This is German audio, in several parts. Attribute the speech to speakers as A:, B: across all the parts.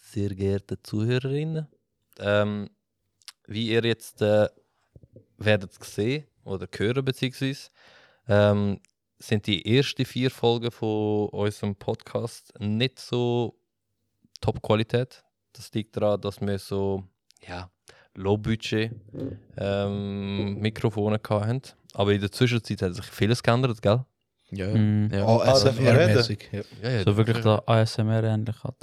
A: sehr geehrte Zuhörerinnen. Ähm, wie ihr jetzt äh, werdet sehen oder hören beziehungsweise, ähm, sind die ersten vier Folgen von unserem Podcast nicht so Top-Qualität. Das liegt daran, dass wir so ja, Low-Budget ähm, Mikrofone hatten. Aber in der Zwischenzeit hat sich vieles geändert, gell?
B: Ja,
C: Mm.
D: Mhm.
B: ja.
C: Oh,
E: Ah, darf ich
B: ASMR-mäßig. Ja.
A: Ja, ja,
D: So wirklich der ASMR ähnlich hat.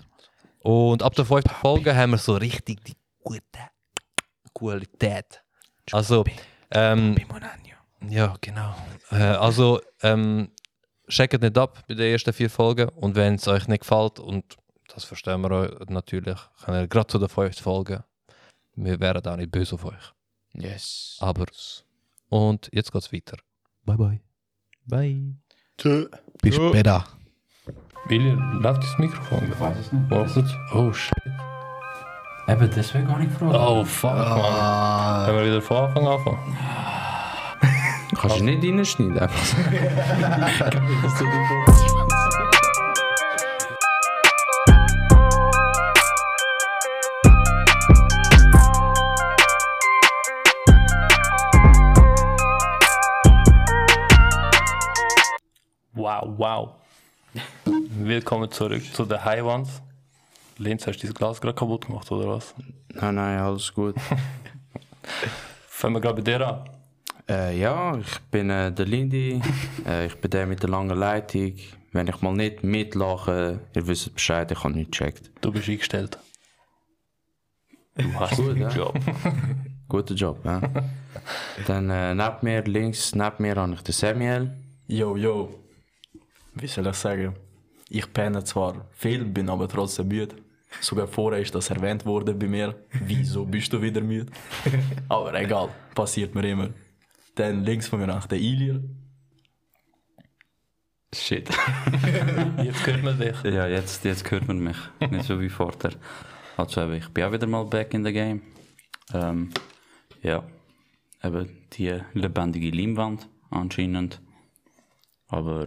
A: Und ab der fünften Folge haben wir so richtig die gute Qualität. Also, ähm, ja, genau. Äh, also, ähm, checkt nicht ab bei den ersten vier Folgen und wenn es euch nicht gefällt, und das verstehen wir euch natürlich, könnt ihr gerade zu der fünften Folge. Wir wären auch nicht böse auf euch.
B: Yes.
A: Aber, und jetzt geht's weiter. Bye bye.
D: Bye.
E: Tschö.
B: Bis
A: Ja.
B: später.
A: William, läuft das Mikrofon?
D: Ich weiß es nicht.
A: Oh, gut. Oh, shit.
D: Eben deswegen habe ich gefragt.
A: Oh, fuck, man.
D: Ah.
A: Können wir wieder von Anfang anfangen?
C: Kannst du nicht reinschneiden? einfach so?
A: Wow, wow. Willkommen zurück zu den Highwands. Lenz, hast du dein Glas gerade kaputt gemacht, oder was?
C: Nein, nein, Nou, alles gut.
A: Fangen wir gerade bei dir an.
C: Äh, ja, ich bin äh, der Lindy. äh, ich bin der mit der langen Leitung. Wenn ich mal nicht mitlache, ihr wisst Bescheid, ich habe nicht gecheckt.
A: Du bist eingestellt. Du hast
C: Gut,
A: einen
C: ja.
A: Job.
C: Guter Job, ja. Dann äh, neben mir, links neben mir, habe ich den Samuel.
F: Yo, yo. Wie soll ich sagen? Ich penne zwar viel, bin aber trotzdem müde. Sogar vorher ist das erwähnt worden bei mir. Wieso bist du wieder müde? aber egal, passiert mir immer. Dann links von mir nach der Ilir.
C: Shit.
A: Jetzt hört man dich.
C: Ja, jetzt, jetzt hört man mich. Nicht so wie vorher. Also, eben, ich bin auch wieder mal back in the game. Ähm, ja, eben die lebendige Leinwand anscheinend. Aber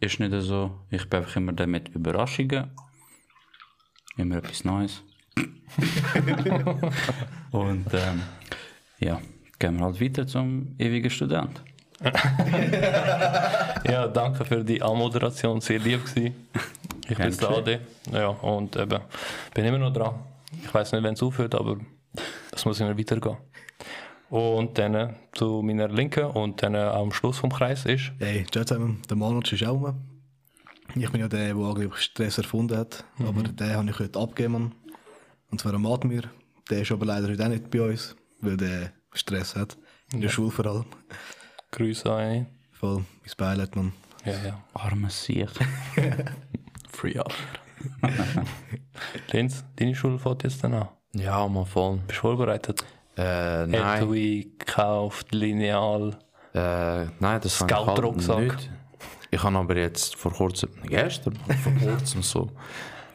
C: ist nicht so. Ich bin einfach immer der mit Überraschungen. Immer etwas Neues. Und ähm, ja, gehen wir halt weiter zum ewigen Student.
A: Ja, danke für die Anmoderation. Sehr lieb gewesen. Ich bin der AD. Ja, und eben, bin immer noch dran. Ich weiß nicht, wenn es aufhört, aber das muss immer weitergehen. Und dann äh, zu meiner Linken und dann äh, am Schluss vom Kreis ist.
B: Hey, ciao zusammen. Der Manoj ist auch mal. Ich bin ja der, der angeblich Stress erfunden hat. Aber den habe ich heute abgegeben. Mann. Und zwar am Admir. Der ist aber leider heute auch nicht bei uns, weil der Stress hat. In der Schule vor allem.
A: Grüße an ihn.
B: Voll, mein Beileid, man.
A: Ja, ja.
C: Armes Sieg.
F: Free up.
A: Lenz, deine Schule fährt jetzt dann an.
G: Ja, mal voll.
A: Bist du vorbereitet?
G: Äh, nein.
A: Etui, gekauft, lineal.
G: Äh, nein, das habe ich
A: Scout-Rucksack.
G: nicht. Ich habe aber jetzt vor kurzem, gestern, vor kurzem so,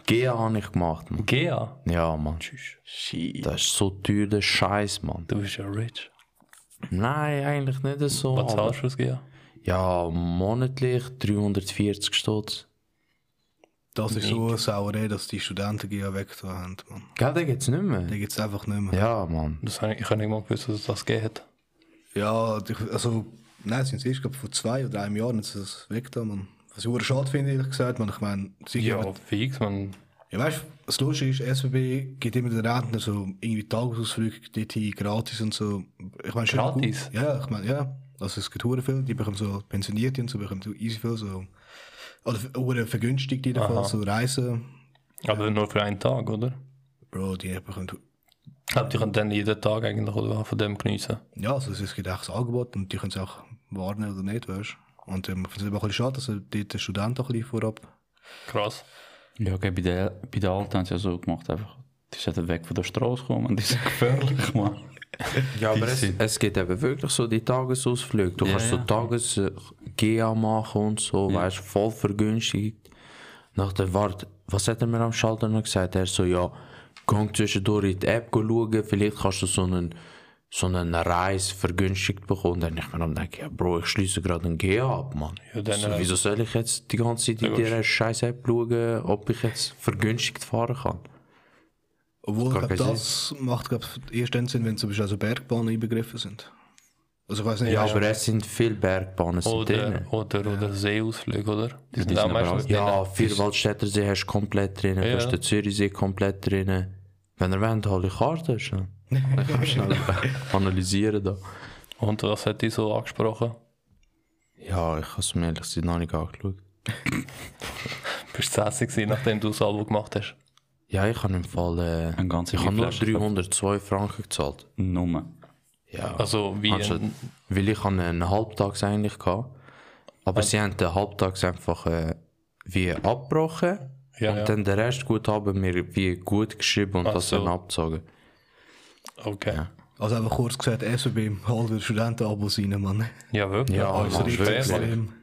G: GA habe ich gemacht. Mann.
A: Gea,
G: Ja, Mann.
F: Shit.
G: Das ist so teuer, der Scheiß, Mann.
A: du bist ja rich.
G: Nein, eigentlich nicht so.
A: Was
G: aber-
A: zahlst du aus Gea?
G: Ja, monatlich 340 Stutz.
B: Das ist so eine Sauerei, dass die Studenten ja weg da haben, man.
G: Gell, den gibt's nicht mehr.
B: Den gibt es einfach nicht mehr.
G: Ja, Mann.
A: Das habe ich, ich habe nicht mal gewusst, dass es das gegeben hat.
B: Ja, ich- also, nein, sind sie erst, glaube vor zwei oder einem Jahren jetzt das weg da, man. Was ich verdammt schade finde, ehrlich gesagt, man. Ich meine, sie
A: Ja,
B: geben-
A: fix, man.
B: Ja, weißt du, das Lustige ist, SBB gibt immer den Rentner so irgendwie Tagesausflüge dorthin gratis und so. Ich meine, schon
A: Gratis?
B: Gut. Ja, ich meine, ja. Also es gibt hure viel, die bekommen so Pensionierte und so, bekommen so easy viel so. Oder hure vergünstigt jedenfalls, so Reisen.
A: Aber nur für einen Tag, oder?
B: Bro, die bekommen. hu-
A: Ich glaube, die können dann jeden Tag eigentlich oder, von dem geniessen.
B: Ja, also es gibt echt ein Angebot und die können es auch warnen oder nicht, weißt du. Und ähm, ich finde es aber ein bisschen schade, dass äh, dort der Student auch ein bisschen vorab.
A: Krass.
C: Ja, okay, bij de, bij de Alten hebben ze zo gemacht. Einfach. Die zetten weg van de straat gewoon, want die zijn gevaarlijk, man.
G: Ja, aber es,
C: sind-
G: es gibt eben wirklich so die Tagesausflüge. Du
C: Ja,
G: kannst so
C: ja.
G: Tages äh, GA machen und so, weißt du, voll vergünstigt. Nach der Wart, was hat er mir am Schalter noch gesagt? Er so, ja, gang zwischendurch in die App schauen, vielleicht kannst du so einen, so einen Reis vergünstigt bekommen. Dann ich mir am denken, ja, Bro, ich schließe gerade einen GA ab, Mann.
A: Ja, dann,
G: so,
A: äh,
G: wieso soll ich jetzt die ganze Zeit in
A: Ja, gut.
G: dieser scheiß App schauen, ob ich jetzt vergünstigt fahren kann?
B: Obwohl,
G: Gar
B: glaub,
G: keinen
B: das macht glaub, erst dann Sinn, wenn zum Beispiel also Bergbahnen einbegriffen sind. Also ich weiß nicht,
G: Ja,
B: also-
G: aber es sind viele Bergbahnen sind drin.
E: Oder, oder, oder Seeausflüge, oder? Die sind
C: Die
E: auch
C: sind aber
E: meistens
C: auch-
E: drin.
G: Ja, Vierwaldstätter See hast du komplett drin, du
E: Ja.
G: hast den Zürichsee komplett drin. Wenn ihr wollt, hol die Karte schnell. Ich kann schnell analysieren da.
E: Und was hat dich so angesprochen?
G: Ja, ich habe es mir ehrlich gesagt noch nicht angeschaut.
E: Bist du sassig gewesen, nachdem du das Abo gemacht hast?
G: Ja, ich habe im Fall... Äh,
C: Eine ganze
G: ich habe nur
C: Flasche.
G: 302 Franken gezahlt.
C: Nummer.
G: Ja.
E: Also wie
G: Anstatt,
E: ein,
G: weil ich habe einen Halbtags eigentlich gehabt, aber sie haben den Halbtags einfach äh, wie abgebrochen
E: Ja,
G: und
E: ja.
G: dann den Rest gut haben wir wie gut geschrieben und
E: Ach
G: das
E: so.
G: dann abgezogen.
E: Okay. Ja,
B: also einfach kurz gesagt, SBB, halt wieder Studentenabos rein, Mann.
E: wirklich.
G: Ja,
E: Also,
G: Mann,
E: ich
G: wirklich.
E: weiß-
B: Extrem.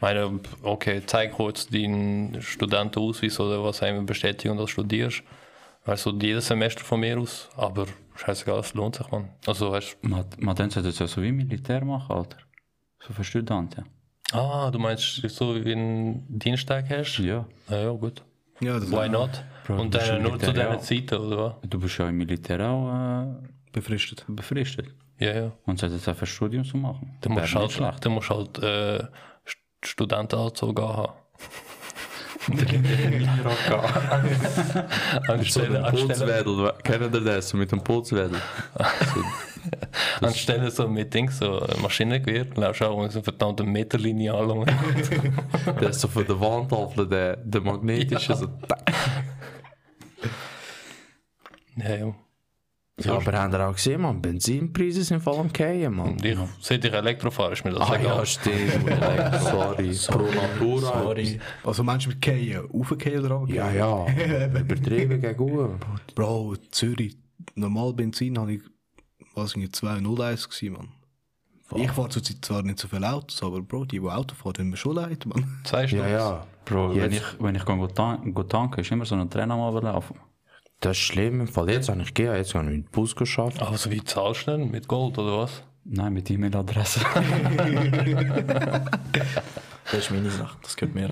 E: meine, okay, zeig kurz deinen Studentenausweis oder was haben wir Bestätigung, dass du studierst. Weißt du, jedes Semester von mir aus, aber scheißegal, es lohnt sich, man. Also, weißt
C: Man, man sollte das ja so wie Militär machen, Alter. So für Studenten.
E: du, ah, du meinst, so wie einen Dienstag hast?
C: Dus Ja.
E: Ah, ja, gut.
B: Ja, das
E: Why
B: ist
E: not?
C: Bro,
E: Und
C: das ist
E: dann nur zu
C: Militär,
E: diesen
C: ja.
E: Zeiten, oder was?
C: Du bist ja im Militär auch
B: befristet.
C: äh, befristet.
E: Ja, ja.
C: Und sollte das auch für Studium so machen.
E: Du musst
C: Wäre
E: halt,
C: nicht schlecht.
E: du musst halt äh, St- Studentenanzug anhaben. anstelle, anstelle,
G: kennt ihr das? Mit dem Putzwedel.
E: anstelle so mit Dings, so äh, Maschinengewehr, laufst du auch mit so verdammten Meterlinie an.
G: Der ist so von der Wandtafel, der, der magnetische. Ja. So,
E: ja, ja.
G: ja, aber habt ihr auch gesehen, man, Benzinpreise sind voll am Gehen, man.
E: Und ich, seit ich Elektro fahre, ist mir das
G: Ah
E: egal.
G: ja, stimmt. Sorry. Pro Natura.
F: Sorry.
B: Also Menschen mit Keien, raufkeien oder runterkehren?
G: Ja, ja. Übertrieben gegen gut.
B: Bro, Zürich, normal Benzin habe ich, was ich 201 gewesen, Mann. Ich fahre zurzeit zwar nicht so viel Autos, aber Bro, die, die Auto fahren, haben mir schon leid, Mann.
E: Zwei Stunden.
G: Ja, ja.
C: Bro, wenn
G: Jetzt-
C: ich, wenn ich go tan- go tanken, ist immer so ein Trainer am Ablaufen.
G: Das ist schlimm im Fall. Jetzt habe ich gegeben, jetzt habe ich mit dem Bus geschafft.
E: Also wie zahlst du denn? Mit Gold oder was?
C: Nein, mit E-Mail-Adresse.
F: Das ist meine Sache, das gehört mir.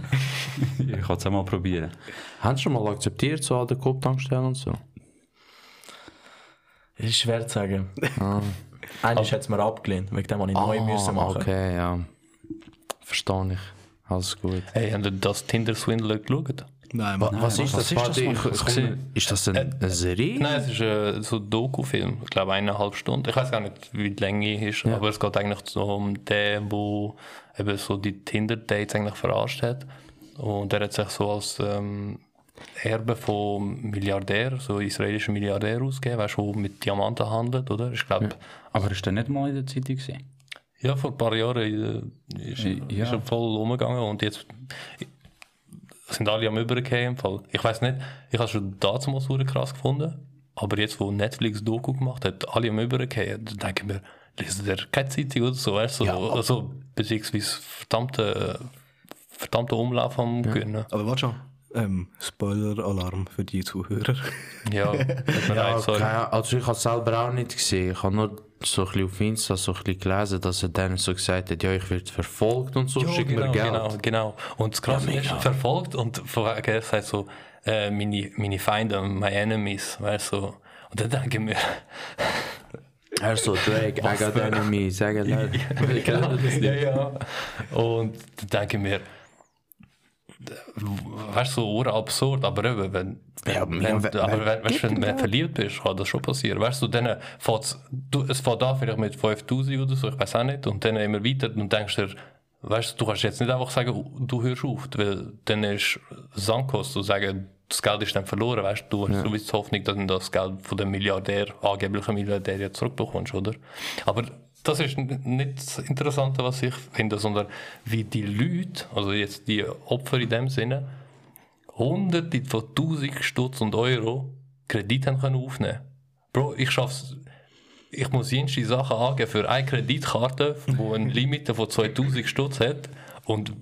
C: ich kann es einmal probieren.
G: Haben Sie schon mal akzeptiert, so an der Kopftankstelle und so?
F: Ist schwer zu sagen. Eigentlich hat es mir abgelehnt, wegen dem, was ich neu müssen machen.
G: okay, ja. Verstehe ich. Alles gut.
E: Hey, habt ihr das Tinder-Swindler geschaut?
B: Nein, Mann.
G: was ist das? Warte,
C: Mann?
G: ich- ich
C: Was
G: komme-
C: gesehen?
G: Ist das eine eine Serie?
E: Nein, es ist äh, so ein Doku-Film. Ich glaube, eineinhalb Stunden. Ich weiß gar nicht, wie die Länge ist, aber es geht eigentlich so um den, der eben so die Tinder-Dates eigentlich verarscht hat. Und der hat sich so als ähm, Erbe von Milliardär, so israelischen Milliardär ausgegeben, weißt du, der mit Diamanten handelt, oder? Ich glaube,
C: Aber ist der nicht mal in der Zeitung gewesen?
E: ja. vor ein paar Jahren äh, ist,
C: Ja.
E: ist er voll umgegangen und jetzt sind alle am Übergehen im Fall. Ich weiß nicht, ich habe schon damals super krass gefunden, aber jetzt, wo Netflix Doku gemacht hat, alle am Übergehen, dann denke ich mir, lest ihr keine Zeitung oder so, weißt du, so, also, beziehungsweise verdammte, äh, verdammte Umlauf am Gönnen.
B: Aber warte schon. Ähm, Spoiler-Alarm für die Zuhörer.
E: Ja, tut mir leid, sorry.
G: Keine- Also ich habe es selber auch nicht gesehen. Ich habe nur so ein bisschen auf Insta so ein bisschen gelesen, dass er dann so gesagt hat, ja, ich werde verfolgt und so,
E: Ja,
G: schick
E: genau,
G: mir Geld.
E: Genau, genau. Und das Krasse ist, verfolgt und vorher er sagt so, äh, meine, meine Feinde, my enemies, weißt du. So. Und dann denke ich mir,
G: Er so, Drake, I got enemies, I got enemies.
E: ja, ja. Und dann denke ich mir, weißt du, so urabsurd, aber eben, wenn,
G: Ja,
E: wenn,
G: ja,
E: aber wenn, weißt, du, wenn, wenn du verliebt bist, kann das schon passieren. Weißt du, dann äh, fährt's, du, es fährt an vielleicht mit 5000 oder so, ich weiß auch nicht, und dann immer weiter und denkst dir, weißt du, du kannst jetzt nicht einfach sagen, du hörst auf, weil dann ist Sankost zu sagen, das Geld ist dann verloren, weißt du, du hast sowieso die Hoffnung, dass du das Geld von dem Milliardär, angeblichen Milliardär, ja zurückbekommst, oder? Aber das ist n- nicht das Interessante, was ich finde, sondern wie die Leute, also jetzt die Opfer in dem Sinne, Hunderte von tausend Stutz und Euro Kredit haben können aufnehmen Bro, ich schaff's. Ich muss jenste Sachen angeben für eine Kreditkarte, die ein Limit von 2000 Stutz hat. Und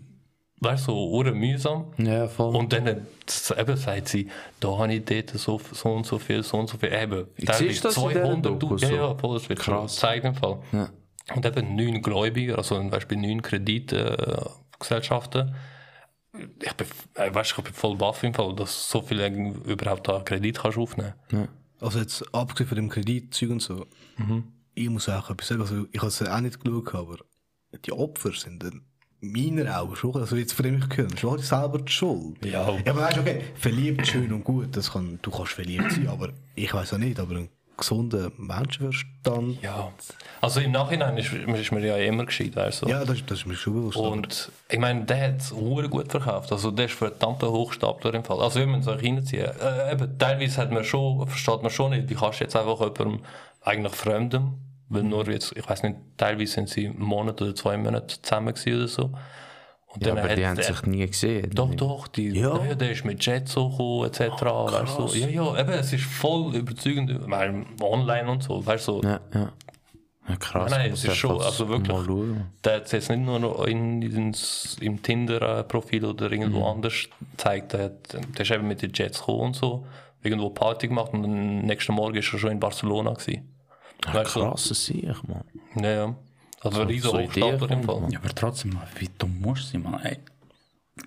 E: weißt du, so ure mühsam.
G: Ja, voll.
E: Und dann äh, s- eben sagt sie, da habe ich dort so, so und so viel, so und so viel. Eben, teilweise
G: das in dieser Doku
E: 200.000.
G: so?
E: Ja, ja, voll, das wird
G: Krass.
E: Krass. zeigt im Fall.
G: Ja.
E: Und eben neun Gläubiger, also zum Beispiel neun Kreditgesellschaften. ich bin, äh, weißt, ich bin voll baff im Fall, dass so viel irgendwie überhaupt da Kredit kannst aufnehmen
G: Ja.
B: Also jetzt abgesehen von dem Kreditzeug und so,
E: Mhm.
B: ich muss auch etwas sagen, also ich habe es auch nicht geschaut, aber die Opfer sind in meinen Augen schon, also jetzt von dem ich gehört habe, schon halt selber die Schuld.
E: Ja.
B: Ja, aber weißt du, okay, verliebt schön und gut, das kann, du kannst verliebt sein, aber ich weiß auch nicht, aber ein gesunder Menschenverstand,
E: Ja. Also im Nachhinein ist, ist mir ja immer gescheit, weißt du.
B: ja, das, das ist mir schon bewusst. aber-
E: Und ich meine, der hat es gut verkauft. Also der ist verdammt ein Hochstapler im Fall. Also wir müssen es euch reinziehen. Äh, eben, teilweise hat man schon, versteht man schon nicht, wie kannst du jetzt einfach jemandem eigentlich Fremdem, weil nur jetzt, ich weiß nicht, teilweise sind sie einen Monat oder zwei Monate zusammen gewesen oder so. Und
G: Ja, aber die
E: hat
G: haben
E: der-
G: sich nie gesehen.
E: Doch, doch, die, ja. der ist mit Jet so gekommen, etc. weißt du, ja, ja, eben, es ist voll überzeugend, ich meine, online und so, weißt du,
G: Ja, ja. ja krass.
E: Nein, nein,
G: muss
E: es ist schon,
G: einfach
E: also wirklich.
G: Mal schauen.
E: der hat es jetzt nicht nur noch in, ins, im Tinder-Profil oder irgendwo
G: Mhm.
E: anders gezeigt. Der, hat, der ist eben mit den Jets gekommen und so, irgendwo Party gemacht und am nächsten Morgen ist er schon in Barcelona. Gewesen.
G: Ja,
E: Weißt du?
G: krass, das sehe ich, Mann.
E: Ja, ja. Also ein riesen
G: so
E: Hochstapler
G: Ideen
E: im Fall.
G: kommt,
C: Ja, aber trotzdem, wie dumm musst du sein, Mann? Ey,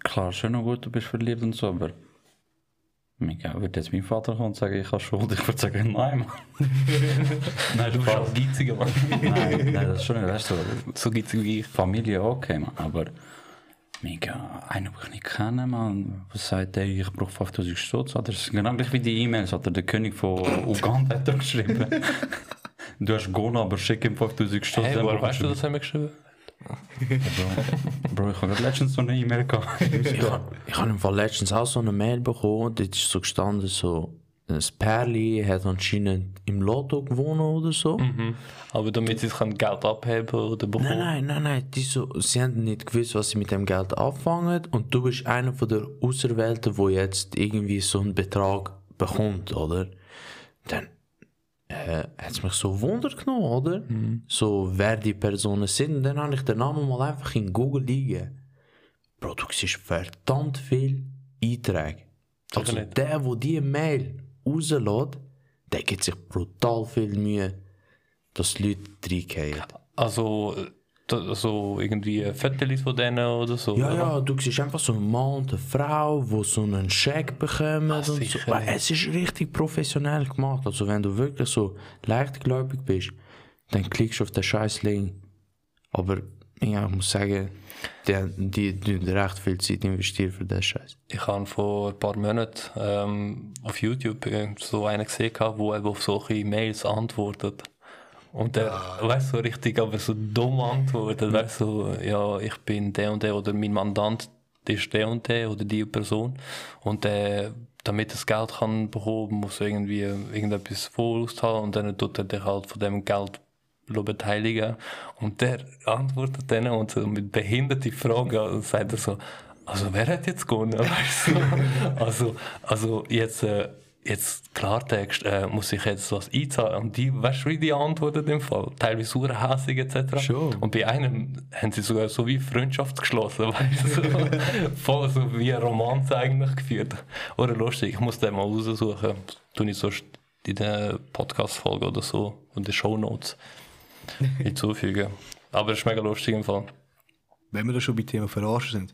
C: klar, schön und gut, du bist verliebt und so, aber... Mega, würde jetzt mein Vater kommen und sagen, ich habe Schuld, ich würde sagen, nein, Mann. nein, du bist auch geiziger, Mann. nein, nein, das ist schon nicht, weißt du, so geizig wie ich. Familie, okay, Mann, aber... Mega, einer, den ich nicht kenne, Mann, was sagt der, ich brauche 5000 Stutz, hat er es genau gleich dus wie die E-Mails, hat er der König von Uganda hat er geschrieben. du hast Dus Gona, aber schick ihm 5000 Stutz.
E: Hey,
C: dann
E: woher
C: bekommst
E: weißt du, das haben wir geschrieben?
C: Bro, ich habe gerade letztens so eine E-Mail gehabt.
G: Ich habe im Fall letztens auch so eine Mail bekommen, dort ist so gestanden, so, ein Perli hat anscheinend im Lotto gewonnen oder so.
E: Aber damit sie es können Geld abheben oder bekommen.
G: Nein, nein, nein, nein, die so, sie haben nicht gewusst, was sie mit dem Geld anfangen und du bist einer von der Auserwählten, wo jetzt irgendwie so einen Betrag bekommt, oder? Dann äh, hat es mich so Wunder genommen, oder? So, wer die Personen sind. Und dann habe ich den Namen mal einfach in Google liegen. Bro, du siehst verdammt viel Einträge. Also
E: nicht.
G: der, der die Mail rauslässt, der gibt sich brutal viel Mühe, dass die Leute reingehen.
E: Also, äh, da- so irgendwie Fotos von denen oder so.
G: Ja,
E: oder?
G: ja, du siehst einfach so einen Mann und eine Frau, die so einen Scheck bekommen.
E: Ah,
G: und so.
E: sicher
G: Aber es ist richtig professionell gemacht. Also, wenn du wirklich so leichtgläubig bist, dann klickst du auf den scheiß Link. Aber ja, ich muss sagen, die haben die, die haben recht viel Zeit investiert für den Scheiß.
E: Ich habe vor ein paar Monaten ähm, auf YouTube äh, so einen gesehen, gehabt, der eben auf solche Mails antwortet. Und der, weißt du, so richtig, aber so dumm antwortet. Weißt du, so, ja, ich bin der und der oder mein Mandant ist der und der oder die Person. Und der, damit das Geld kann bekommen, muss er irgendwie irgendetwas voraus haben und dann tut er dich halt von dem Geld beteiligen. Und der antwortet denen und so mit behinderte Fragen also sagt er so, also wer hat jetzt gewonnen? Weißt du? also, also jetzt, äh, jetzt Klartext, äh, muss ich jetzt was einzahlen? Und die, weißt du, wie die antworten im Fall? Teilweise sauerhässig etc. Und bei einem haben sie sogar so wie Freundschaft geschlossen, weißt du? Voll so wie ein Romanze eigentlich geführt. Oder lustig, ich muss den mal raussuchen. Tue ich sonst in der Podcast-Folge oder so und den Shownotes
B: Genau.
E: hinzufügen. Aber es ist mega lustig im Fall.
B: wenn wir da schon bei Thema Verarschen sind,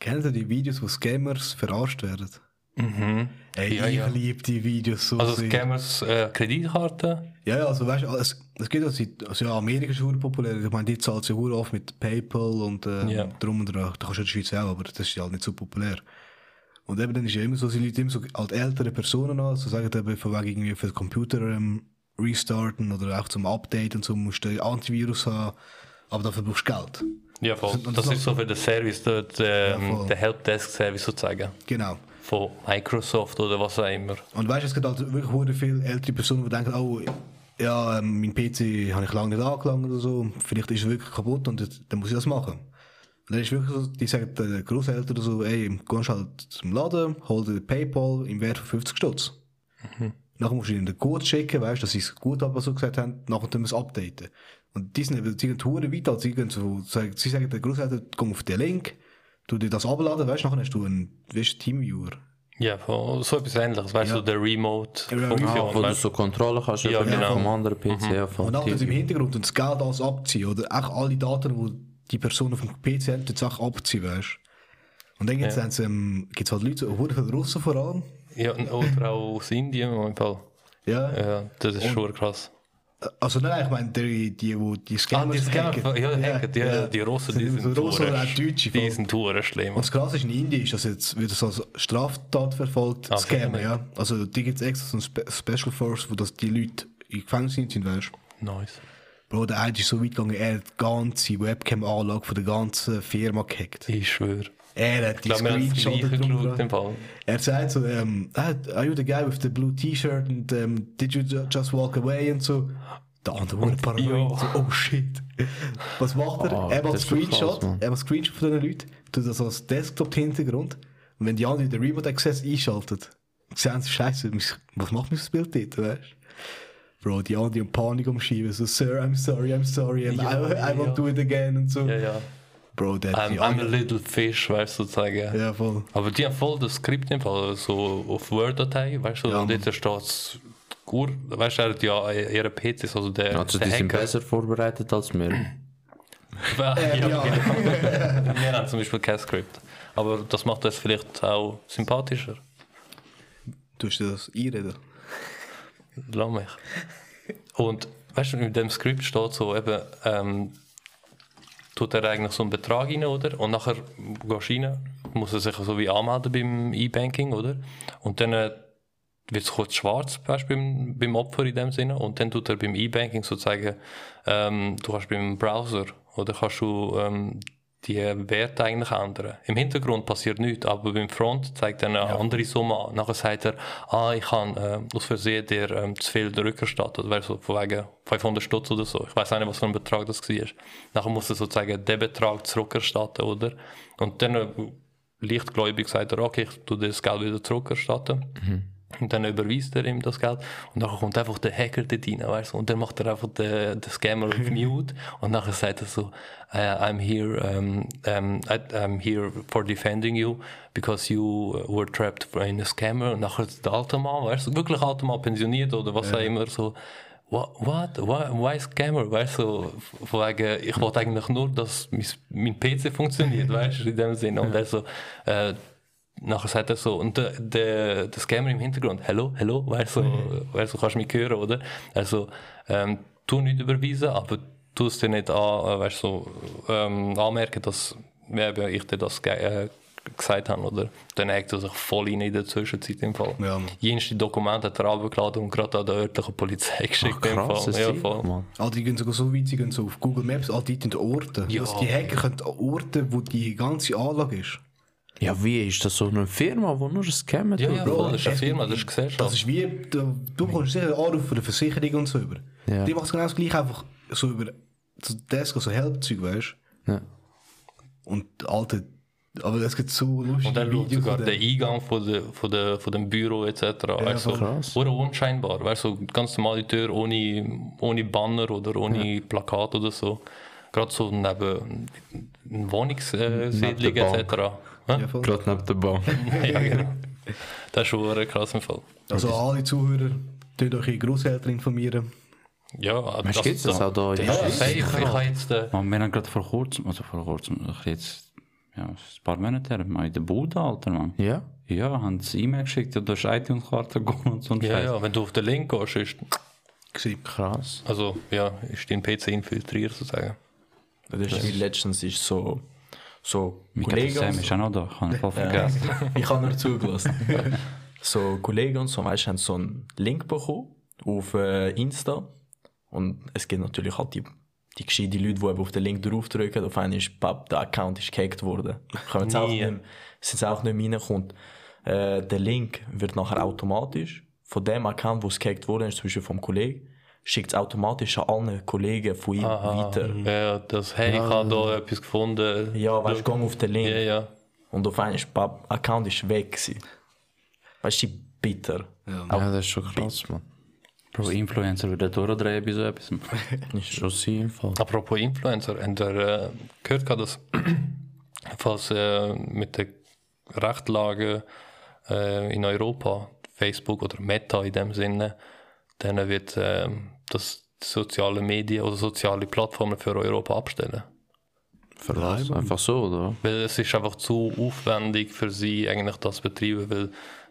B: kennt ihr die Videos, wo Scammers verarscht werden? Mhm. Ey,
E: Ja,
B: ich
E: ja.
B: liebe die Videos so
E: Also
B: sehr.
E: Scammers äh, Kreditkarte.
B: Ja, ja, also weißt du, es, es gibt also, also ja, Amerika ist verdammt populär. Ich meine, die zahlt ja verdammt oft mit PayPal und äh,
E: Ja.
B: drum und dran. Da kannst du in der Schweiz auch, aber das ist ja halt nicht so populär. Und eben dann ist ja immer so, sie Leute immer so halt ältere Personen an, so sagen eben von wegen irgendwie für den Computer ähm, restarten oder auch zum Update und so musst du Antivirus haben, aber dafür brauchst du Geld.
E: Ja, voll.
B: Und- und
E: Das
B: das-
E: ist so für den Service, dort, ähm,
B: Ja, voll.
E: der Helpdesk-Service sozusagen.
B: Genau.
E: Von Microsoft oder was auch immer.
B: Und weißt du, es gibt halt wirklich hure viele ältere Personen, die denken, oh, ja, ähm, mein PC habe ich lange nicht angelangt oder so, vielleicht ist er wirklich kaputt und das- dann muss ich das machen. Und dann ist wirklich so, die sagen den Großeltern oder so, ey, gehst halt zum Laden, hol dir PayPal im Wert von 50 Stutz. Nachher musst du ihnen den Code schicken, weißt du, dass sie es gut haben, was sie gesagt haben, nachher tun wir es updaten. Und die sind eben, die gehen hure weit, also sie gehen so, sagen- sie sagen den Großeltern, geh auf den Link, du dir das abladen, weißt du, nachher hast du einen, weißt du, Teamviewer.
E: Ja, voll. so etwas ähnliches. Weißt du, der
G: Ah, wo
E: Remote-Funktion.
G: du
E: weißt du?
G: so Kontrolle kannst
E: Ja,
G: über
E: genau. Mhm.
G: vom anderen PC. Ja, vom
B: Und dann
G: Team.
B: im Hintergrund und das Geld alles abziehen, oder? Auch alle Daten, die die Person auf dem PC hat, die Sache abziehen, weißt Und dann gibt's dann so, ähm, gibt's halt Leute, so, hure viele Russen vor allem.
E: ja, oder auch aus Indien im Fall.
B: Ja.
E: Ja, das ist schon krass.
B: Also nein, ich meine die, die, die, die
E: Ah,
B: Scammers
E: die Scammer, ja, hacken, die, die Russen, die sind
B: Die Russen oder auch die
E: Touren.
B: Deutsche.
E: Die
B: voll.
E: sind Touren schlimm.
B: Und das Krasse ist, in Indien ist das jetzt wieder so als Straftat verfolgt,
E: Ah,
B: Scammer,
E: wirklich?
B: ja. Also die gibt es extra so eine Spe Special Force, wo das die Leute in Gefängnis sind, weißt du.
E: Nice.
B: Bro, der eine ist so weit gegangen, er hat die ganze Webcam-Anlage von der ganzen Firma gehackt.
E: Ich schwöre.
B: Er hat
E: Ich
B: die
E: glaube, wir haben das
B: Screenshots
E: Gleiche geschaut. im
B: gemacht.
E: Fall.
B: Er sagt so, ähm, ah, are you the guy with the blue T-Shirt and ähm, did you ju- just walk away und so. Der andere wurde paranoid. So, oh shit. Was macht er?
E: Ah,
B: er macht
G: das ist schon
B: Screenshot,
G: krass,
E: ne?
G: Mann.
B: er macht Screenshot von den Leuten, tut das als Desktop-Hintergrund und wenn die anderen den Remote Access einschaltet, sehen sie, scheiße, was macht mir das Bild dort, weißt du? Bro, die anderen in Panik umschieben, so, Sir, I'm sorry, I'm sorry, and I, I won't do it again und so.
E: Ja, ja.
B: Bro, der hat
E: I'm,
B: die
E: Ähm, I'm a
B: anderen.
E: little fish, weißt du, sozusagen.
B: Ja, voll.
E: Aber die haben voll das Skript im Fall, so auf Word-Datei, weißt du,
B: Ja,
E: und dort steht es gut, weißt du, er hat ja ihre PCs, also der,
G: Also,
E: der Mhm.
G: die sind
E: Hacker.
G: besser vorbereitet als wir.
E: ja,
B: ja.
E: genau. Wir haben zum Beispiel kein Skript. Aber das macht es vielleicht auch sympathischer.
B: Tust du das einreden?
E: Lass mich. Und weißt du, in dem Skript steht so eben, ähm, tut er eigentlich so einen Betrag rein, oder? Und nachher gehst du rein, muss er sich so wie anmelden beim E-Banking, oder? Und dann äh, wird es kurz schwarz, weißt du, beim, beim Opfer in dem Sinne. Und dann tut er beim E-Banking sozusagen, ähm, du kannst beim Browser, oder kannst du ähm, die Werte eigentlich ändern. Im Hintergrund passiert nichts, aber beim Front zeigt er eine andere Summe an. Nachher sagt er, ah, ich habe äh, aus Versehen dir ähm, zu viel rückerstattet, wäre so von wegen 500 Stutz oder so. Ich weiß nicht, was für ein Betrag das war. Nachher muss er sozusagen den Betrag zurückerstatten, oder? Und dann äh, leichtgläubig sagt er, okay, ich tue dir das Geld wieder zurückerstatten. Und dann überweist er ihm das Geld. Und dann kommt einfach der Hacker dort rein, weißt du? Und dann macht er einfach den, den Scammer auf Mute. Und nachher sagt er so, "Äh, I'm here, ähm, ähm, I- I'm here for defending you, because you were trapped in a scammer. Und nachher der alte Mann, weißt du, wirklich alte Mann, pensioniert oder was auch immer, so, "Wha- what, why, why scammer, weißt du? So, von wegen, ich wollte eigentlich nur, dass mein, mein PC funktioniert, weißt du, in dem Sinne. Und er so, äh, nachher sagt er so, und der, der, der Scammer im Hintergrund, hello, hello, weißt du,
G: Mhm.
E: weißt du, kannst mich hören, oder? Also, ähm, tu nicht überweisen, aber tu es dir nicht an, äh, weißt du, so, ähm, anmerken, dass eben ich dir das ge- äh, gesagt habe, oder? Dann hängt er sich voll rein in der Zwischenzeit im Fall.
B: Ja, Mann.
E: Jenste Dokument hat er abgeladen und gerade an der örtlichen Polizei geschickt
G: Krass,
E: im
G: das
E: Fall. Ja,
G: sieht
E: voll.
G: man.
B: All die gehen sogar so weit, sie gehen so auf Google Maps, all die in Orte.
E: Ja.
B: Also die Hacker können an Orte, wo die ganze Anlage ist.
G: Ja, wie ist das so eine Firma, die nur Scammer
E: Ja, ja,
G: tut?
E: voll, das ist eine
B: es-
E: Firma, das ist
B: Das
E: Gesellschaft.
B: ist wie, du, du bekommst sicher einen Anruf von der Versicherung und so über.
G: Ja.
B: Die machen es genau das gleiche, einfach so über so Desk, so Helpzeug, weißt
G: Ja.
B: du. Und alte, aber das gibt so lustige
E: Und dann schaut sogar
B: von
E: der
B: denen.
E: Eingang von, der, von, der, von dem Büro etc. Ja, so,
G: krass.
E: Oder unscheinbar. Weißt du, so ganz normale Tür ohne, ohne Banner oder ohne Plakat oder so. Gerade so neben einer Wohnungssiedlung
G: der
E: etc. Hä?
B: Ja, voll.
G: Gerade neben der Bank.
E: ja, genau. Das ist schon ein krasser Fall.
B: Also alle Zuhörer, tut euch ihre Großeltern informieren.
E: Ja, aber
G: Weißt du, gibt's das auch da?
E: Ja, safe. Ich habe jetzt den.
C: Maar wir haben gerade vor kurzem, also vor kurzem, ich jetzt, ja, ein paar Monate her, mal in der Bude, Alter, Mann.
G: Ja?
C: Ja, haben sie E-Mail geschickt, ja, du hast iTunes-Karte gegangen und so ein
E: Ja,
C: Scheiß.
E: ja, wenn du auf den Link gehst, ist,
B: Gesehen.
G: Krass.
E: also, ja, ist dein PC infiltriert sozusagen.
F: Das ist wie letztens ist so. So,
C: Mein
F: Kollege
C: Kollege
F: und
C: Sam ist
F: so.
C: auch noch da, ich habe ihn voll
F: Ja,
C: vergessen.
F: ich habe nur zugelassen. so, Kollegen und so, weißt du, haben so einen Link bekommen auf äh, Insta. Und es gibt natürlich halt die, die gescheiten Leute, die eben auf den Link draufdrücken. Auf einmal ist, papp, der Account ist gehackt worden. Können jetzt auch
E: Nie.
F: nicht, mehr- sind auch nicht mehr reinkommt. Äh, der Link wird nachher automatisch von dem Account, wo es gehackt wurde, ist zum Beispiel vom Kollegen, schickt es automatisch an alle Kollegen von ihm weiter.
E: Ja, das, hey, ich habe da etwas gefunden.
F: Mhm. Ja, weißt du,
E: Schau.
F: geh auf den Link.
E: Ja, ja.
F: Und auf einmal ist der Account ist weg. Gewesen. Weißt du, bitter.
G: Ja, das ist schon krass, Mann.
C: Bro, Influencer würden durchdrehen bei so etwas.
G: Schon sein Fall.
E: Apropos Influencer, habt ihr äh, gehört, gehabt, dass falls äh, mit der Rechtlage äh, in Europa, Facebook oder Meta in dem Sinne, dann wird ähm, das soziale Medien oder soziale Plattformen für Europa abstellen.
G: Für was? Einfach so, oder?
E: Weil es ist einfach zu aufwendig für sie eigentlich das zu betreiben, weil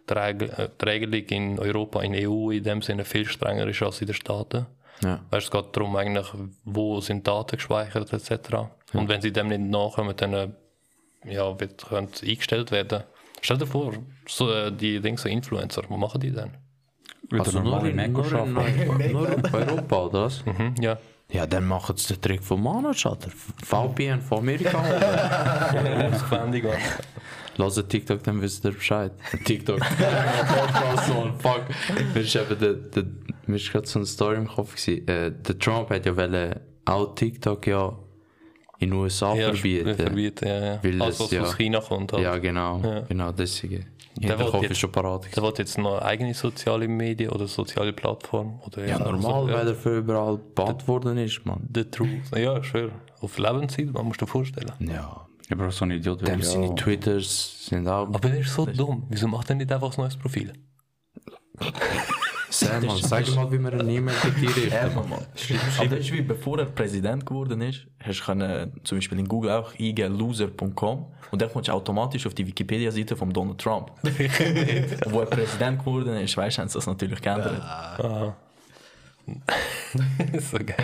E: die Regel- äh, die Regelung in Europa, in EU in dem Sinne viel strenger ist als in den Staaten.
G: Ja.
E: Weißt, es geht darum eigentlich, wo sind Daten gespeichert etc. Und wenn sie dem nicht nachkommen, dann äh, ja, wird, könnte eingestellt werden. Stell dir vor, so, äh, die Dings, so Influencer, was machen die dann?
G: Also nur in, nur in, nur in Europa, oder was?
E: Hm, ja.
G: Mhm, Ja, dann machen sie den Trick von Manager. VPN von Amerika. Lass einen TikTok, dann wisst ihr Bescheid. TikTok. Podcast, Mann, fuck. Mir ist eben der, der, mir ist gerade so eine Story im Kopf gewesen. Äh, der Trump hat ja wollen, auch TikTok ja in den USA
E: Ja,
G: verbieten.
E: verbieten ja, ja.
G: Weil
E: also,
G: äh, es,
E: was
G: ja.
E: aus China kommt. Halt.
G: Ja, genau.
E: Ja.
G: Genau, deswegen.
E: Der
G: Der Kopf
E: wollte
G: ist schon parat. gewesen.
E: Der will jetzt noch eigene soziale Medien oder soziale Plattform. Oder also,
G: Ja, normal, weil er für überall gebannt worden ist, Mann.
E: The Truth. Ja, schwer. Auf Lebenszeit, man muss dir vorstellen.
G: Ja.
C: Ich brauche so einen Idiot.
G: Dem
C: wie-
G: seine Twitters sind auch.
E: Aber der ist so dumm. Wieso macht er nicht einfach ein neues Profil?
G: Sam, Mann, sag mal, wie man eine E-Mail diktiert.
F: Eben, Mann. Aber das ist wie, bevor er Präsident geworden ist, hast du können, zum Beispiel in Google auch eingeben loser.com und dann kommst du automatisch auf die Wikipedia-Seite von Donald Trump. und wo er Präsident geworden ist, weißt du, haben sie das natürlich geändert.
E: Ah, so geil.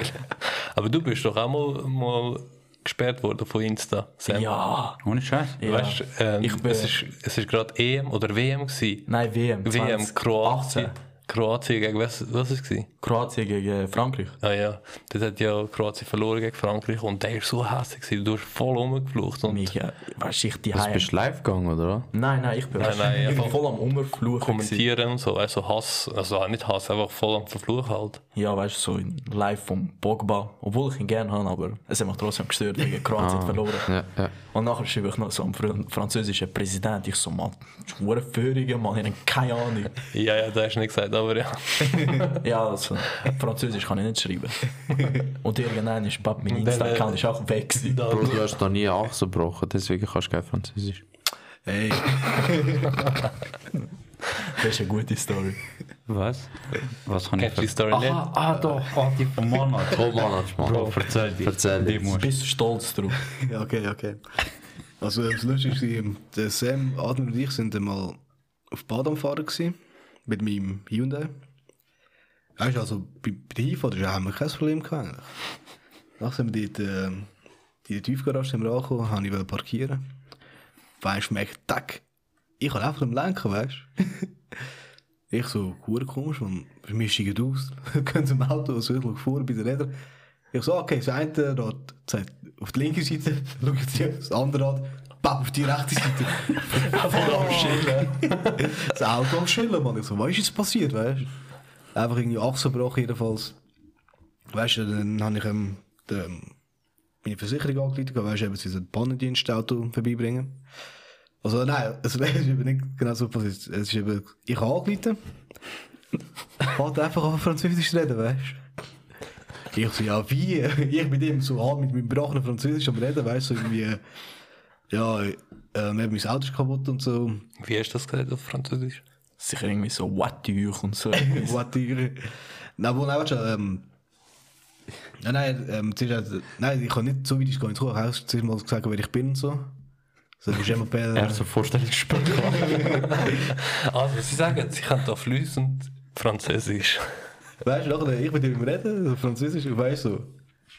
E: Aber du bist doch auch mal, mal gesperrt worden von Insta. Sam.
F: Ja.
C: Ohne Scheiß.
F: ja.
E: Weißt du, ähm,
F: Ich bin-
E: es ist, es ist gerade EM oder WM gewesen.
F: Nein, WM.
E: WM,
F: 2018.
E: Kroatien. Kroatien gegen was, was ist es? gewesen?
F: Kroatien gegen äh, Frankreich.
E: Ah ja, das hat ja Kroatien verloren gegen Frankreich und der ist so hässlich gewesen. Du hast voll rumgeflucht und
F: Mich, ja, weißt du, ich die
G: Du bist live gegangen, oder?
F: Nein, nein, ich bin
E: Nein, nein,
F: ich
E: einfach
F: bin voll am Umfluchen.
E: kommentieren und so, also Hass, also nicht Hass, einfach voll am Verfluchen halt.
F: Ja, weißt du, so in live vom Pogba. Obwohl ich ihn gerne habe, aber es hat mich trotzdem gestört, wegen Kroatien hat verloren.
G: Ah, Ja, ja.
F: Und nachher schreibe ich noch so einen fr französischen Präsident. Ich so, Mann, das ist ein Führiger, Mann, ich habe keine Ahnung.
E: Ja, ja, das hast du nicht gesagt, aber ja.
F: ja, also, Französisch kann ich nicht schreiben. Und irgendwann ist Pap, mein
E: Und dann,
F: Insta-Account ist auch weg. gewesen.
G: Bro, du hast äh, da nie Achse gebrochen, deswegen kannst du kein Französisch.
B: Hey,
F: Das ist eine gute Story.
C: Was? Was kann
E: Kennst du die
C: ich ver-
E: Story nicht?
C: Ah, ah, doch, ah, die von Monat.
G: Oh Mann, Mann.
C: Bro, erzähl dir.
G: Erzähl
C: Die
G: dir.
C: musst
F: Bist du stolz drauf?
B: ja, okay, okay. Also, es war lustig. gewesen. Der Sam, Adam und ich sind einmal auf Badamfahren gewesen, mit meinem Hyundai. Weißt du, also bei, bei der Hinfahrt ist- haben wir kein Problem gehabt. eigentlich. Nachher sind wir dort, äh, in der Tiefgarage sind wir angekommen, haben ich wollte parkieren. Weißt du, merkt, tack, ich kann einfach am Lenken, weißt du? ich so, cool komisch, man, wir steigen aus, gehen zum Auto, also ich schaue vor bei den Rädern. Ich so, okay, das eine Rad zeigt auf die linke Seite, schaue jetzt hier, das andere Rad, bam, auf die rechte Seite. Voll am Schillen. das Auto am Schillen, Mann. Ich so, was ist jetzt passiert, weißt du? Einfach irgendwie Achsenbruch jedenfalls. Weißt du, dann habe ich ähm, die, ähm, meine Versicherung angeleitet, weißt du, eben, sie sollen Pannendienstauto vorbeibringen. Also nein, es ist eben nicht genau so passiert. Es ist eben, ich habe angeleitet. Wollte Halt einfach auf Französisch reden, weißt du? Ich so, ja, wie? Ich bin dem so halb mit meinem gebrochenen Französisch am Reden, weißt du, so irgendwie, äh, ja, äh, eben, mein Auto ist kaputt und so.
E: Wie hast du das gesagt auf Französisch?
F: Sicher irgendwie so, what do you und so.
B: What die Na, wo, nein, warte schon, ähm, ja, nein, ähm, zuerst hat- nein, ich kann nicht so weit ich gehe nicht hoch. Ich habe zuerst mal gesagt, wer ich bin und so. So, ich immer
C: du. Er so Vorstellungsspiel.
E: Also, sie sagen, sie können da fließend Französisch.
B: Weißt du, nachher, ich mit ihm reden, so Französisch, und weißt du, so,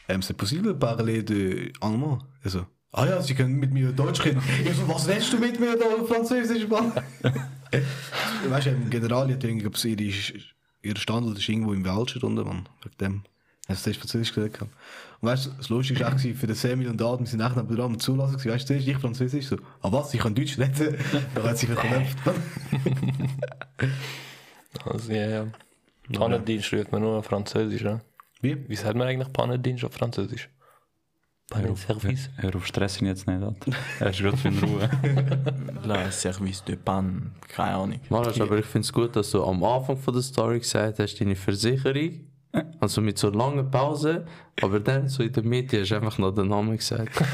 B: ähm, c'est possible de parler de allemand? Also, ah ja, sie können mit mir Deutsch reden. Ich so, was redest du mit mir da auf Französisch, Mann? weißt du, im General hat irgendwie, ob sie ihre, ihre Standort ist irgendwo im Welschen unten, Mann, wegen dem. Hast du zuerst Französisch gesagt? gehabt. Und weißt du, das Lustige war auch, gewesen, für den Samuel und den Adam, wir sind echt neben dran am Zulassen. gewesen. Weißt du, zuerst ich Französisch, so, ah was, ich kann Deutsch reden. Dann hat sie verknüpft.
E: Also, ja, ja. Pannendienst schreibt man nur auf Französisch, ne?
B: Wie?
E: Wie sagt man eigentlich Pannendienst auf Französisch? Pannenservice?
C: Hör auf, stress ihn jetzt nicht an. Er ist gerade in Ruhe.
F: La Service de Pan, keine Ahnung.
G: Mann, aber ich finde es gut, dass du am Anfang von der Story gesagt hast, deine Versicherung. Also mit so einer langen Pause, aber dann so in der Mitte hast du einfach noch den Namen gesagt.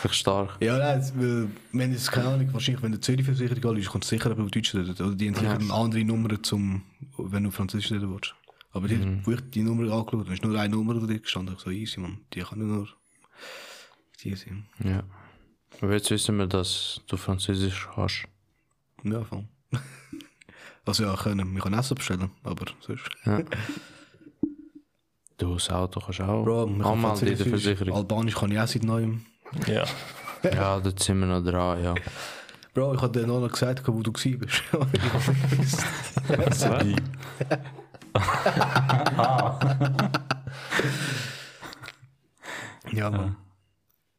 G: Finde ich stark.
B: Ja, nein, jetzt, weil, wenn jetzt keine Ahnung, wahrscheinlich, wenn der Zürich-Versicherung anlässt, kommt sicher aber auf Deutsch reden. Oder die haben sicher eine andere Nummer, zum, wenn du Französisch reden willst. Aber die, wo ich die Nummer angeschaut habe, ist nur eine Nummer da drin gestanden. Ich so, easy, man. Die kann nicht nur die sein.
G: Ja. Aber jetzt wissen wir, dass du Französisch hast.
B: Ja, voll. Also ja, können. Wir können Essen bestellen, aber sonst.
G: Du, das Auto kannst du auch
B: Bro, wir können
G: anmelden in der
B: französisch-
G: Versicherung.
B: Albanisch kann ich auch seit neuem.
E: Ja.
G: Ja, da sind wir noch dran, ja.
B: Bro, ich habe dir noch nicht gesagt, wo du gewesen bist. ja, Mann.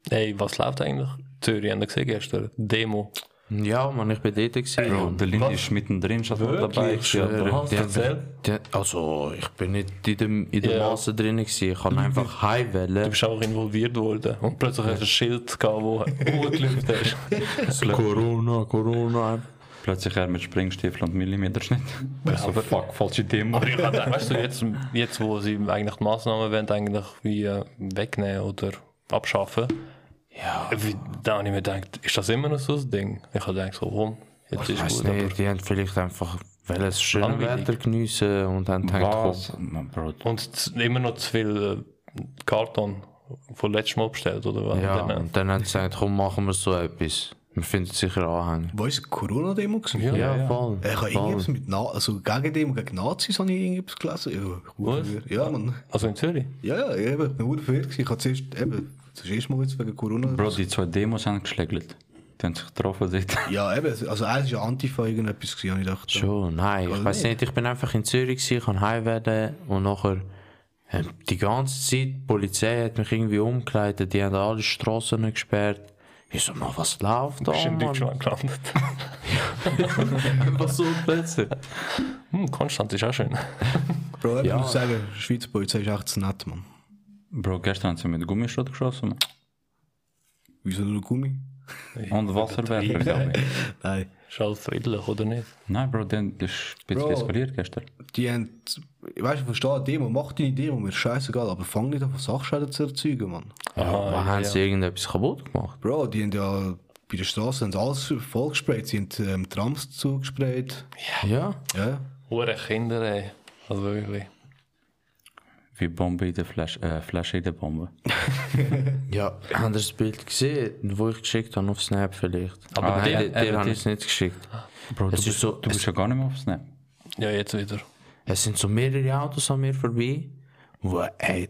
E: Hey, was läuft eigentlich? Zürich haben wir gesehen gestern. Demo.
G: Ja, Mann, ich bin dort. gewesen.
C: Bro, der Lind ist mittendrin schon dabei. Ja, Bro.
G: Die haben- die- Also, ich bin nicht in dem, in der
E: Ja.
G: Masse drin. Gewesen. Ich kann einfach
E: Du
G: heimwählen.
E: bist einfach involviert worden. Und plötzlich hast du ein Schild gehabt, wo hochgelüpft hast.
G: Corona, Corona.
C: Plötzlich er mit Springstiefel und Millimeterschnitt. Also, fuck, falsche Demo.
E: Aber ich hab gedacht, weißt du, jetzt, jetzt wo sie eigentlich die Massnahmen wollen, eigentlich wie äh, wegnehmen oder abschaffen, ja, wie, da habe ich mir gedacht, ist das immer noch so ein Ding? Ich habe gedacht, so, warum? Jetzt
G: Ich
E: ist
G: weiß
E: gut,
G: nicht, die haben vielleicht einfach wollen das schöne
E: Langweilig.
G: Wetter geniessen und dann denkt,
C: Was?
G: komm,
C: Man, Bro,
E: aber... Und z- immer noch zu viel äh, Karton von letztem Mal bestellt, oder was?
G: ja,
E: Dann, äh,
G: und dann haben sie gesagt, komm, machen wir so etwas. Wir finden sicher Anhänger.
B: Wo ist die Corona-Demo? gewesen?
E: äh, ja,
G: Ja,
E: ja.
G: voll.
B: Ich
G: voll.
B: habe irgendwas mit Na also gegen Demo, gegen Nazis habe ich irgendwas gelesen.
E: Was?
B: Ja, ja, Mann.
E: Also in Zürich?
B: Ja, ja, eben, ich bin verdammt verwirrt. gewesen. Ich habe zuerst, eben, das erste Mal jetzt wegen Corona.
C: Bro, die zwei Demos haben geschlägelt. Die haben sich getroffen dort.
B: Ja, eben, also eins ist ja Antifa irgendetwas gewesen, habe ich gedacht.
G: Schon, nein, ich
B: Oder
G: weiß
B: nicht?
G: nicht. Ich bin einfach in Zürich, gewesen, ich kann heim werden und nachher äh, die ganze Zeit, die Polizei hat mich irgendwie umgeleitet, die haben alle Straßen gesperrt. Ich so, Mann, was läuft da?
E: Bist in
G: Oh, Mann?
E: Deutschland gelandet.
G: Einfach so plötzlich.
E: Hm, Konstanz ist auch schön.
B: Bro, eben, ich muss sagen, die Schweizer Polizei ist echt zu nett, Mann.
C: Bro, gestern haben sie mit Gummischrot geschossen. Mann.
B: Wieso nur Gummi?
C: Und Wasserwerfer, glaube ich.
B: Nein.
E: Ist alles friedlich, oder nicht?
C: Nein, Bro, den das ist ein bisschen
B: Bro.
C: eskaliert gestern.
B: Die haben, weißt du, ich verstehe eine Demo, mach deine Demo, mir ist scheißegal, aber fang nicht an, Sachschäden zu erzeugen, Mann.
C: Ah,
G: Aber haben sie irgendetwas kaputt gemacht?
B: Bro, die haben ja bei der Straße haben sie alles vollgesprayt, sie haben ähm, Trams zugesprayt.
G: Ja.
B: Ja.
E: Hure Kinder, ey. Also wirklich.
C: Wie Bombe in der Flasche, äh, Flasche in der Bombe.
G: Ja, habt ihr das Bild gesehen, wo ich geschickt habe auf Snap vielleicht?
C: Aber
G: nein,
C: der-
G: dir- dir
C: aber
G: habe
C: die-
G: ich es nicht geschickt.
C: Bro, du,
G: Es ist
C: bist,
G: so-
C: du
G: es-
C: bist ja gar nicht mehr auf Snap.
E: Ja, jetzt wieder.
G: Es sind so mehrere Autos an mir vorbei, wo ey,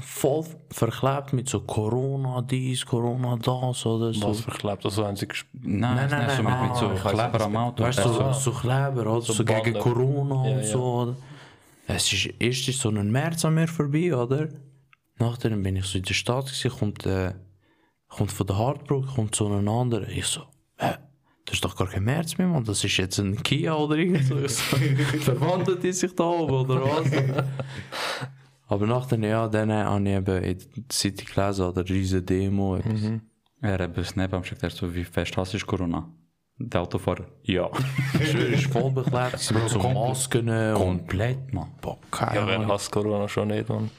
G: voll verklebt mit so Corona dies, Corona das oder so.
E: Was verklebt, also haben sie gespielt.
C: Nein, nein, nein, Ah, so mit, mit so Kleber am Auto. Also,
G: Weißt du, so, so Kleber, oder? So, gegen
E: Bande.
G: Corona
E: Ja,
G: und
E: ja.
G: so, oder? Es ist, erst ist so ein März an mir vorbei, oder? Nachher bin ich so in der Stadt gewesen, kommt, äh, kommt von der Hardbrook, kommt so ein anderer. Ich so, hä? Das ist doch gar kein März mehr, Mann. Das ist jetzt ein Kia oder irgend so. Ich so, Verwandelt die sich da oben, oder was? Aber nachher, ja, dann äh, habe ich eben in der City gelesen, oder riesige Demo. etwas.
E: Mhm.
C: Er hat bei Snap am Schiff, der so, wie fest hast du Corona? Der Autofahrer? Ja.
G: Schön, ist voll beklebt gewesen mit so Masken äh, und...
C: Komplett, Mann.
G: Boah, keine
E: Ja,
G: Ahnung.
E: wer hasst Corona schon nicht, Mann?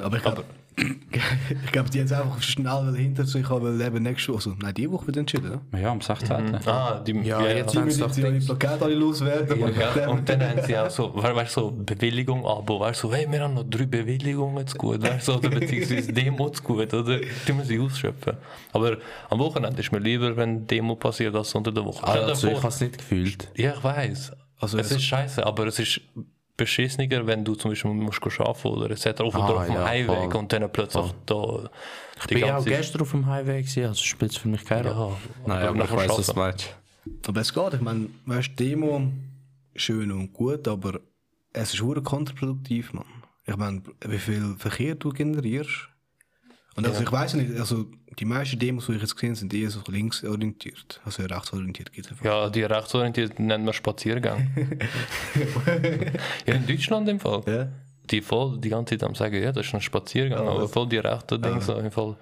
B: Aber ich glaube, ich glaube, die haben es einfach schnell hinter sich haben, weil eben nächste Woche, also, nein, die Woche wird entschieden, ne? ja?
C: Ja, um am 16.
E: Ah, die,
G: Ja, jetzt
B: Die
G: haben sie doch
B: müssen ihre Plakate alle loswerden, Mann.
E: Ja, und dann haben sie auch so, we- weißt du, so Bewilligung, Abo, weißt du, so, hey, wir haben noch drei Bewilligungen zu gut, weißt du, oder beziehungsweise Demo zu gut, oder? Die müssen sie ausschöpfen. Aber am Wochenende ist mir lieber, wenn Demo passiert, als unter der Woche. Stell dir
G: Also, ich
E: vor-
G: habe es nicht gefühlt.
E: ja, ich weiß.
B: Also,
E: es
B: also-
E: ist scheiße, aber es ist beschissener, wenn du zum Beispiel musst go arbeiten oder etc. oder auf dem
G: Ah, ja,
E: Heimweg
G: voll.
E: und dann plötzlich da die
G: Ich war auch gestern auf dem Highway, gewesen, also spielt es für mich keine Rolle.
E: Naja, aber ich weiß, was du
C: meinst.
B: Aber es geht, ich meine, weißt du, Demo schön und gut, aber es ist hure kontraproduktiv, Mann. Ich meine, wie viel Verkehr du generierst. Und also ich weiß nicht, also die meisten Demos, die ich jetzt gesehen habe, sind eher so linksorientiert. Also rechtsorientiert geht einfach.
E: Ja, die rechtsorientierten nennen wir Spaziergang. ja, in Deutschland im Fall.
B: Ja.
E: Die voll die ganze Zeit am sagen, ja, das ist ein Spaziergang, aber voll die rechten Dinge so im Fall.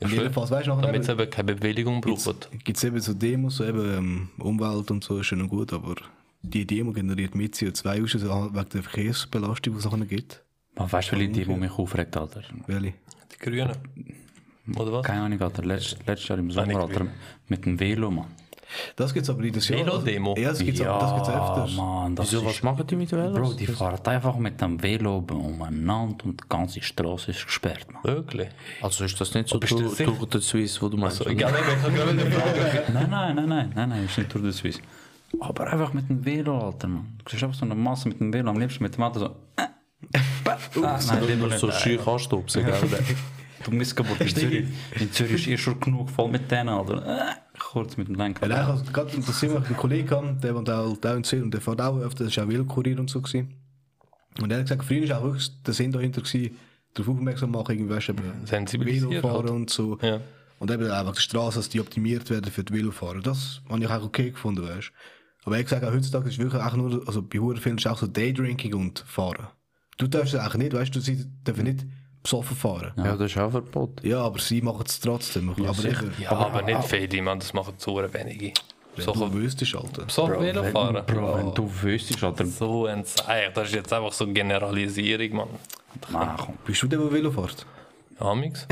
B: Und jedenfalls, weißt du,
E: Damit sie
B: nachher
E: eben keine Bewilligung brauchen.
B: gibt es eben so Demos, so eben ähm, Umwelt und so, ist schön und gut, aber die Demo generiert mehr CO2 aus, also wegen der Verkehrsbelastung, die es nachher gibt.
C: Man weißt du, welche Demo mich aufregt, Alter?
B: Welche?
E: Die Grünen. Oder was?
C: Keine Ahnung, Alter. Letzt, letztes Jahr im Sommer, Alter, mit dem Velo, Mann.
B: Das gibt es aber jedes Jahr.
E: Velodemo?
B: Ja, das gibt es öfters.
C: Mann, das
G: Wieso,
C: ist-
G: was machen die mit
C: Bro,
G: Velos?
C: die fahren einfach mit dem Velo umeinander und die ganze Straße ist gesperrt, Mann.
E: Wirklich?
G: Also ist das nicht so
E: du
G: Tour
E: sicher?
G: Tour de Suisse, wo du meinst?
E: So, egal, ich habe gerade eine Frage.
C: nein, nein, nein, nein, nein, nein, ist nicht Tour de Suisse. Aber einfach mit dem Velo, Alter, Mann. Du siehst einfach so eine Masse mit dem Velo, am liebsten mit dem Auto so. äh, bah,
B: Äh, uh.
C: ah, nein, lieber nicht.
G: So schön anstupsen, gell?
C: Du Missgeburt in Zürich. In Zürich ist eh schon genug voll mit denen, Alter. Äh, Kurz mit dem Lenkrad.
B: Weil ich habe gerade interessiert, weil ich einen Kollegen habe, der wohnt auch da in Zürich und der fährt auch öfter, das war auch Velokurier und so. Gewesen. Und er hat gesagt, früher war auch wirklich der Sinn dahinter, gewesen, darauf aufmerksam machen, irgendwie, weißt du, eben
E: Sensibilisieren
B: Velofahren
E: halt.
B: und so.
E: Ja.
B: Und eben einfach die Straßen, dass die optimiert werden für die Velofahrer. Das habe ich auch okay gefunden, weißt du. Aber ich sage auch heutzutage ist wirklich auch nur, also bei Hurenfilmen ist auch so Daydrinking und Fahren. Du darfst es auch nicht, weißt du, sie dürfen nicht besoffen fahren.
G: Ja, das ist auch verboten.
B: Ja, aber sie machen es trotzdem. aber eben,
E: Ja, aber, nicht viele, man, das machen so wenige.
B: wenn so du wüsstest, Alter.
E: So Velofahren.
C: Bro, wenn du wüsstest, Alter.
E: So ein Zeich, das ist jetzt einfach so eine Generalisierung, Mann.
C: Mann, komm.
B: Bist du der, der Velo fährt?
E: Amix?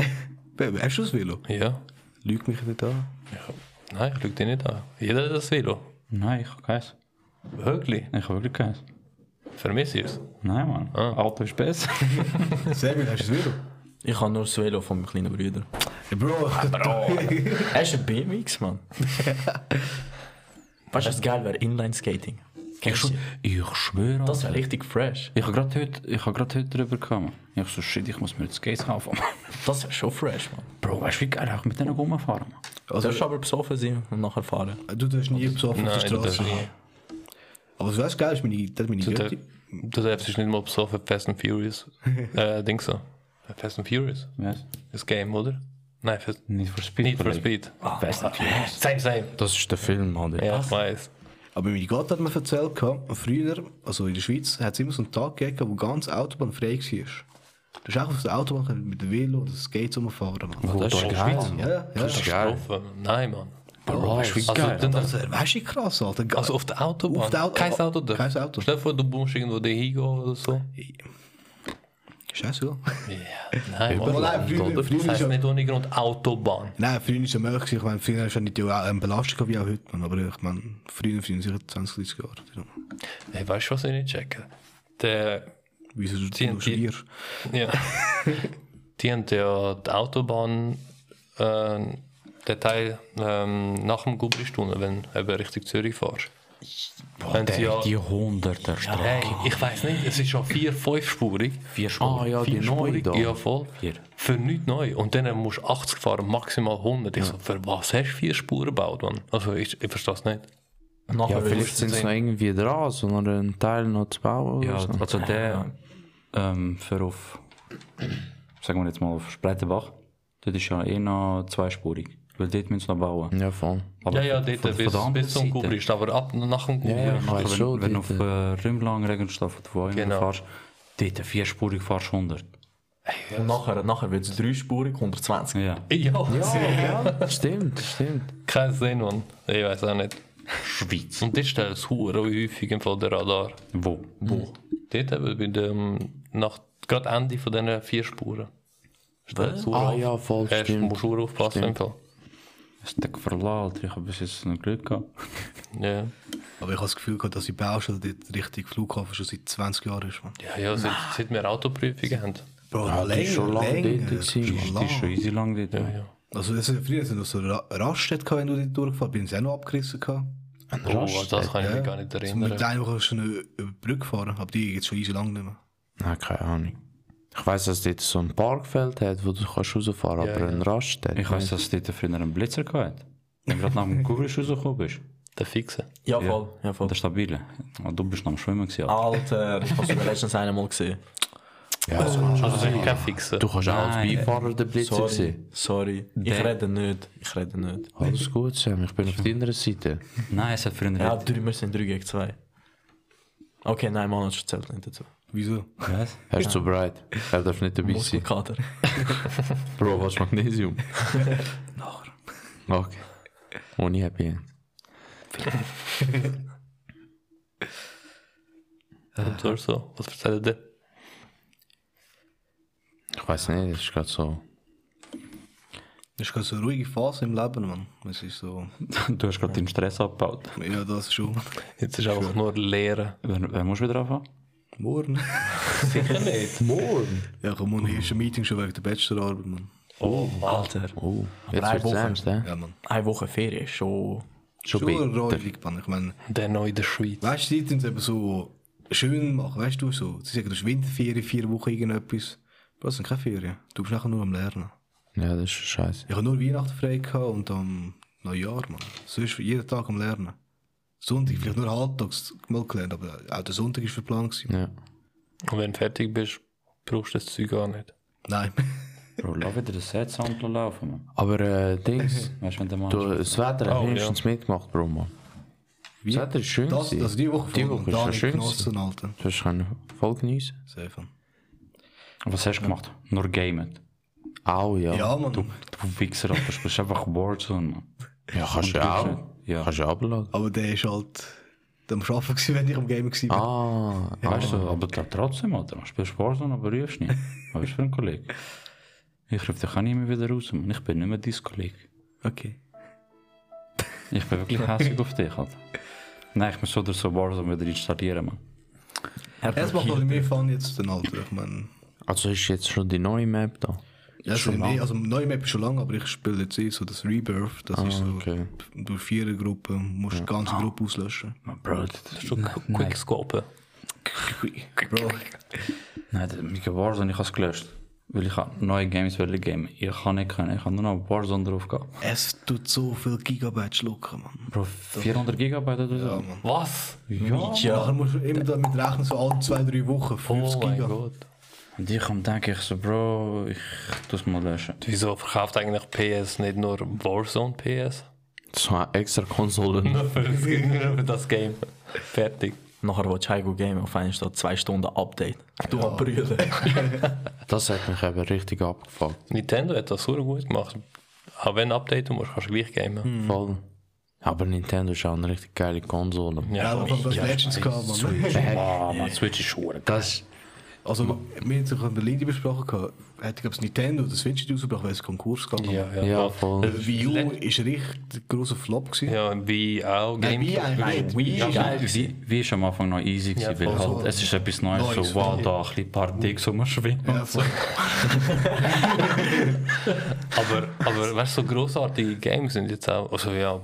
B: Baby, Hast du das Velo?
E: Ja.
B: Lüg mich nicht an.
E: Ich, nein, ich lüge dich nicht an. Jeder hat das Velo.
C: Nein, ich hab keins.
E: Wirklich?
C: Ich hab wirklich keins.
E: Vermisse ich es?
C: Nein, Mann. Auto ist besser.
B: Samuel, hast du das Velo?
F: Ich habe nur das Velo von meinem kleinen Bruder.
B: Ja, Bro,
F: Hast du einen BMX, Mann? weißt du, was geil wäre? Inline-Skating. Kennst du?
C: Ich schwöre,
F: Das wäre richtig fresh.
C: Ich habe gerade heute, ich hab grad heute drüber gekommen. Ich so, shit, ich muss mir jetzt Skates kaufen.
F: Das wäre schon fresh, Mann.
C: Bro, weißt du, wie geil ich mit denen rumfahren Mann?
F: Du darfst aber besoffen sein und nachher fahren.
B: also, du darfst nie besoffen auf
E: Nein,
B: der
E: du darfst
B: Straße.
E: nie.
B: Aber was weißt du, geil, ist meine, das ist meine
E: Du, darf-
B: Götti.
E: du darfst dich nicht mal besoffen Fast and Furious. äh, Ding so. Fast and Furious?
C: Yes.
E: Das Game, oder? Nein, Fast
C: Need for Speed.
E: Need for
C: Kollege.
E: Speed.
C: Fast and Furious.
E: Same, same.
G: Ah, Das ist der Film, Mann.
E: Ja, ich weiß.
B: Aber meine Gott hat mir erzählt, gehabt, früher, also in der Schweiz, hat es immer so einen Tag gegeben, wo ganz Autobahn frei war. Du hast auch auf der Autobahn können mit dem Velo oder Skates rumfahren. Mann.
G: Das ist geil.
B: Ja,
G: Mann.
B: ja.
G: Das ist geil.
E: Offen. Nein, Mann.
G: Bro, weißt du, wie
E: Also,
G: geil?
E: dann darfst
B: Also, weißt du, wie krass, Alter. Ge-
E: Also auf der Autobahn?
B: Auf der Auto-
E: Kein Auto da.
B: Kein Auto.
E: Stell dir vor, du musst irgendwo da hingehen oder so.
B: Scheiße, ja.
E: Nein, Mann.
B: Überall, früher- früher
E: Das
B: ist
E: heißt
B: ja-
E: nicht ohne Grund Autobahn.
B: Nein, früher war es ja möglich. gewesen. Ich meine, früher hast du ja nicht die ähm, Belastung gehabt wie auch heute. Mann. Aber ich meine, früher, früher sicher 20, 30 Jahre. darum.
E: Hey, weißt du, was ich nicht checke? Der
B: Wieso du
E: Die- die-
B: du studierst?
E: Ja. die haben ja die Autobahn, äh, den Teil ähm, nach dem Gubristunnel, wenn du eben Richtung Zürich fährst. Wenn sie ja,
G: Die Hunderter
E: hey,
G: Straße.
E: ich weiß nicht, es ist schon vier, fünfspurig.
G: Vier Ah ja, die neue
E: Vierspurig,
G: da.
E: Ja, voll.
G: Vier.
E: Für nichts neu. Und dann musst du 80 fahren, maximal 100. Ich so, für was hast du vier Spuren gebaut, Mann? Also, ich, ich verstehe es nicht.
F: Nachher
G: Ja,
F: willst du
G: vielleicht sind sie
F: sehen.
G: noch irgendwie dran, sondern einen Teil noch zu bauen.
C: Ja,
G: oder so.
C: also der ähm, für auf, sagen wir jetzt mal auf Spreitenbach, das ist ja eh noch zweispurig. Weil dort müssen sie noch bauen.
G: Ja, voll.
C: Aber
E: Ja, ja,
C: von-
E: dort
C: von- von
E: bis,
C: der anderen
E: bis zum
C: Seite.
E: Gubrist, aber ab nach dem Gubrist.
G: Ja, ja,
C: Also
G: schon.
C: wenn, wenn du
G: dort,
C: auf äh, Rümlang, Regenstoff oder wo immer
E: Genau.
C: fährst, dort vierspurig fährst du 100.
F: Und nachher, nachher wird es dreispurig, 120.
C: Ja.
E: Ja,
G: äh, Stimmt, stimmt.
E: kein Sinn, Mann. Ich weiß auch nicht.
C: Schweiz.
E: Und dort stellt es hure häufig im Fall der Radar.
C: Wo?
E: Wo? Dort eben bei dem, nach, gerade Ende von diesen vier Spuren. Stellt es hure
G: Ah
E: auf.
G: ja, voll,
E: Hast-
G: stimmt.
E: musst du hure aufpassen im Fall.
C: Ist der verlassen, Alter. Ich habe bis jetzt noch Glück gehabt.
E: Ja,
B: Aber ich habe das Gefühl gehabt, dass die Baustelle dort richtig Flughafen schon seit 20 Jahren ist. Mann.
E: ja, ja seit, seit wir Autoprüfungen haben.
B: Bro,
G: die
B: länger,
G: ist schon lange
B: länger,
G: dort gewesen.
C: Die
B: schon
C: ist schon
B: lange.
C: easy lang dort. Ja, ja.
B: Also das, ist- früher sind noch so Ra- Raststätten, gehabt, wenn du dort durchgefahren bist, sind sie auch noch abgerissen. Gehabt.
E: Oh, das kann ich
B: ja.
E: mich gar nicht
B: So mit
E: erinnern.
B: einem kannst du schon über die Brücke fahren, aber die geht schon easy lang nicht mehr.
G: Nein, keine Ahnung. Ich weiss, dass es dort so ein Parkfeld hat, wo du kannst rausfahren kannst, aber ein Raststätte.
C: Ich weiß, dass dort früher einen Blitzer gehabt hat. Wenn du gerade nach dem Kugel rausgekommen bist.
E: Der Fixen.
F: Ja, voll. Ja, voll.
C: Der stabile. Und du bist noch am Schwimmen gewesen.
G: Ah.
C: Alter.
F: Alter, ich habe sogar letztens einen mal gesehen.
E: Also sicher kein Fixen.
G: Du kannst auch als
C: Nein.
G: Beifahrer den Blitzer
F: Sorry,
G: sehen.
F: sorry. Ich
C: Der-
F: rede nicht, ich rede nicht.
G: Alles gut, Sam, ich bin auf deiner Seite.
C: Nein, es hat früher
F: Ja,
C: nicht.
F: drei, wir sind 3 gegen 2. Okay, nein, Mann, das zählt nicht dazu.
B: Wieso?
C: Was?
G: Er ist zu breit. Er darf nicht dabei sein.
F: Muskelkater.
G: Bro, was Magnesium? Nachher. Okay. Ohne Happy End.
E: Und so, so. Was erzählt ihr?
G: Ich weiß nicht, das ist gerade so.
B: Das ist gerade so eine ruhige Phase im Leben, Mann. Es ist so...
C: Du hast gerade deinen Stress abgebaut.
B: Ja, das schon.
E: Jetzt ist einfach nur Leere.
C: Wer, wer muss wieder anfangen?
B: Morgen.
E: Sicher nicht.
B: Ja, komm, morgen ist ein Meeting schon wegen der Bachelorarbeit, Mann.
F: Alter,
G: Oh, jetzt
F: eine
G: wird's
F: Woche.
G: ernst, hä?
B: Ja, Mann.
F: eine Woche Ferien ist schon
G: Schon
B: Schon
G: bitter.
B: reuig, Mann. Ich meine,
E: Der neu in der Schweiz.
B: weißt du, die sind eben so schön machen, weißt du, so. Sie sagen, du hast Winterferien, vier Wochen irgendetwas. Bro, das sind keine Ferien. Du bist nachher nur am Lernen.
G: Ja, das ist scheiße.
B: Ich habe nur Weihnachten frei gehabt und am Neujahr, Mann. Sonst jeden Tag am Lernen. Sonntag, vielleicht nur halbtags mal gelernt, aber auch der Sonntag war verplant. gewesen.
G: Ja.
E: Und wenn du fertig bist, brauchst du das Zeug auch nicht.
B: Nein.
C: Bro, lass wieder den Set-Sound laufen, man.
G: Aber äh, Dings,
C: Weißt du, wenn der Mann.
G: du, äh, das Wetter hat
E: Oh, ja.
G: wenigstens mitgemacht, Bro, Mann.
B: Wie?
G: Das Wetter ist schön.
B: Das,
G: gewesen.
B: das die Woche
G: Die
B: voll
G: Woche
B: und
G: ist
B: da
G: ja
B: nicht
G: schön. gewesen.
B: genossen, Alter.
G: Du hast können voll geniessen.
B: Safe. Mann.
C: Was hast du gemacht? Nur gamet.
G: Auch, ja.
B: Ja, Mann.
C: Du Wichser, Alter, du spielst einfach Warzone, man.
G: Ja, kannst du
C: Und
G: ja
C: du-
G: auch.
C: Ja.
G: Kannst du ja abladen.
B: Aber der ist halt am Arbeiten, gewesen, wenn ich am Game war.
G: Ah,
C: Weißt du, aber da trotzdem, Alter. Du spielst Warzone, aber rufst nicht. Was ist für ein Kollege? Ich rufe dich auch nicht mehr wieder raus, man. Ich bin nicht mehr dein Kollege.
B: Okay.
C: Ich bin wirklich hässlich auf dich, Alter. Nein, ich muss so oder so Warzone wieder installieren, man.
B: Es macht doch mehr Fun jetzt den Alter. Ich meine,
G: also ist jetzt schon die neue Map da.
B: ja, schon mehr, also neue Map ist schon lang, aber ich spiele jetzt eh so das Rebirth. Das ist so,
G: okay.
B: du vier Gruppen, musst die ganze
E: Ah.
B: Gruppe auslöschen.
C: Bro, das
E: Das ist schon Qu- Quickscope.
B: Bro,
C: Nein, das mit dem Warzone, ich habe es gelöscht. Weil ich hab neue Games wollte gamen. Ich kann nicht können, ich habe nur noch Warzone drauf gehabt.
B: es tut so viel Gigabyte schlucken, Mann.
C: Bro, 400 Gigabyte oder so?
E: Was?
B: Ja. Nachher musst du immer damit rechnen, so alle zwei, drei Wochen 50
E: Oh mein
B: Giga.
E: Gott.
C: Und ich am denken, ich so, Bro, ich tue es mal löschen.
E: Wieso verkauft eigentlich PS nicht nur Warzone PS?
G: So eine extra Konsole.
E: Nur für das, nur für das Game. Fertig.
F: Nachher willst du heimgehen gamen, auf einmal steht zwei Stunden Update. Du am Brüllen.
G: Das hat mich eben richtig abgefuckt.
E: Nintendo hat das super gut gemacht. Auch wenn du Update musst, kannst du gleich gamen.
G: Voll. Aber Nintendo ist auch eine richtig geile Konsole.
B: Ja, aber was Legends gehabt, Mann.
C: Ah, man, Switch ist schwer.
G: Das
B: Also, wir haben es auch mit Lindy besprochen, gehabt. hätte ich Nintendo oder Switch nicht rausgebracht, weil es Konkurs gab.
E: Ja, ja.
G: ja voll.
E: Äh,
B: Wii U ist ein richtig grosser Flop gewesen.
E: Ja, wie auch
B: Nein, Wii
E: Game.
B: eigentlich nicht. Wii ist geil gewesen.
C: Wie, wie ist am Anfang noch easy gewesen, weil
B: voll.
C: halt, es ist etwas Neues,
B: Neues,
C: so wow,
B: voll.
C: da ein bisschen paar Dicks rumschwimmen.
B: Ja, voll.
E: Aber, aber weißt du, so grossartige Games sind jetzt auch, also ja,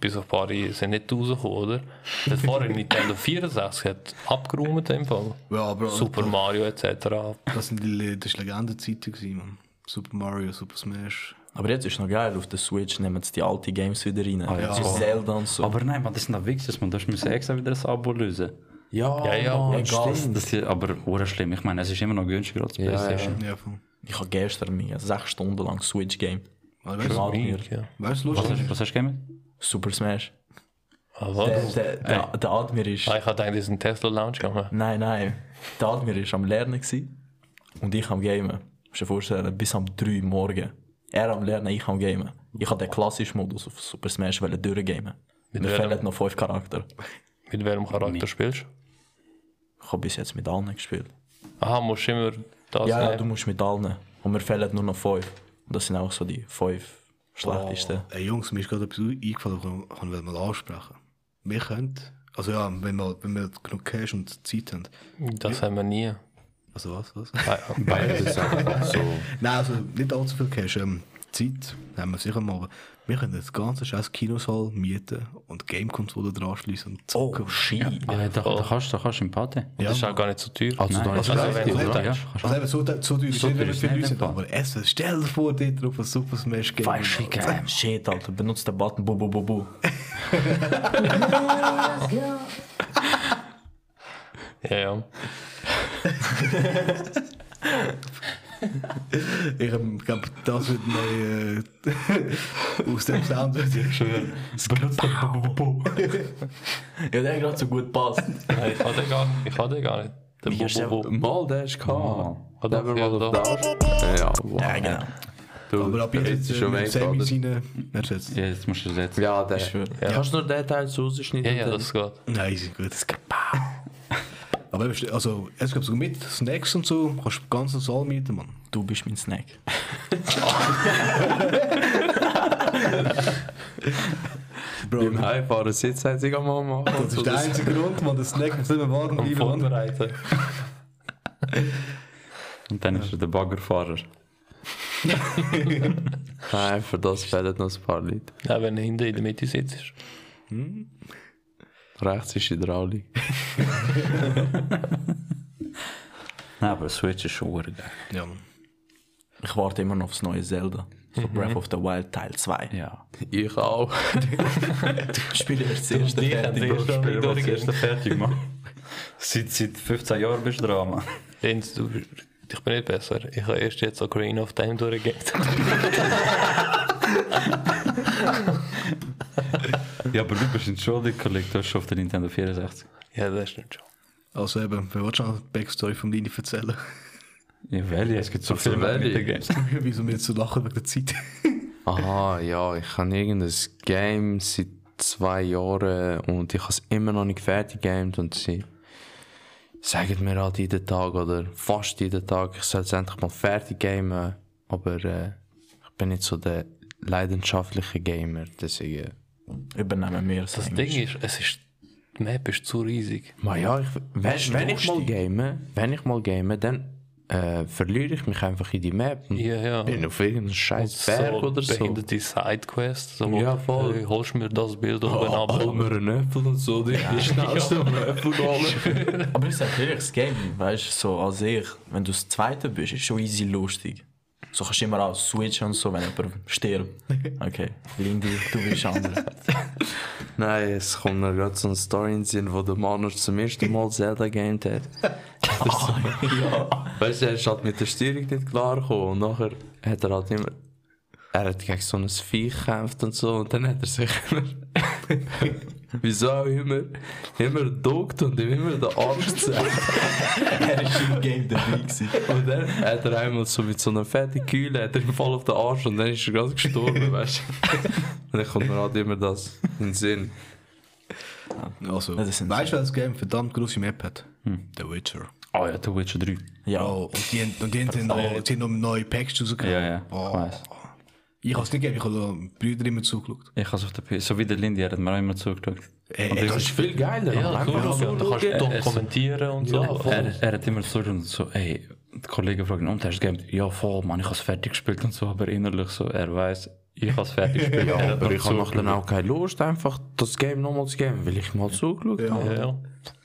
E: bis auf ein paar sind nicht rausgekommen, oder? Das vorher Nintendo 64 hat abgeräumt im Fall.
B: Ja, Bro,
E: Super Mario etc.
B: Das sind die, das war Legendenzeiten gewesen, Mann. Super Mario, Super Smash.
F: Aber jetzt ist noch geil, auf der Switch nehmen sie die alten Games wieder rein.
C: ja. Ah,
F: So Zelda und so.
C: Aber nein, man, das sind da Wichses, man, da musst du extra wieder ein Abo lösen.
G: Ja,
E: Ja, ja,
G: Mann,
F: egal.
G: stimmt.
C: Das ist aber hure schlimm. Ich meine, es ist immer noch günstiger als PlayStation.
B: Ja, voll.
F: Ich habe gestern mir sechs Stunden lang Switch Game.
B: Also, weißt du,
F: Mal mir.
E: Ja.
B: weißt du,
C: Was
B: lustig?
C: hast, was hast du gegamet?
F: Super Smash.
E: Also,
F: Der,
E: das-
F: der, der, der Admir ist.
E: Ah, ich hatte eigentlich einen Tesla Lounge gemacht.
F: Nein, nein. Der Admir ist am Lernen gewesen und ich am Gamen. Musst du dir vorstellen, bis am 3 Uhr morgen. Er am Lernen, ich am Gamen. Ich habe den klassischen Modus auf Super Smash wollen durchgamen.
E: Mit
F: Mir
E: welchem?
F: fehlen noch fünf Charakter.
E: Mit welchem Charakter spielst du?
F: Ich habe bis jetzt mit allen gespielt.
E: Aha, musst du immer das
F: Ja, ja, du
E: nehmen.
F: musst mit allen. Und mir fehlen nur noch fünf. Und das sind auch so die fünf schlechtesten.
B: Ey, Jungs, mir ist gerade etwas eingefallen, ich kann- kann ich mal ansprechen. Wir können, also ja, wenn wir, wenn wir genug Cash und Zeit haben.
E: Das haben wir nie.
B: Also was, was?
E: Ah,
G: Beides einfach so.
B: Nein, also nicht allzu viel Cash. Ähm, Zeit haben wir sicher mal. Wir können das ganze scheiß Kinosaal mieten und Game-Konsole dran schließen und
F: Oh.
G: Oh,
B: zocken.
F: shit.
C: Ah, ja, da, da kannst du da kannst du im Party.
E: Das ist auch gar nicht so teuer.
G: Also da
C: Nein,
G: ist
E: also
G: es
E: wenn
G: richtig,
E: du
G: oder?
E: sagst,
C: kannst du-
B: Also eben so, so teuer ist
C: So
B: nicht, wenn
C: teuer
B: wir
C: ist
B: viele
C: nicht
B: Leute sind.
C: im Fall.
B: Aber es, stell dir vor, dort drauf ein Super Smash Game.
F: Weißt du, wie geil. Shit, Alter, benutzt den Button, bu, bu, bu, bu.
E: Ja, ja.
B: Ich ähm, glaube, das wird mein. Äh, aus dem Sound wird ich schön.
F: Ja, der hat gerade so gut passt.
E: Nein, ich hatte gar nicht. Ich hatte gar nicht. Der Bobo Bobo.
G: Mal, der ist gehabt.
E: Ah, doch, ja, doch.
G: Ja, wow.
F: Ja, genau.
G: Du,
B: Aber ab
G: der
B: jetzt
G: ist
B: äh,
G: schon
B: mit
G: weg,
B: Sammy
G: oder?
B: seine ersetzt.
C: Ja, jetzt musst du ersetzen.
G: Ja, der.
E: Ja.
G: Kannst du nur den Teil so rausschneiden?
E: Ja,
G: und
E: ja,
G: dann-
E: das geht.
B: Nein, ist gut. Das Aber eben, also, es gibt so mit Snacks und so, kannst du den ganzen Saal mieten, Mann.
F: Du bist mein Snack.
B: Bro,
G: Beim Heimfahren sitzheizig am Mama.
B: das ist der einzige Grund, man, der Snack muss immer warm
E: Und
B: bleiben. Mann.
E: vorbereiten.
C: Und dann ist er der Baggerfahrer.
G: Nein, für das fehlen noch ein paar Leute.
E: Ja, wenn du hinten in der Mitte sitzt.
G: Rechts ist Hydraulik.
C: Nein, aber Switch ist schon verdammt geil.
B: Ja, Mann.
F: Ich warte immer noch aufs neue Zelda. So Breath of the Wild Teil 2.
C: Ja.
G: Ich auch.
F: Ich spiele erst das erste fertig.
C: Spiel das erste fertig, Mann. seit, seit 15 Jahren bist du dran, Mann.
E: Jens, du, ich bin nicht besser. Ich habe erst jetzt Ocarina of Time durchgegeben.
C: Ja, aber du bist entschuldigt, Kollege, du hast schon auf der Nintendo 64.
E: ja, das stimmt schon.
B: Also eben, wer will schon die Backstory von Lini erzählen?
C: Ja, welche? Es gibt so
G: Also
C: viele
G: welche?
C: mit den Games.
B: Wieso wir jetzt so lachen wegen der Zeit?
G: Aha, ja, ich habe irgendein Game seit zwei Jahren und ich habe es immer noch nicht fertig gegamed und sie sagen mir halt jeden Tag oder fast jeden Tag, ich soll es endlich mal fertig gamen, aber äh, ich bin nicht so der leidenschaftliche Gamer, dus eh, deswegen...
F: Übernehmen wir es.
E: Das
F: eigentlich.
E: Ding ist, es ist, die Map ist zu riesig.
G: Maar ja, ich, wenn, wenn ich mal
F: lustig.
G: game, wenn ich mal game, dann äh, verliere ich mich einfach in die Map und
E: Ja, ja.
G: bin auf irgendeinen scheiß Berg oder so.
E: behinderte Sidequests. So,
G: Ja, voll. Oh,
E: Hey, holst du mir das Bild oben ab?
G: mir einen Äpfel und so, die ja. schnellste ja. Äpfel holen.
F: Aber ich sag ehrlich, das Game, weißt du, so an sich, wenn du das Zweite bist, ist schon easy lustig. So kannst du immer auch switchen und so, wenn jemand stirbt. Okay, Lindy, du bist anders.
G: Nein, es kommt mir gerade so eine Story in den Sinn, wo der Manus zum ersten Mal Zelda gamed hat.
E: Ah,
G: Weißt du, er ist halt mit der Steuerung nicht klargekommen und nachher hat er halt immer... Er hat gegen so ein Vieh gekämpft und so und dann hat er sich immer... Wieso auch immer, immer geduckt und ihm immer den Arsch gezeigt.
F: er ist im Game dabei gewesen.
G: Und dann hat er einmal so mit so einer fetten Kühle, hat er ihm voll auf den Arsch und dann ist er gerade gestorben, weißt du. Und dann kommt mir halt immer das in den Sinn.
B: Also,
F: Das ist ein
B: weißt du, welches Game verdammt große Map hat? The Witcher.
C: Ah ja, The Witcher 3.
F: Ja,
B: Oh, und die, haben- und die, haben dann noch- die haben noch neue Packs rausgekommen.
C: Ja, ja, ich
B: Oh.
C: weiß.
B: Ich habe es nicht gegeben, ich habe den Brüder immer zugeschaut. Äh,
C: Ich habe es auf der PS. So wie der Lindy, er hat mir auch immer zugeschaut.
B: Ey,
C: Und
B: ey,
C: ich-
G: Das ist viel geiler.
E: Ja,
G: Einfach
E: cool.
G: nur
E: ja, du kannst
G: schauen.
E: doch kommentieren und so.
C: Er, er hat immer so und so, ey, die Kollegen fragen, und hast du gegamed? Ja, voll, Mann, ich habe es fertig gespielt und so, aber innerlich so, er weiß, ich habe es fertig gespielt.
G: Ja,
C: Er hat
G: aber
C: noch
G: ich habe nachher
C: zugeschaut.
G: auch keine Lust, einfach das Game nochmal zu geben, weil ich mal zugeschaut habe.
E: Ja, ja.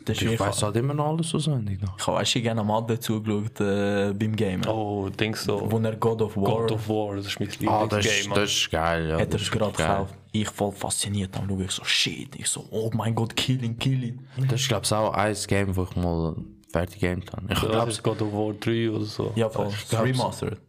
F: das ist
G: Ich
F: ich
G: weiß halt immer noch alles auswendig. noch.
F: Ich habe weißt du, gerne am Adler zugeschaut äh, beim Game.
E: Oh, denkst du,
F: Wo er God of War
E: God of War, das ist mein
G: Ah, das, ist-
E: Lieblingsgame. Mann.
G: das ist geil. Ja,
F: hat er
G: das ist
F: es gerade
G: geil.
F: gekauft. Ich voll fasziniert, dann schaue ich so, shit. Ich so, oh mein Gott, kill ihn, kill ihn.
G: Das ist, glaube ich, auch ein Game, wo ich mal fertig gegamed habe. Ich
E: Ja,
G: glaube,
E: das ist God of War 3 oder so.
F: Ja, voll. Remastered.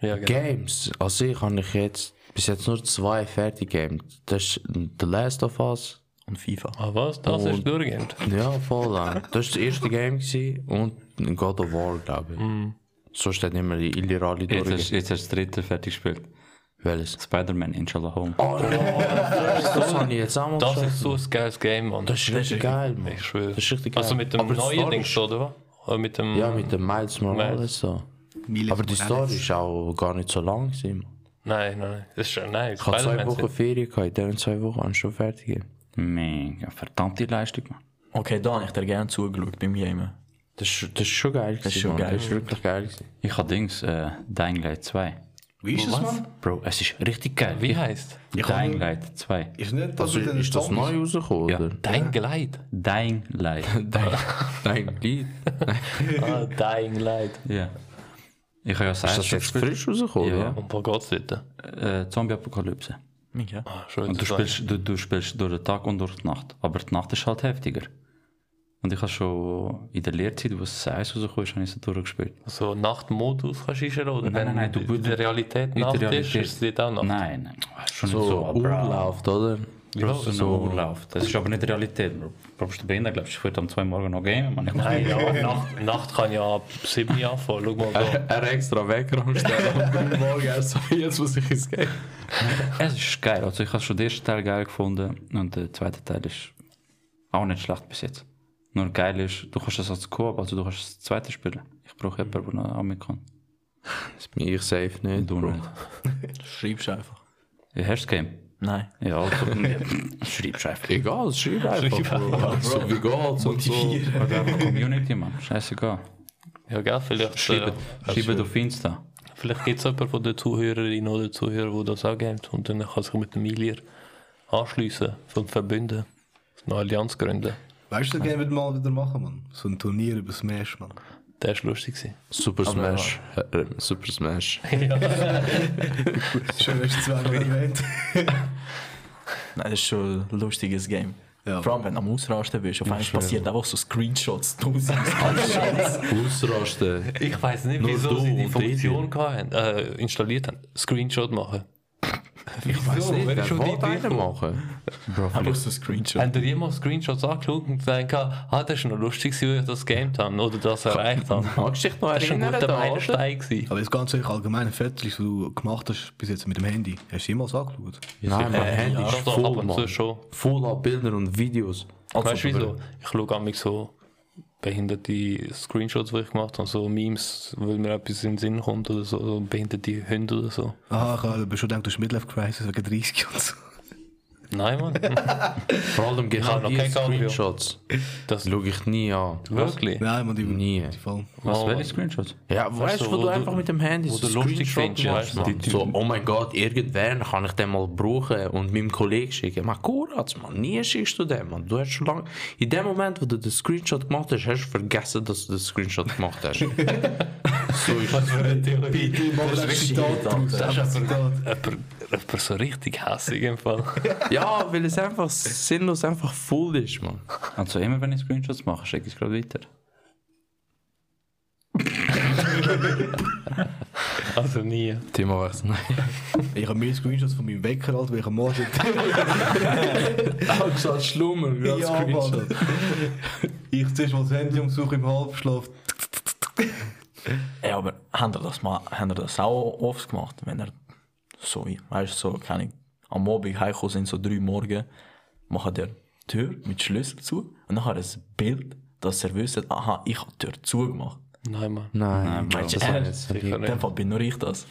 E: Ja, genau.
G: Games an sich habe ich jetzt bis jetzt nur zwei fertig gegamed. Das ist The Last of Us.
F: Und FIFA.
E: Ah, was? Das ist durchgehend.
G: Ja, voll. äh. das ist das erste Game gewesen und God of War, glaube ich.
E: Mhm.
G: Sonst hat immer die Illerali
C: Jetzt hast,
G: durch.
C: jetzt hast du das dritte eh, fertig gespielt.
G: Welches?
C: Spider-Man, Inshallah Home.
G: Das habe ich jetzt auch mal
E: Das
G: geschaut.
E: ist so ein geiles Game, Mann.
G: Das ist richtig geil, Mann.
E: ich schwöre.
G: Das ist richtig geil.
E: Also mit dem
G: Aber die
E: neuen
G: Story
E: Ding schon, oder? was? Oder mit dem...
G: Ja, mit dem Miles Morales
E: Miles.
G: so.
B: Miles
G: Aber die Story ist auch gar nicht so lang. gewesen, Mann.
E: Nein, nein, nein. Das ist schon nice.
G: Ich hatte zwei
E: Spider-Man
G: Wochen Ferien, gehabt. in diesen zwei Wochen habe ich schon fertig. gegeben.
C: Mega verdammte Leistung, Mann.
F: Okay, da habe ich dir gerne zugeschaut beim Game.
G: Das ist, das ist schon geil. Das
F: schon geil.
G: Das ist wirklich geil. Gewesen.
C: Ich habe Dings, äh, Dying Light 2.
B: Wie ist das, Mann?
C: Bro, es ist richtig geil.
E: Wie
C: Ich-
E: heißt?
C: Dying Light 2.
B: Ist nicht das
G: Also,
B: mit den
G: ist das
B: Zombies?
G: neu rausgekommen?
C: Ja.
G: Oder?
E: Dying Light.
C: Dying Light.
G: Dein, dein Lied.
E: Ah, Dying Light.
C: Ja. Ich habe ja
G: Ist das
C: Silent Hill
G: jetzt
C: gespielt.
G: frisch rausgekommen?
C: Ja.
G: Ja.
E: Und wo geht's dort?
C: Äh, Zombie-Apokalypse.
F: Ja.
E: Ah, schön.
C: Und du
E: zu sagen.
C: spielst, du, du spielst durch den Tag und durch die Nacht. Aber die Nacht ist halt heftiger. Und ich habe schon in der Lehrzeit, wo es 1 rausgekommen ist, habe ich es durchgespielt.
E: So Nachtmodus kannst du einstellen, oder?
C: Nein, nein, nein, du-
E: Wenn in der
C: In
E: Realität
C: der
E: Nacht ist,
C: Realität.
E: ist es dort auch Nacht.
C: Nein, nein, schon nicht so.
G: So, Urlauf, oder?
C: Bro, so, so Urlauf. Das ist aber nicht Realität, Bro. Bro, bist du behindert? Glaubst du, ich würde am 2 Morgen noch gamen? Mann, ich muss
E: Nein,
C: nicht.
E: ja, Nacht, Nacht kann ja ab 7 Uhr anfangen. Schau mal da.
G: Er extra Wecker am Stellen. Morgen erst so, jetzt muss ich ins Game.
C: Es ist geil. Also ich habe schon den ersten Teil geil gefunden und der zweite Teil ist auch nicht schlecht bis jetzt. Nur geil ist, du kannst das als Koop, also du kannst das zweite spielen. Ich brauche jemanden, der noch auch mit kann.
G: Das bin ich safe nicht.
C: Du
G: Bro.
C: nicht.
F: Schreibst einfach.
C: Ja, hast du das Game?
F: Nein.
C: Ja, also, schreibst einfach.
G: Egal, schreib einfach. Bro. So, wie geht's und so.
C: Oder einfach Community, Mann. Scheißegal.
E: Ja, gell, vielleicht, äh,
C: Schreibe, schreibe auf Insta.
E: vielleicht gibt es jemanden von den Zuhörerinnen oder Zuhörern, der das auch gamet. Und dann kann sich mit dem Milier anschliessen von Verbünden. Eine Allianz gründen.
B: Weißt du, den gerne mal wieder machen, Mann. So ein Turnier über Smash, Mann.
E: Der war lustig. gewesen.
G: Super Smash. Äh, äh, Super Smash.
B: Schön, dass du zwei erwähnt.
F: Nein, das ist schon ein lustiges Game.
B: Ja.
F: Vor allem, wenn du am Ausrasten bist, auf einmal passiert einfach so Screenshots, tausend Screenshots.
G: Ausrasten.
E: Ich weiß nicht,
G: Nur
E: wieso
G: du
E: sie die
G: und die
E: Funktion hatten, äh, installiert haben. Screenshot machen.
G: Ich weiß
E: Wieso?
G: nicht,
E: Wenn
G: wer
E: schon die
G: wollte einen
E: Idee-
G: machen? Bro,
F: einfach so Screenshots.
E: Haben ihr jemals Screenshots angeschaut und gedacht, ah, das ist noch lustig, gewesen, wie ich das gegamed habe oder das erreicht habe?
G: magst du dich noch
E: Das war ein
G: erinnern,
E: guter
G: der Alte?
E: Meilenstein. gewesen.
B: Aber jetzt ganz ehrlich, allgemein, Fotos, die du gemacht hast bis jetzt mit dem Handy, hast du jemals angeschaut?
G: Nein, mein Handy
E: ja,
G: ist
E: doch, doch, ab
G: voll,
E: und zu
G: Mann.
E: schon.
G: Voll an Bildern und Videos.
E: weißt du wieso? Ich schaue an mich so behinderte Screenshots, die ich gemacht habe, so Memes, weil mir etwas in den Sinn kommt oder so, so behinderte Hunde oder so.
B: Aha, ich habe schon gedacht, du hast Midlife Crisis wegen 30 und so.
E: Nein, Mann.
G: Vor allem genau
E: habe noch
G: diese
E: kein Cabrio.
G: Screenshots.
E: Das-
G: Das schaue ich nie an.
E: Wirklich?
B: Nein, Mann, die,
G: Nie.
B: die Fall.
E: Was
C: Also, Welche Screenshots?
G: Ja, weißt du,
E: so,
G: wo,
E: wo
G: du
E: du-
G: einfach mit dem Handy
E: wo
G: so
E: du lustig
G: Screenshot
E: findest,
G: machst,
E: weißt du,
G: Mann. So, oh mein Gott, irgendwann kann ich den mal brauchen und meinem Kollegen schicken. Mach Kuratz, Mann, nie schickst du den, Mann. Du hast schon lange... In dem Moment, wo du den Screenshot gemacht hast, hast du vergessen, dass du den Screenshot gemacht hast. so ist es.
B: Das ist Zitat draus.
E: Das ist aber jemand, jemand so richtig hässig im Fall.
G: Ja, weil es einfach sinnlos einfach voll ist, Mann.
C: Also immer wenn ich Screenshots mache, schicke ich es gerade weiter.
E: Also nie.
G: Thema wechseln. Nein.
B: Ich habe mehr Screenshots von meinem Wecker, als weil ich am Morgen...
G: Auch gesagt, Schlummer, gerade
B: ja, Mann. Ich zuerst mal das Handy umsuche im Halbschlaf.
F: Ja, aber haben ihr das, mal, haben ihr das auch oft gemacht, wenn ihr so, weißt du, so, keine Ahnung, am Abend heimgekommen sind, so drei Morgen, machen der Tür mit Schlüssel zu und nachher ein Bild, dass ihr wisst, aha, ich habe die Tür zugemacht.
E: Nein, Mann.
G: Nein, Bro. das
F: Äh,
G: war jetzt...
E: Sicher
F: In
E: nicht.
F: dem Fall bin nur ich das.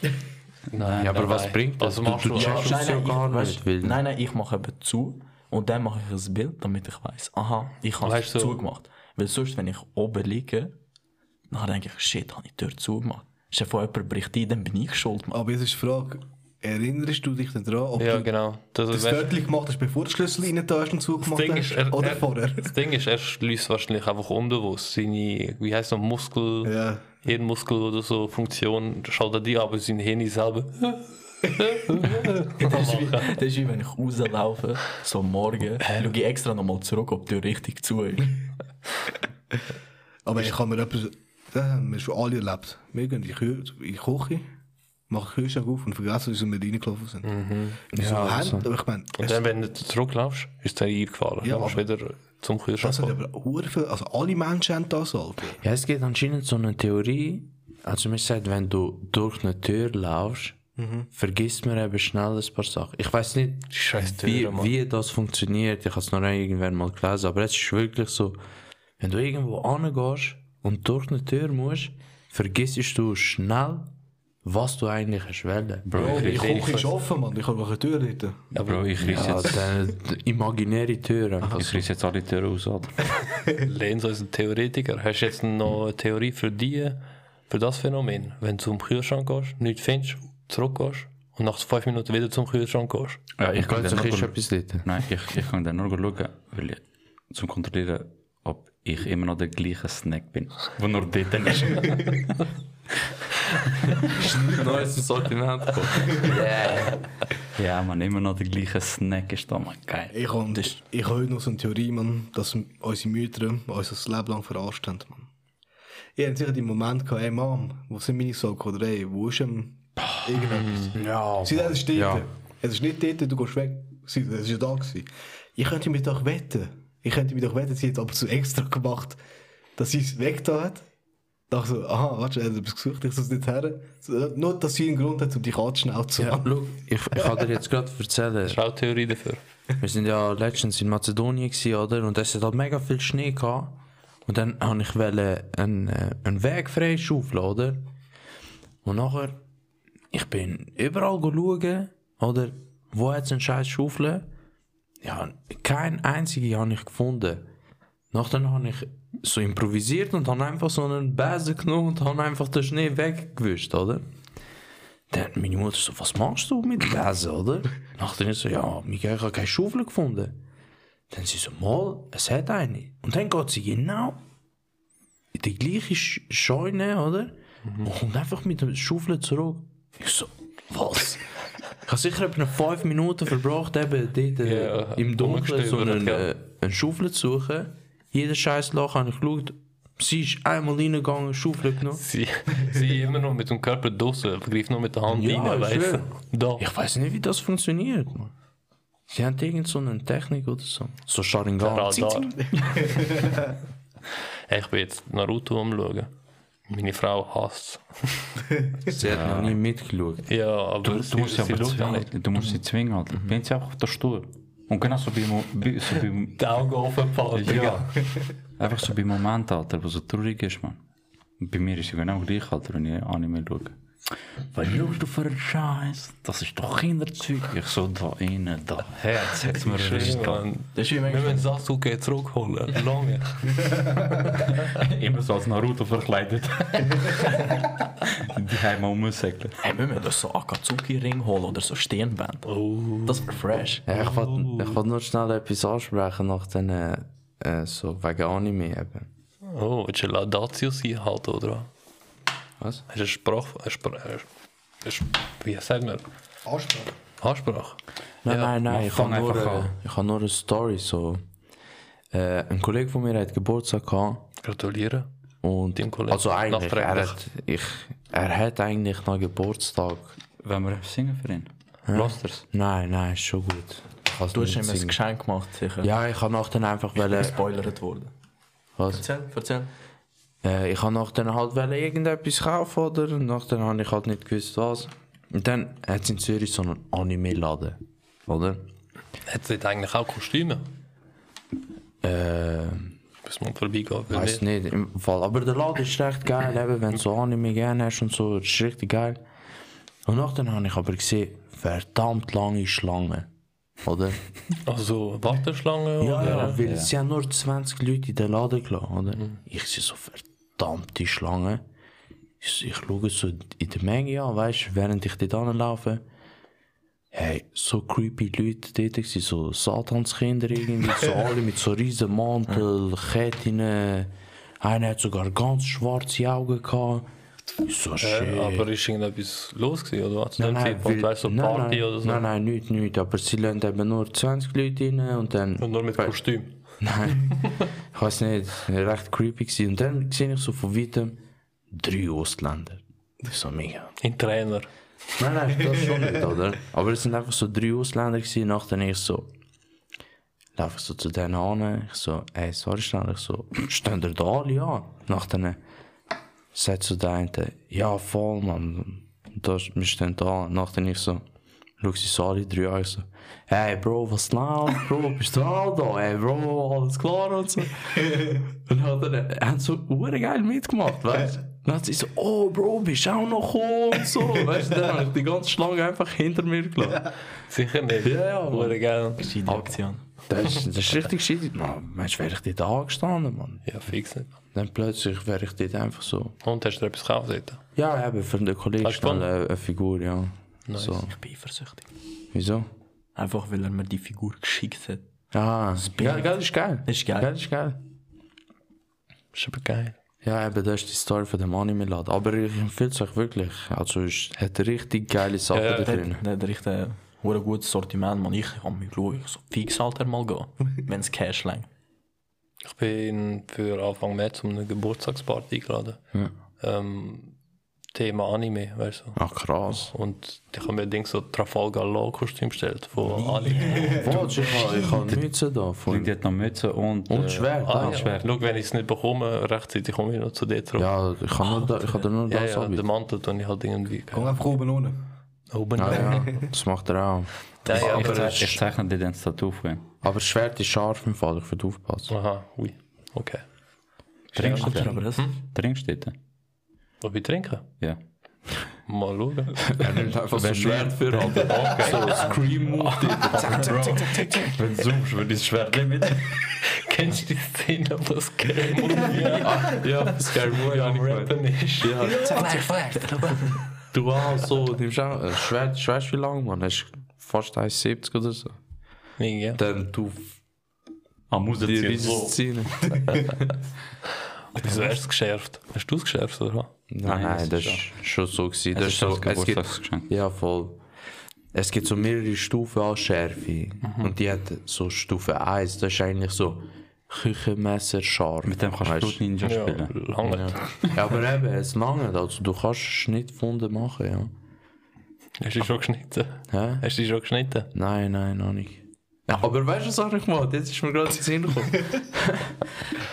E: Nein,
G: Ja, aber
E: nein,
G: was
C: Äh,
E: nein.
G: bringt das?
E: Also machst du,
G: checkst es ja gar
F: ich,
G: nicht, weil...
F: nein, nein, ich mache eben zu und dann mache ich ein Bild, damit ich weiß, aha, ich habe
E: Weißt
F: es
E: du-
F: zugemacht. Weil sonst, wenn ich oben liege, dann denke ich, shit, habe ich die Tür zugemacht. Stell dir vor, jemand bricht ein, dann bin ich schuld, Mann.
B: Aber jetzt ist die Frage, erinnerst du dich denn daran, ob
E: Ja,
B: du
E: genau. Das,
B: das
E: weißt,
B: Foto gemacht hast, bevor du den Schlüssel rein da hast und zugemacht
E: Ding ist,
B: hast?
E: er-
B: oder
E: er-
B: vorher?
E: das Ding ist, er schließt wahrscheinlich einfach unbewusst seine, wie heißt das, Muskel,
B: Ja.
E: Hirnmuskel oder so, Funktion, schaltet die ab, aber sein Hirn selber.
F: Das ist, wie, das ist wie wenn ich rauslaufe, so am morgen, schaue ich extra nochmal zurück, ob die Tür richtig zu ist.
B: Aber ich habe mir etwas, das haben wir schon alle erlebt. Wir gehen in die Kü- in die Küche, machen den Kühlschrank auf und vergessen, dass wir reingelaufen sind.
E: Mhm.
B: Wieso
E: also.
B: haben, aber ich meine,
E: Und
B: es-
E: dann, wenn du zurücklaufst, ist der eingefahren.
B: Ja,
E: Ja, du musst wieder zum Kühlschrank
B: das hat
E: fahren.
B: aber hure viel, also alle Menschen haben das halt.
G: Ja, es gibt anscheinend so eine Theorie. Also man sagt, wenn du durch eine Tür laufst,
E: Mhm.
G: vergisst man eben schnell ein paar Sachen. Ich weiß nicht,
E: Scheiß
G: wie,
E: Türen, Mann.
G: wie das funktioniert. Ich habe es noch nie irgendwann mal gelesen, aber es ist wirklich so, wenn du irgendwo hingehst und durch eine Tür musst, vergisst du schnell, was du eigentlich hast wollen. Bro,
B: Die
C: ich
B: Küche ist offen, Mann. Ich kann durch die Tür reiten.
C: Ja, Bro, ich riss
G: ja,
C: jetzt,
G: dann imaginäre Türen.
C: ich riss jetzt alle Türen aus, Alter.
E: Lenz als ein Theoretiker. Hast du jetzt noch eine Theorie für die, für das Phänomen? Wenn du zum Kühlschrank gehst, nichts findest, zurückgehst und nach fünf Minuten wieder zum Kühlschrank gehst.
C: Ja,
G: Ich
C: ich
G: kann
C: kann dann
G: sich
C: nur
G: ist
C: schauen.
G: etwas dort.
C: Nein, ich, ich kann dann nur schauen, weil ich, zum Kontrollieren, ob ich immer noch der gleiche Snack bin, wo nur dort ist.
G: Neues Sortiment.
C: ja, man, immer noch der gleiche Snack ist da, man, geil.
B: Ich habe ich hab heute noch so eine Theorie, Mann, dass m- unsere Mütter uns das Leben lang verarscht haben. Mann. Ich hatte sicher die Momente, gehabt, hey Mom, wo sind meine Socken? Oder hey, wo ist ähm, irgendetwas?
G: Ja,
B: Sie sagen, es ist dort.
G: Ja.
B: Es ist nicht dort, du gehst weg. Sie sagen, es ist ja da gewesen. Ich könnte mich doch wetten. Ich könnte mich doch wetten, sie hat es aber so extra gemacht, dass sie es weg da hat. Dachte so, aha, warte, er hat etwas gesucht, ich soll es nicht her. So, Nur, dass sie einen Grund hat, um dich anzuschnauzen. zu
G: Ja, schau, ich, ich kann dir jetzt gerade erzählen,
E: Das ist auch eine Theorie dafür.
G: wir sind ja letztens in Mazedonien gewesen, oder? Und es hat halt mega viel Schnee gehabt. Und dann habe ich wollte einen, äh, einen Weg frei schaufeln, oder? Und nachher, ich bin überall schauen, oder? Wo hat es einen scheiß Schaufel? Ja, kein einzige habe ich gefunden. Nachher habe ich so improvisiert und habe einfach so einen Besen genommen und habe einfach den Schnee weggewischt, oder? Dann meine Mutter so, was machst du mit Besen, oder? Nachdem ich so, ja, Michael, ich habe keine Schaufel gefunden. Dann sie so, mal, es hat eine. Und dann geht sie genau in die gleiche Sch- Scheune, oder?
E: Mhm.
G: Und kommt einfach mit der Schaufel zurück. Ich so, was? ich habe sicher etwa fünf Minuten verbracht, eben dort äh,
E: Ja,
G: im Dunkeln so
E: rumgestöbert,
G: einen,
E: ja.
G: äh, eine Schaufel zu suchen. Jedes scheiß Loch habe ich geschaut. Sie ist einmal reingegangen, Schaufel genommen.
E: Sie, sie immer noch mit dem Körper draussen, greift nur mit der Hand
G: Ja,
E: rein,
G: ich
E: weißt
G: schwör.
E: du? Da.
G: Ich weiß nicht, wie das funktioniert. Mann. Sie haben irgend so eine Technik oder so. So Sharingan.
E: Radar.
G: Zing, zing.
E: Hey, ich bin jetzt Naruto umschauen. Meine Frau hasst
G: Sie hat noch nie mitgeschaut.
E: es. Ja, aber
C: Du, du musst sie aber
E: schaut auch
C: zwingen.
E: nicht.
C: Du musst sie zwingen, Alter. Bin sie auch auf der Stuhl. Und genau so bei, Mo- bei, so bei
E: Die Augen offen behalten.
C: Ja. Einfach so bei Momenten, Alter, wo so traurig ist, man. Bei mir ist es genau gleich, Alter, wenn ich Anime schaue. Was schaust du für einen Scheiß? Das ist doch Kinderzeug. Ich so da innen, da Herz, hat mir
E: Schön,
C: erwischt.
E: Mann.
F: Das ist wie
E: Wir
F: manchmal,
E: müssen Sasuke zurückholen. Lange.
C: Immer so als Naruto verkleidet. Die haben mal umsäckeln.
F: hey, wir müssen uns so dus Akatsuki-Ring holen oder so Stirnband. Das wäre fresh.
G: Ja, ich wollte ich wollt nur schnell etwas ansprechen nach den äh, äh, so wegen Anime eben.
E: Oh, willst du Laudatio sein halt, oder?
G: Was?
E: Hast du eine Sprache... Eine Sprache eine, Sp- wie sagt man?
B: Ansprache.
E: Ansprache?
G: Nein, nein,
C: man,
G: nein. Ich
C: fang
G: habe nur,
C: einfach
G: äh,
C: an.
G: ich hab nur eine Story. So. Äh, ein Kollege von mir hat Geburtstag gehabt.
E: Gratuliere.
G: Und
E: Dem Kollegen.
G: also eigentlich, er
E: Nachträglich.
G: hat, ich, er hat eigentlich noch Geburtstag.
C: Wenn wir singen für ihn. Lasst er's.
G: Nein, nein, ist schon gut. Ich kann's
F: Du hast
G: nicht
F: ihm ein
G: singen.
F: Geschenk gemacht, sicher.
G: Ja, eh, ich habe nachher einfach wollen,
F: Gespoilert worden.
G: was?
F: Erzähl, erzähl.
G: Äh, ich habe nachher halt wollen irgendetwas kaufen oder und nachher habe ich halt nicht gewusst was. Und dann hat es in Zürich so einen Anime-Laden, oder?
E: Hat sie eigentlich auch Kostüme?
G: Äh,
E: Bis man vorbeigehen will.
G: weiß nicht, im Fall. Aber der Laden ist recht geil, eben, wenn du so Anime gerne hast und so, das ist richtig geil. Und nachher habe ich aber gesehen, verdammt lange Schlange, oder?
E: Also Warteschlange?
G: Ja,
E: oder?
G: ja, weil sie haben nur 20 Leute in den Laden gelassen, oder?
F: Mhm.
G: Ich sehe so verdammte Schlange. Ich, ich schaue so in der Menge an, weißt du, während ich dort anlaufe. Hey, so creepy Leute dort waren, so Satanskinder irgendwie, so alle mit so riesen Mantel, Ketten. Einer hat sogar ganz schwarze Augen gehabt. Ich so, shit.
E: Äh, aber ist irgendetwas los gewesen, oder was? Zu
G: Nein,
E: dem
G: nein,
E: Zeitpunkt,
G: weil-
E: weißt du, so
G: nein,
E: Party
G: nein,
E: oder so?
G: Nein, nein, nichts, nichts. Aber sie lassen eben nur 20 Leute rein und dann...
E: Und nur mit Kostüm.
G: Ich weiß nicht, recht creepy gewesen. Und dann sehe ich so von weitem drei Ostländer. Das ist so mega.
E: In Trainer.
G: Nein, nein, das schon nicht, oder? Aber es sind einfach so drei Ausländer gewesen. Nachher ich so, laufe ich so zu denen an. Ich so, ey, sorry, schnell. Ich so, stehen ihr da alle an? Nachher sagt so der eine, ja, voll, Mann. Das, wir stehen da an. Nachher ich so, schau sie so alle drei an. Ich so, hey, Bro, was läuft, Bro? Bist du auch da? Hey, Bro, alles klar und so. Und hat er, er hat so hure geil mitgemacht, weißt du? Dann hat sie so, oh Bro, bist du auch noch gekommen und so, weißt du? Dann habe ich die ganze Schlange einfach hinter mir gelassen.
E: Sicher nicht.
G: Ja, ja, Mann.
E: Hure geil.
F: Gescheite Aktion.
G: Das ist, das ist richtig shit. Man, Mensch, wäre ich dort angestanden, Mann.
E: Ja, fix nicht.
G: Dann plötzlich wäre ich dort einfach so.
E: Und hast du dir etwas gekauft? dort?
G: Ja, eben, für den Kollegen
E: Hast du
G: schnell
E: gewonnen?
G: eine, eine Figur, ja.
E: Nice.
G: So.
F: Ich bin eifersüchtig.
G: Wieso?
F: Einfach weil er mir die Figur geschickt hat.
G: Ah, ja, gell, ist geil.
F: Ist geil.
G: Gell, ist geil.
E: Ist aber geil.
G: Ja, eben, das ist die Story von dem Anime-Laden. Aber ich empfehle es euch wirklich. Also, es hat richtig geile Sachen
E: Ja,
G: da
F: Der,
G: drin.
F: der hat echt ein hure gutes Sortiment, man. Ich kann mich ruhig so fix Alter mal gehen, wenn es Cash lang.
E: Ich bin für Anfang März um eine Geburtstagsparty eingeladen. Ähm, Thema Anime, weißt du.
G: Ach, krass.
E: Und ich habe mir Dings so Trafalgar Law Kostüm bestellt von Anime.
G: Wow, ich habe ich hab Mütze da. Von,
C: Und die hat noch Mütze und...
G: Und Schwert, ah,
E: Ah, ja. Schau, wenn ich es nicht bekomme, rechtzeitig komme ich noch zu dir zurück.
G: ja. ich kann nur, da, ich kann dir nur
E: ja,
G: das
E: ja, den
G: anbieten.
E: Mantel tue ich halt irgendwie.
B: Gang einfach oben ohne.
E: Oben
G: Ah,
E: rein.
G: ja, das macht er auch.
E: Nein,
C: Ich,
E: aber
C: zeich- ich zeichne dir dann das Tattoo von ihm.
G: Aber das Schwert ist scharf im Fall, ich würde aufpassen.
E: Aha, ui. Okay.
C: Trinkst du
F: Alter,
C: den?
F: aber das
C: Trinkst du den?
E: Ob ich trinken?
C: Ja.
E: Mal schauen.
G: Er nimmt einfach so ein Schwert für Alter. So ein Scream-Move.
C: Wenn du zoomst, würde ich das Schwert nicht mit.
E: Kennst du die Szene, wo das Game Movie
G: Ja, Scary Move, ja,
E: am Rappen ist?
G: Ja,
F: Flash, Flash.
G: Du auch so, nimmst auch.
C: eh,
G: Äh, schwer, schwerst wie lang, Mann? Hast du fast 1,70 oder so?
E: Ja.
G: Dann du
C: Ah,
E: Am
G: die
E: Rausziehen.
G: riesige
C: Dus
E: So.
G: Szene.
E: Wieso hast du es geschärft? Hast du es geschärft, oder?
G: Nein, nein, das ist schon so gewesen. Das ist so, es gibt,
C: Geburtstagsgeschenk.
G: ja, voll. Es gibt so mehrere Stufen an Schärfe. Und die hat so Stufe 1, das ist eigentlich so Küchenmesser scharf.
C: Mit dem kannst du Fruit Ninja
E: Ja,
C: spielen.
E: lange.
G: Ja, aber eben, es lange. Also du kannst Schnittfunde machen, ja.
E: Hast du schon geschnitten?
G: Hä?
E: Hast du schon geschnitten?
G: Nein, nein, noch nicht. Aber weißt du, was habe ich gemacht? Jetzt ist mir gerade in den Sinn gekommen.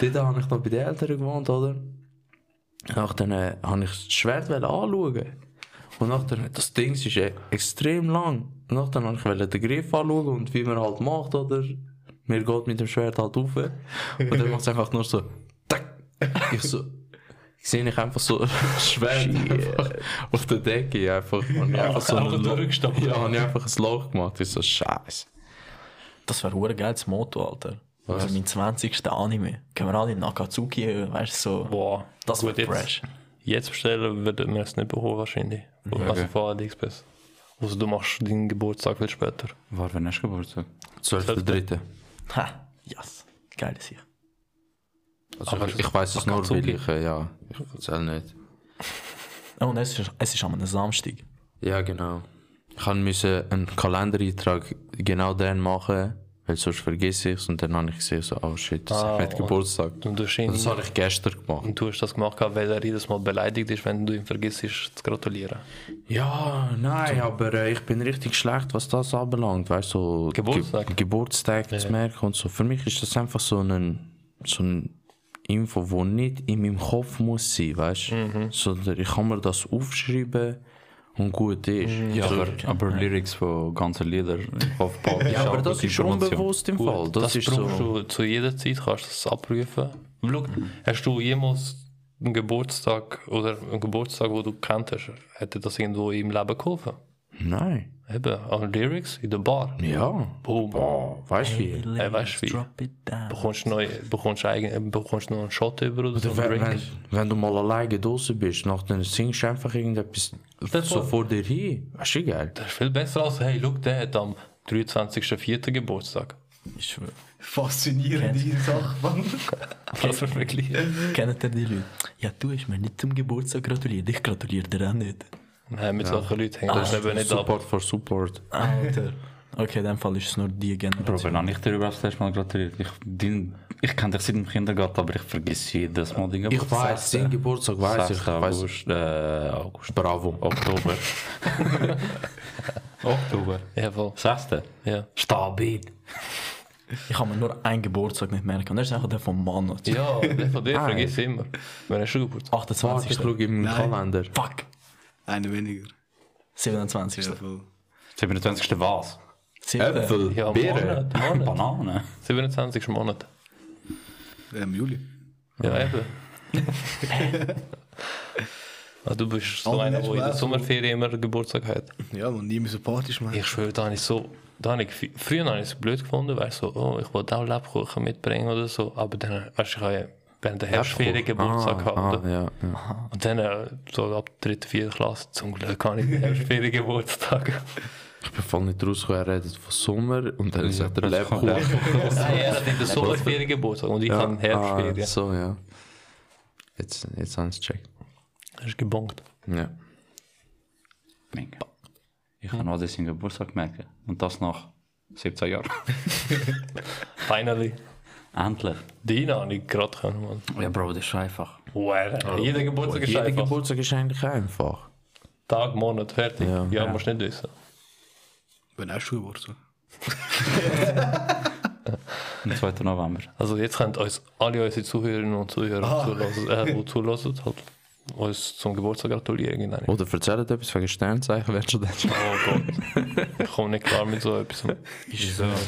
G: Dort habe ich noch bei den Eltern gewohnt, oder? Nachdem äh, habe ich das Schwert wollen anschauen. Und nachdem, das Ding ist äh, extrem lang. Und nachdem wollte ich wollen den Griff anschauen und wie man halt macht, oder? Mir geht mit dem Schwert halt rauf. Und dann macht es einfach nur so, tack. Ich so, sehe ich einfach so ein Schwert einfach auf der Decke. Einfach, und ich einfach so
E: Einfach
G: einen Lo-
E: durchgestopft.
G: Ja, habe ich einfach ein Loch gemacht. Ich so, scheiße.
F: Das wäre ein geiles Motto, Alter. Also mein 20. Anime. Gehen wir alle in Nakatsuki, äh, weißt du, so.
E: Boah.
F: Das
E: Gut,
F: wird
E: jetzt-
F: fresh.
E: Jetzt bestellen würden wir es nicht bekommen, wahrscheinlich. Also von AliExpress. Also du machst deinen Geburtstag viel später.
C: War, wann hast du Geburtstag?
G: 12.3.
F: Ha, yes. Geile Sicht.
G: Also ich, ich weiß es nur, weil ich, äh, ja, ich erzähl nicht.
F: Oh, und es ist, es ist am Samstag.
G: Ja, genau. Ich han müsse einen Kalendereintrag genau dann machen, weil sonst vergesse ich es und dann habe ich gesehen, so, oh shit, das
E: Ah,
G: ist nicht
E: und-
G: Geburtstag. Und
E: Und du hast ihn,
G: das habe ich gestern gemacht.
E: und du hast das gemacht, weil er jedes Mal beleidigt ist, wenn du ihm vergisst, zu gratulieren.
G: Ja, nein, aber äh, ich bin richtig schlecht, was das anbelangt, weißt du, so
E: Geburtstag.
G: Ge Geburtstag zu merken und so. Für mich ist das einfach so ein, so ein Info, die nicht in meinem Kopf muss sein, weißt du.
E: Mhm.
G: Sondern ich kann mir das aufschreiben und gut ist.
E: Mhm.
C: Ja,
G: So-
C: aber, aber Lyrics von ganzen Liedern auf Pop.
G: Ja, aber das ist unbewusst im Fall. Das,
E: das
G: ist so.
E: brauchst du zu jeder Zeit, kannst du das abprüfen. Schau,
G: Mhm.
E: hast du jemals einen Geburtstag oder einen Geburtstag, wo du kennt hast, hätte das irgendwo im Leben geholfen?
G: Nein.
E: Eben, an Lyrics in der Bar.
G: Ja.
E: Boom.
G: Boah, weißt du wie?
E: Hey, äh, weißt du wie?
F: Drop it down.
E: Bekommst du neu, bekommst du eigen, bekommst du noch einen Shot über oder so
G: Wenn,
E: einen
G: wenn,
E: Drink?
G: wenn du mal alleine draußen bist, nach dann singst du einfach irgendetwas so vor dir hin. Das ist geil.
E: Das ist viel besser als, hey, schau, der hat am 23.04. Geburtstag.
F: Ich schwöre.
B: Faszinierende Sache, Mann.
E: Also wirklich.
F: Kennt ihr die Leute? Ja, du hast mir nicht zum Geburtstag gratuliert. Ich gratuliere dir auch nicht.
E: Nein, mit solchen Leuten
G: Ah,
E: hängt das eben nicht ab.
G: Support for Support.
F: Alter. Okay, in dem Fall ist es nur die
C: Bro,
F: Generation.
C: wenn habe ich dir überhaupt das letzte Mal gratuliert? Ich, dein, ich kenne dich seit dem Kindergarten, aber ich vergesse jedes Mal den
G: Ich weiß, den Geburtstag weiß ich.
C: 6.
G: ich weiß.
C: August, äh, August,
G: Bravo.
C: Oktober. Oktober.
E: Jawohl.
C: 6.
E: Ja.
C: Stabil.
F: Ich kann mir nur einen Geburtstag nicht merken. Und das ist einfach der vom Mann.
E: Ja, der von dir vergiss ich immer. Wenn hast du Geburtstag?
G: Warte,
F: 28.
G: ich schaue im Kalender.
F: Fuck.
B: Einer weniger.
F: 27.
B: Ja, voll.
C: 27. was?
F: Siebte.
E: Ja,
G: Beeren.
E: Monat, Monat.
C: Bananen.
E: 27. Monat.
B: Ja, Im Ähm, Juli.
E: Ja, eben. ah, du bist so
B: Aber
E: einer,
B: nicht
E: der in der
B: schwer,
E: Sommerferien immer Geburtstag hat.
B: Ja, man, nie mehr so Partys machen.
E: Ich schwöre, da habe ich so. Da habe ich, fi- früher habe ich es blöd gefunden, weil so, oh, ich wollte auch Lebkuchen mitbringen oder so. Aber dann, weißt du, ich habe ja während der Herbstferien Geburtstag gehabt.
G: ah, ja, ja.
E: Und dann, äh, so ab der dritten, vierten Klasse, zum Glück habe ich den Herbstferien Geburtstag.
G: Ich bin voll nicht rausgekommen, er redet von Sommer und dann sagt er Lebkuchen.
E: Nein, er hat in der Sommerferien Geburtstag und ich habe einen
G: Ah,
E: Herbstferien.
G: so, ja. Jetzt, jetzt habe ich es gecheckt.
E: Hast du gebonkt?
G: Ja.
C: Mega. Ich kann auch dessen Geburtstag merken. Und das nach 17 Jahren.
E: Finally.
C: Endlich.
E: Deine habe ich gerade können, Mann.
C: Ja, Bro, das ist einfach.
E: Wow. Jeder Geburtstag ist
G: Jeder
E: einfach.
G: Geburtstag ist eigentlich einfach.
E: Tag, Monat, fertig. Ja, musst nicht wissen.
B: Wenn auch Schuhe geworden.
C: Am 2. November.
E: Also jetzt könnt uns alle unsere Zuhörerinnen und Zuhörer, zulassen, äh, die zulassen, halt uns zum Geburtstag gratulieren. genau. Oh
G: Oder erzählt etwas wegen Sternzeichen, wenn schon das
E: Gott, ich komme nicht klar mit so etwas.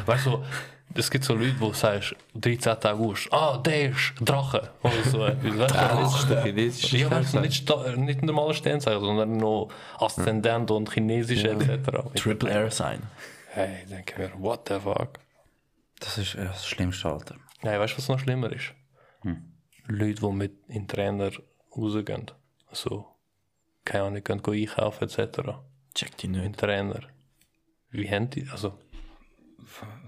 E: Weißt du, es gibt so Leute, die sagen, 13. August, ah, der ist Drache. Oder so etwas. Weißt du,
G: chinesische
E: ja, weißt du, nicht, sta- nicht ein normales Sternzeichen, sondern noch Aszendent und Chinesisch etc.
F: Triple Air Sign.
E: Hey, ich denke mir, what the fuck?
C: Das ist äh, das schlimmste Alter.
E: Nein, weißt du, was noch schlimmer ist? Leute, die mit in Trainer rausgehen. So Also, keine Ahnung, gehen gehen einkaufen etc.
F: Check die nicht.
E: Ein Trainer. Wie haben die, also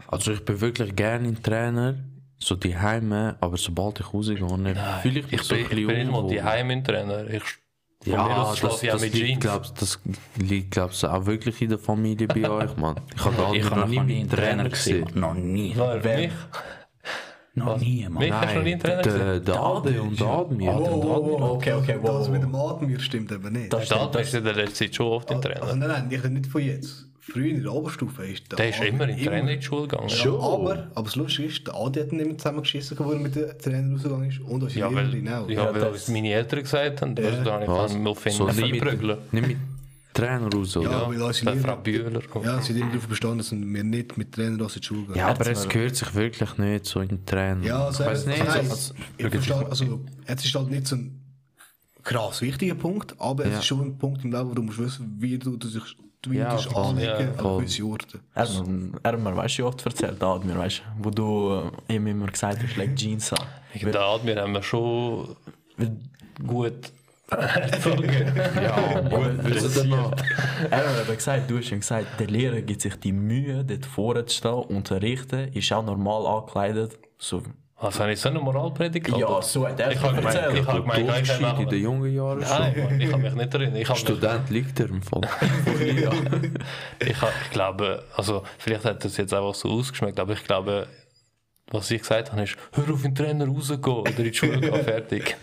G: Also ich bin wirklich gerne ein Trainer, so die Heime, aber sobald ich rausgehe, fühle ich mich
E: ich
G: so ein
E: bin, ich
G: bisschen
E: bin nicht mal
G: unwohl.
E: die Heimintrainer. Ich, von mir
G: Ja,
E: aus
G: das,
E: schlafe ich auch
G: das,
E: mit
G: liegt,
E: Jeans.
G: glaubst, das liegt, glaubst auch wirklich in der Familie bei euch, Mann. Ich habe
C: Ich
G: gar
C: habe
G: noch nie
C: nie
G: einen Trainer gesehen.
C: Noch nie.
E: Wer? Mich?
C: Noch nie, Mann.
E: Mich hast du noch nie einen Trainer gesehen?
G: Der, der Ade und der Admir. der
E: Oh,
G: Admir.
F: Okay, okay,
B: Das
F: wow.
B: mit dem Atmir stimmt eben nicht.
F: Das
E: Da
F: stimmt, das
E: bist du in der letzten Zeit schon oft im Trainer.
B: Also nein, nein, ich rede nicht von jetzt. Früher in der Oberstufe ist der
E: Der ist
B: Adi
E: immer in die Trainingsschule gegangen.
B: Ja, aber, aber das Lustige ist, der Adi hat nicht mehr zusammengeschissen, wo er mit dem Trainer rausgegangen ist und unsere
E: Ja, weil,
B: Lehrerin auch.
E: ja, weil
F: das-
E: meine Eltern gesagt haben, weißt du, da habe ich
G: Was?
E: dann mal
G: So
E: finden,
G: nicht
E: einprügeln.
G: mit, nicht mit Trainer raus, oder?
B: Ja, weil unsere
E: Der Frau
B: Lehrerin...
E: Bühler.
B: Ja, sie hat immer darauf bestanden, dass wir nicht mit Trainer aus in die Schule gehen.
G: Ja, aber es gehört sich wirklich nicht so in Trainer.
B: Ja,
G: ich
B: also,
G: weiß nicht.
B: nein,
G: also,
B: ich verstehe, also, es ist halt nicht so ein krass wichtiger Punkt, aber es
G: Ja.
B: ist schon ein Punkt im Leben, wo du musst wissen, wie du dich wie
G: Ja,
B: du dich
G: voll.
B: anlegen
E: Ja,
B: an gewisse Orte.
F: Ermer, Ermer, weißt du, wie oft erzählt hat mir, weißt du, wo du äh, ihm immer gesagt hast, leg Jeans an.
E: Wegen der Admir haben wir schon gut
F: Ermer hat gesagt, du hast ihm gesagt, der Lehrer gibt sich die Mühe, dort vorne zu stehen, unterrichten, ist auch normal angekleidet. So.
E: Was habe ich so eine Moralpredigt
F: Ja,
E: gehalten?
F: so hat er
E: Ich habe gemeint, ich habe gemeint, nein, ich
G: Durchschnitt in den jungen Jahren schon.
E: Nein, ich habe mich nicht erinnert. Ich, habe mich,
G: Student liegt er im Fall.
E: ich, habe, ich glaube, also vielleicht hat das jetzt einfach so ausgeschmeckt, aber ich glaube, was ich gesagt habe, ist, hör auf den Trainer rausgehen oder in die Schule gehen, fertig.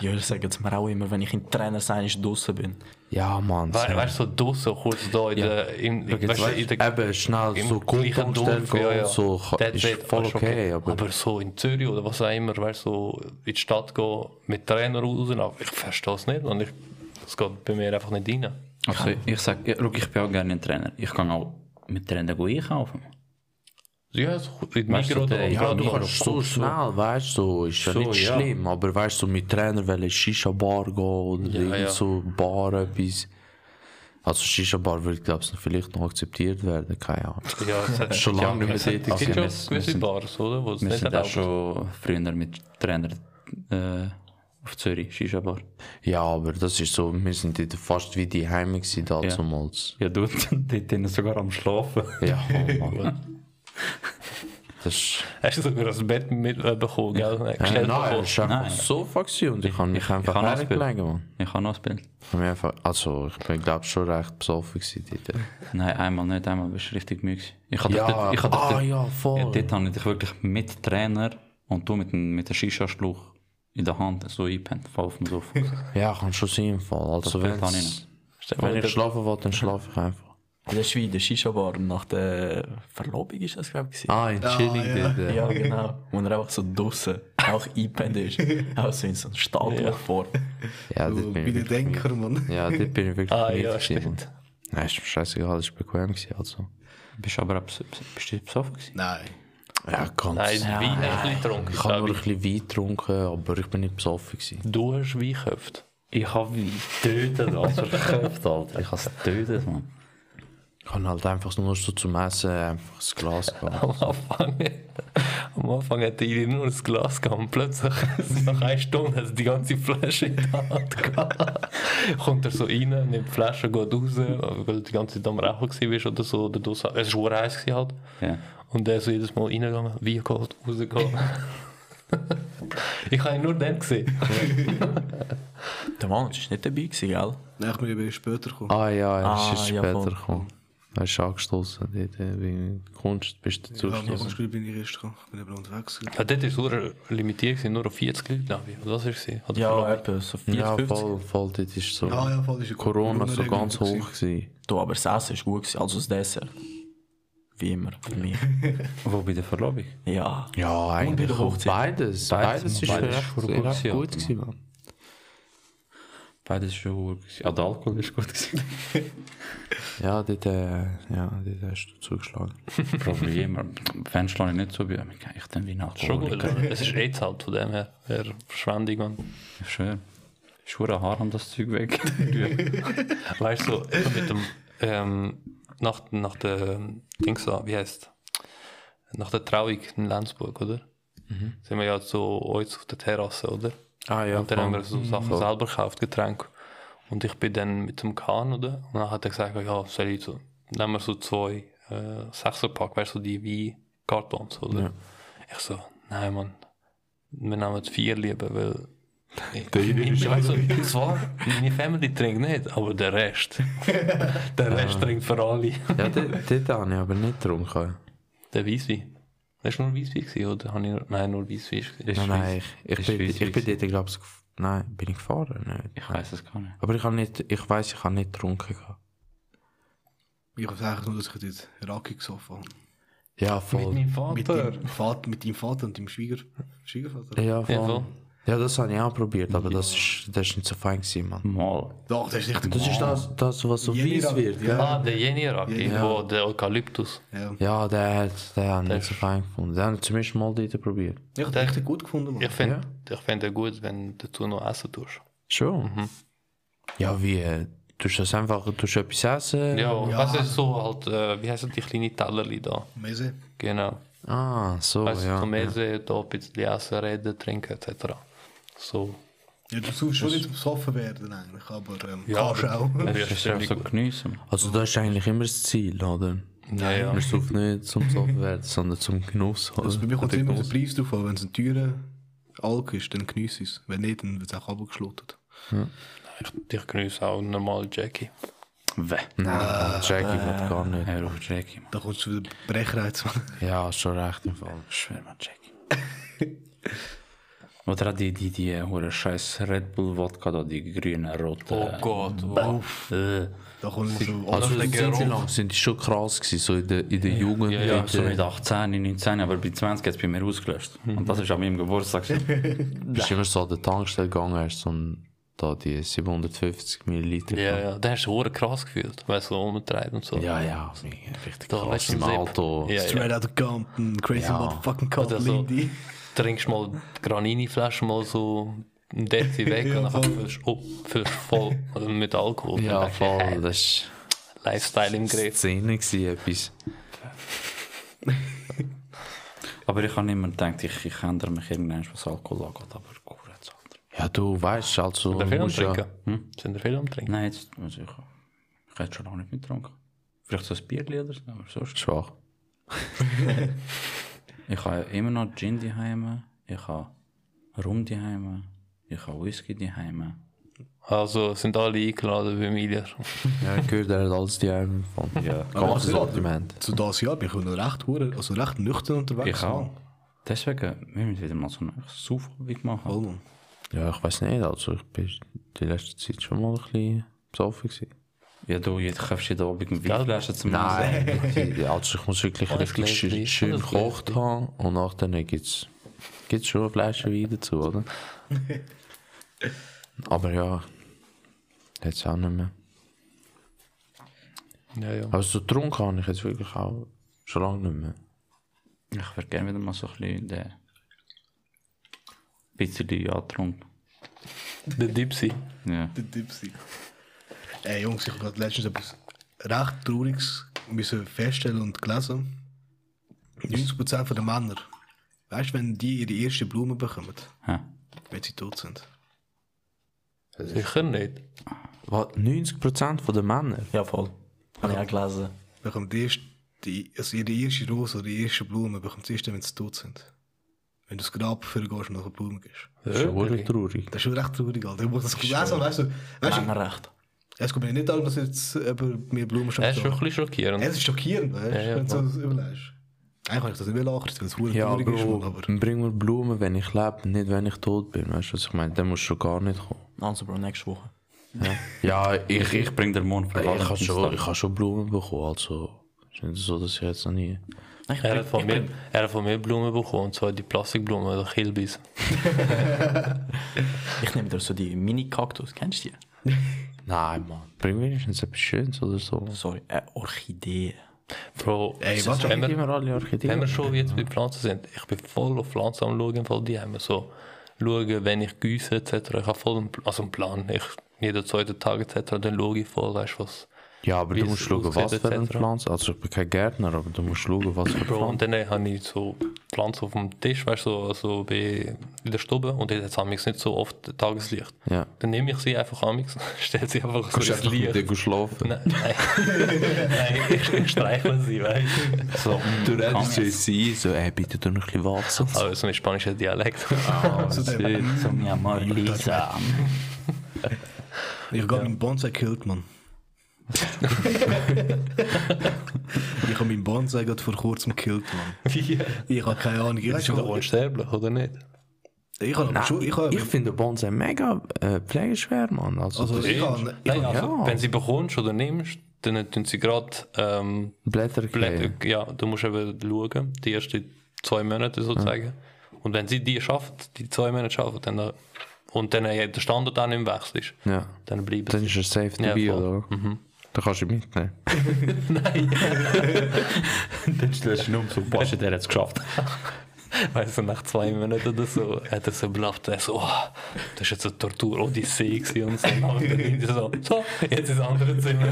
F: Ja, das sagen sie mir auch immer, wenn ich in Trainer sein ist, draußen bin.
G: Ja, Mann.
E: We
G: Sam.
E: weißt du, so draußen, kurz da in der... In,
G: Schau, jetzt
E: weißt du,
G: weißt,
E: in der-
G: eben schnell
E: im
G: so
E: gleichen
G: Grundumstände
E: Dorf, ja, ja.
G: so ka-
E: That's
G: ist
E: it,
G: voll
E: ist
G: okay, aber,
E: aber so in Zürich oder was auch immer, weißt du, so in die Stadt gehen, mit Trainer raus, ich verstehe es nicht und ich, das geht bei mir einfach nicht rein.
C: Also, ich sag, ja, schau, ich bin auch gerne ein Trainer. Ich kann auch mit Trainer go einkaufen.
E: Ja, so in die
C: Weißt du,
E: Migros oder
C: der-
E: oder-
C: ja,
E: oder-
C: du
E: oder-
C: kannst
G: so schnell, weißt du, so, ist ja
C: So,
G: nicht
C: ja.
G: schlimm, aber weißt du, so mit Trainer wollen Shisha-Bar gehen oder irgend
E: ja.
G: so Bar etwas. Also Shisha-Bar würde, glaube ich, vielleicht noch akzeptiert werden, keine Ahnung.
E: Ja, es hat-
C: Schon lange
E: ja,
C: nicht mehr
E: Es
C: tätig.
E: gibt
C: Also,
E: schon
C: wir sind-
E: gewisse
C: wir sind-
E: Bars, oder, wo es
C: Wir
E: nicht
C: sind auch
E: erlaubt
C: schon früher mit Trainer äh, auf Zürich, Shisha-Bar.
G: Ja, aber das ist so, wir sind dort fast wie die Heime gewesen damals.
C: Ja, du, dort sind sogar am Schlafen.
G: Ja, oh Mann. Das ist...
E: Hast du sogar das Bett mitbekommen, gell? Nein,
G: Nein,
E: gestellt
G: nein,
E: bekommen.
G: es war einfach ein Sofa gewesen und ich habe mich einfach
C: kann alles
G: hergelegt, Mann.
C: Ich habe noch ein Bild.
G: Ich hab mich einfach- Also, ich bin, glaube ich, schon recht besoffen gewesen dort.
C: Nein, einmal nicht, einmal bist du richtig müde. gewesen. Ich habe
G: Ja,
C: dort, ich habe dort,
G: ah ja, voll.
C: ja, dort habe ich dich wirklich mit Trainer und du mit, dem- mit der Shisha-Schluch in der Hand so eingepennt, voll auf dem Sofa.
G: Ja, kann schon sein im Fall. Also
C: Das
G: wenn,
C: kann ich nicht.
G: wenn ich schlafen will, dann schlafe ich einfach.
F: In der Schweiz, der Shisha-Bar, nach der Verlobung ist das, glaube ich. gewesen.
G: Ah, in eh. Chilling dort. Ja.
F: Ja, genau. Und er einfach so draussen, auch eingepennt ist. Auch so in so einem Stapel vor.
G: Ja,
B: So,
G: dort bin
B: Bei
G: ich
B: den
G: wirklich
B: Denker, Mann.
G: Ja, dort bin ich wirklich
E: Ah,
G: müde
E: ja,
G: gewesen, Mann.
E: stimmt.
G: Nein, ist mir scheißegal, das war bequem. Gewesen, also.
C: Bist aber auch bes- bes- bist du besoffen gewesen?
B: Nein.
G: Ja, ganz.
E: Nein, Wein ein bisschen getrunken.
G: ich habe nur ein
E: glaube ich.
G: bisschen Wein getrunken, aber ich bin nicht besoffen. Gewesen.
E: Du hast Wein geköpft.
C: Ich habe ihn getötet, also geköpft, Alter. Ich habe es getötet, Mann.
G: Ich habe halt einfach nur so zum Essen einfach ein eh, Glas gehabt.
E: Am Anfang, am Anfang hat Ili nur ein Glas gehabt und plötzlich, nach einer Stunde, hat er die ganze Flasche in der Hand gehabt. Kommt er so rein, nimmt die Flasche, geht raus, weil du die ganze Zeit am Rauchen warst oder so. Oder du, es war schon heiß gewesen halt.
C: Ja.
E: Und er so jedes Mal reingegangen, wie geholt, rausgegangen. ich habe ihn nur dann gesehen.
F: Der Mann war nicht dabei, gewesen, gell?
B: Nein, ich bin eben später gekommen.
G: Ah ja, er ist
F: Ah,
G: erst
F: ja,
G: später
F: voll.
G: gekommen. Er ist angestoßen, dort äh, wegen Kunst bist du
B: Ja, nach
G: zugestoßen.
B: dem Spiel bin ich erst gekommen. Ich bin eben unterwegs. gewesen.
E: Ja, dort war es nur limitiert, gewesen, nur auf 40 Leute, glaube ich. Oder was war es? gewesen? Oder
F: Ja,
E: vielleicht-
F: etwa so 40,
G: Ja,
F: 50.
G: voll, voll, dort ist so.
B: Ah, ja, voll, das ist eine
G: Corona so
B: Corona-Regelung
G: ganz
B: gewesen.
G: hoch gewesen.
F: Du, aber das Essen war gut, gewesen, also das Dessert. Wie immer, für mich.
C: Wo bei der Verlobung?
F: ja.
G: Ja,
F: bei der
G: eigentlich auch
F: Hochzeit.
G: beides. Beides,
C: Beides, Mann,
G: ist
C: beides
G: recht,
C: ist
G: recht,
C: verdammt
G: gut
C: gut
G: gewesen, Mann.
C: Beides schon gut. gewesen. Ah, der Alkohol ist gut gewesen.
G: Ja, dort, äh, ja, dort hast du zugeschlagen.
C: Problem, aber Fans schlage ich nicht so bei. Ich dann wie nach
E: Schon gut, aber es ist jetzt halt von dem her, eher Verschwendung. Mann.
C: Schön. Schure Haar haben das Zeug weg.
E: Weißt du, eben mit dem, ähm, nach, nach der, ähm, Dings da, wie heißt Nach der Trauung in Lenzburg, oder? Sind wir ja zu uns auf der Terrasse, oder?
G: Mhm. Ah ja,
E: Und dann haben wir so Sachen selber gekauft, Getränke. Und ich bin dann mit dem Kahn, oder? Und dann hat er gesagt, ja, soll ich so, nehmen wir so zwei äh, Sechserpack, weißt du, die wie Kartons, oder?
G: Ja.
E: Ich so, nein, Mann, wir nehmen vier lieber, weil. Ich,
F: Der Jüdische
E: ich weiß so, zwar, meine Family trinkt nicht, aber der Rest. der Rest trinkt für alle.
G: Ja, dort dort habe ich aber nicht getrunken.
E: Der Weisswein. Das war nur Weisswein, gewesen, oder? Hab ich, nein, nur Weisswein.
C: Ist
G: Nein, nein,
C: Schweiz.
G: ich, ich,
C: Ist
G: bin,
C: Schweiz,
G: ich bin
C: Schweiz.
G: dort, glaube ich, nein, bin ich gefahren? Nein.
C: Ich weiß es gar nicht.
G: Aber ich, habe nicht, ich weiss, ich habe nicht getrunken. gehabt.
B: Ich weiß eigentlich nur, dass ich dort Raki gesoffen habe.
G: Ja, voll.
E: meinem
B: Mit deinem, Vater, mit deinem Vater und deinem Schwieger, Schwiegervater.
G: Ja, voll.
E: Ja,
G: Ja,
E: voll.
G: das habe ich auch probiert, aber das, ist, das ist nicht so fein gewesen, Mann.
C: Mal.
B: Doch, das ist nicht der
G: Das ist das, das was so
B: Jeder-
G: weiss wird. Ja,
E: Ah, der Jenny-Raki, wo der Eukalyptus.
B: Ja.
G: ja der hat der hat nicht so fein gefunden. Der hat zumindest mal dort probiert.
B: Ich habe richtig gut gefunden, Mann.
E: Ich finde ich find den gut, wenn du dazu noch essen tust.
G: Schon? Mhm. Ja, wie? äh, Tust du das einfach, tust du etwas essen?
E: Ja, was ist so halt, äh, wie heißen die kleinen Tellerli da?
B: Mese.
E: Genau.
G: Ah, so,
E: Weißt du,
G: ja.
E: zum Essen, da ein bisschen essen, reden, trinken, etc. So.
B: Ja, du sollst schon nicht besoffen werden eigentlich, aber ähm,
E: Ja,
B: kannst auch.
E: Das
C: Das ist ja so geniessen.
G: Also das ist eigentlich immer das Ziel, oder?
E: Ja, ja.
G: Man sucht nicht zum Soffen werden, sondern zum Genuss. Oder?
B: Also bei mir kommt immer auf den Preis drauf an. Wenn es ein teurer eh, Alk ist, dann geniesse ich es. Wenn nicht, dann wird es auch abgeschlottet.
E: Ich, ich genieße auch normal Jackie.
C: Weh.
G: Nein, Jackie will gar nicht.
C: Er ruft Jackie, Mann.
B: Da kommst du wieder Brechreiz.
G: Ja, schon recht im Fall.
C: Schwer, Mann, Jackie. Oder auch die, die, die, oder scheiß Red Bull Wodka da, die grüne, rote.
E: Oh Gott, wow.
C: Äh,
B: Da kommt so
G: Also
B: alles
G: sind
B: dagegen
G: sie
B: rum.
G: lang, sind die schon krass gewesen, so in der, in der Jugend.
E: Ja,
C: ja,
E: ja.
C: so mit 18, 19, aber bei 20 hat es bei mir ausgelöscht. Und das ist an meinem Geburtstag. gewesen.
G: Bist du immer so an der Tankstelle gegangen, hast so ein- da die 750 Milliliter.
E: Ja, ja. Da hast du hure krass gefühlt, weil so umtreibt und so.
G: ja, ja, mega, richtig
E: Da
G: krass.
E: weißt du,
G: Im
E: Sepp.
G: Auto.
E: Ja, ja.
B: Straight out of Compton, crazy
G: Ja.
B: motherfucking
E: Oder
B: Compton.
E: so.
B: Lindy.
E: Trinkst mal Granini-Flasche mal so ein Dezi weg
B: Ja,
E: und dann
B: voll.
E: füllst du auf, füllst voll mit Alkohol.
G: Ja,
E: Und dann denkst
G: voll,
E: du,
G: das ist
E: hey, Lifestyle im Griff.
G: Szene gewesen, etwas.
C: Aber ich habe immer gedacht, ich, ich ändere mich irgendwann, was Alkohol angeht, aber gut, jetzt halt. andere.
G: Ja, du weißt, also...
E: Sind er viel am
G: musst ja- Hm?
E: Trinken? Sind er viel am Trinken?
C: Nein, jetzt, also ich, ich hätte schon lange nicht mitgetrunken. Vielleicht so ein Bierli oder so, aber sonst.
G: Schwach.
C: Ich habe immer noch Gin daheim, ich habe Rum daheim, ich habe Whisky daheim.
E: Also sind alle eingeladen bei mir.
G: Ja, ich höre, der hat alles die Arme von. Ja.
B: Ganzes
G: Ganzes Argument.
B: Zu das Jahr bin ich noch recht, hure- also recht nüchtern unterwegs.
C: Ich auch.
B: Mann.
C: Deswegen, wir müssen wieder mal so eine Saufhobung machen.
B: Voll, Mann.
G: Ja, ich weiß nicht, also ich bin die letzte Zeit schon mal ein bisschen besoffen gewesen.
C: Ja, du, jetzt kaufst jeden Abend eine Weinflasche zum Essen.
G: Die- also ich muss wirklich
E: Alles
G: richtig schön,
E: Gläschen,
G: schön
E: alles
G: gekocht haben und nachher gibt's gibt's schon eine Flasche Wein dazu, oder? Aber ja, jetzt auch nicht mehr.
E: Ja, ja.
G: Aber so getrunken habe ich jetzt wirklich auch schon lange nicht mehr.
C: Ich würde gerne wieder mal so ein bisschen den... bisschen antrunken.
E: Der Dipsy.
C: Ja.
B: Der Dipsy. Ey Jungs, ich habe gerade letztens etwas recht Trauriges müssen feststellen und gelesen. 90% von den Männern, weißt du, wenn die ihre erste Blume bekommen,
C: Ja.
B: wenn sie tot sind?
E: Sicher nicht.
G: Was, 90% der Männer?
F: Ja, voll. Habe ich auch gelesen.
B: bekommt die erste, die, also ihre erste Rose oder die erste Blume bekommt sie erst, dann, wenn sie tot sind. Wenn du das Grab vorgehst und nach einer Blume gehst.
G: Das ist ja wirklich traurig.
B: Das ist schon recht traurig, Alter. Ich muss das gelesen, weißt du. Weißt du,
F: Männerrecht.
B: es kommt mir nicht an, dass jetzt jemand mir Blumen
E: Er
B: schafft.
E: ist schon ein bisschen schockierend.
B: Es ist schockierend, weißt du,
E: Ja, ja,
B: wenn du das überlegst. Eigentlich kann ich das nicht mehr lachen, weil es verdammt
G: Ja,
B: traurig ist, Mann,
G: Bro,
B: aber...
G: bring mir Blumen, wenn ich lebe, nicht wenn ich tot bin. Weißt du, was ich meine? Dann musst du schon gar nicht kommen.
F: Also, Bro, nächste Woche.
G: Ja,
C: Ich,
G: ich, ich,
C: ich bring den Mond
G: ich, habe schon, ich habe schon Blumen bekommen. Also, ist nicht so, dass ich jetzt noch nie.
F: Nein, ich
E: Er
F: bring,
E: hat, von
F: ich
E: mir,
F: bring,
E: er hat von mir Blumen bekommen, und zwar die Plastikblumen, oder Kilbis.
F: ich nehme dir so die Mini-Kaktus, kennst du die?
G: Nein, Mann. Bring wenigstens etwas Schönes oder so.
F: Sorry, eine Orchidee.
E: Bro,
B: Ey, warte,
E: wenn,
G: Nicht
E: wir,
G: immer alle
E: wenn wir
G: Orchideen.
E: schon jetzt bei Pflanzen sind, ich bin voll auf Pflanzen am Schauen, weil die haben so schauen, wenn ich gieße etc. Ich habe voll einen, Pl- also einen Plan. Ich, jeden zweiten Tag etc. dann schaue ich voll, weißt du was.
G: Ja, aber
E: Wie
G: du
E: es
G: musst schauen,
E: aussieht,
G: was für eine
E: etc.
G: Pflanze. Also, ich bin kein Gärtner, aber du musst schauen, was für eine
E: Bro, und
G: Pflanze.
E: dann habe ich so Pflanze auf dem Tisch, weißt du, so, so bei, in der Stube und dort hat es nicht so oft Tageslicht.
G: Ja.
E: Dann nehme ich sie einfach amix, stelle sie einfach so
G: Kannst
E: ins
G: einfach mit
E: Licht.
G: dir schlafen.
E: Nein, nein. nein, ich, ich streichle sie, weißt du. So,
G: Du redest ja sie, so, ey, bitte tu noch ein bisschen Wasser.
E: aber so Also, ein spanischer Dialekt.
G: Ah,
E: Also,
B: Zu dem.
C: So, mi amor, Lisa.
B: Ich habe meinen Bonsai gekillt, Mann. ich habe meinen Bonsai gerade vor kurzem gekillt, Mann. Ich habe keine Ahnung. Ich,
E: Bist du doch unsterblich, oder nicht?
B: ich habe aber schon. Ich habe,
G: Ich finde Bonsai mega äh, pflegeschwer, Mann. Also,
B: also, ich habe, ich
E: Nein, also,
G: ja.
E: wenn sie bekommst oder nimmst, dann tun sie gerade ähm,
G: Blätter
E: Blätter,
G: gehen.
E: ja, du musst eben schauen, die ersten zwei Monate sozusagen. Und wenn sie die schafft, die zwei Monate schafft, dann, äh, und dann äh, der Standort auch nicht mehr wechselst,
G: Ja.
E: dann bleiben
G: Dann
E: sie.
G: ist er safe
E: Ja,
G: dabei,
E: voll.
G: oder? Dann kannst du ihn mitnehmen.
C: Dann stellst du ihn um, so, Basche, der hat es geschafft.
E: Weißt du, nach zwei Monaten oder so hat er so belacht, er so, oh, das ist jetzt eine Tortur-Odyssee gewesen und so. Und dann irgendwie so, so, jetzt ins andere Zimmer.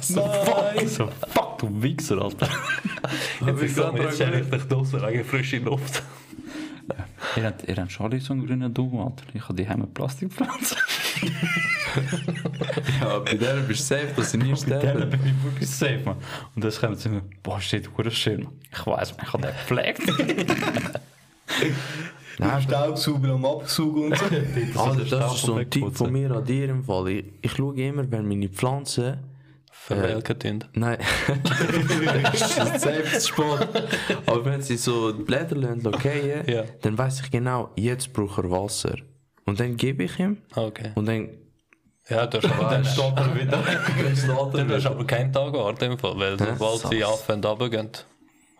E: so,
C: Fuck, so, fuck, du Wichser, Alter.
E: jetzt ist so, jetzt stelle ich dich draußen wegen frische Luft.
C: Ihr habt, ihr habt schon alle so einen grünen Daumen, Alter. Ich habe die heime Plastikpflanze.
F: Ja, bei der bist du safe, dass sie nie
C: Dann
F: sterben.
C: bin ich wirklich safe, man. dus Und das kommt zu mir, boah, steht hure schön, man. Ich weiß, man, ich habe den gepflegt.
B: habe Staubsauger am Absaugen und so.
G: Alter, Ah, das ist so ein Tipp von mir an dir im Fall. Ich, ich schaue immer, wenn meine Pflanzen.
E: Verwelken Tint.
G: Nein. das ist safe zu spät. Aber wenn sie so die Blätter lassen, okay,
E: Ja.
G: dann weiß ich genau, jetzt braucht er Wasser. Und dann gebe ich ihm.
E: Ah, Okay.
G: Und dann.
E: Ja, du hast aber dann steht er wieder. Dann hast du aber keinen Tag gewartet, im Fall, weil sobald sie
G: Sass.
E: anfangen runtergehen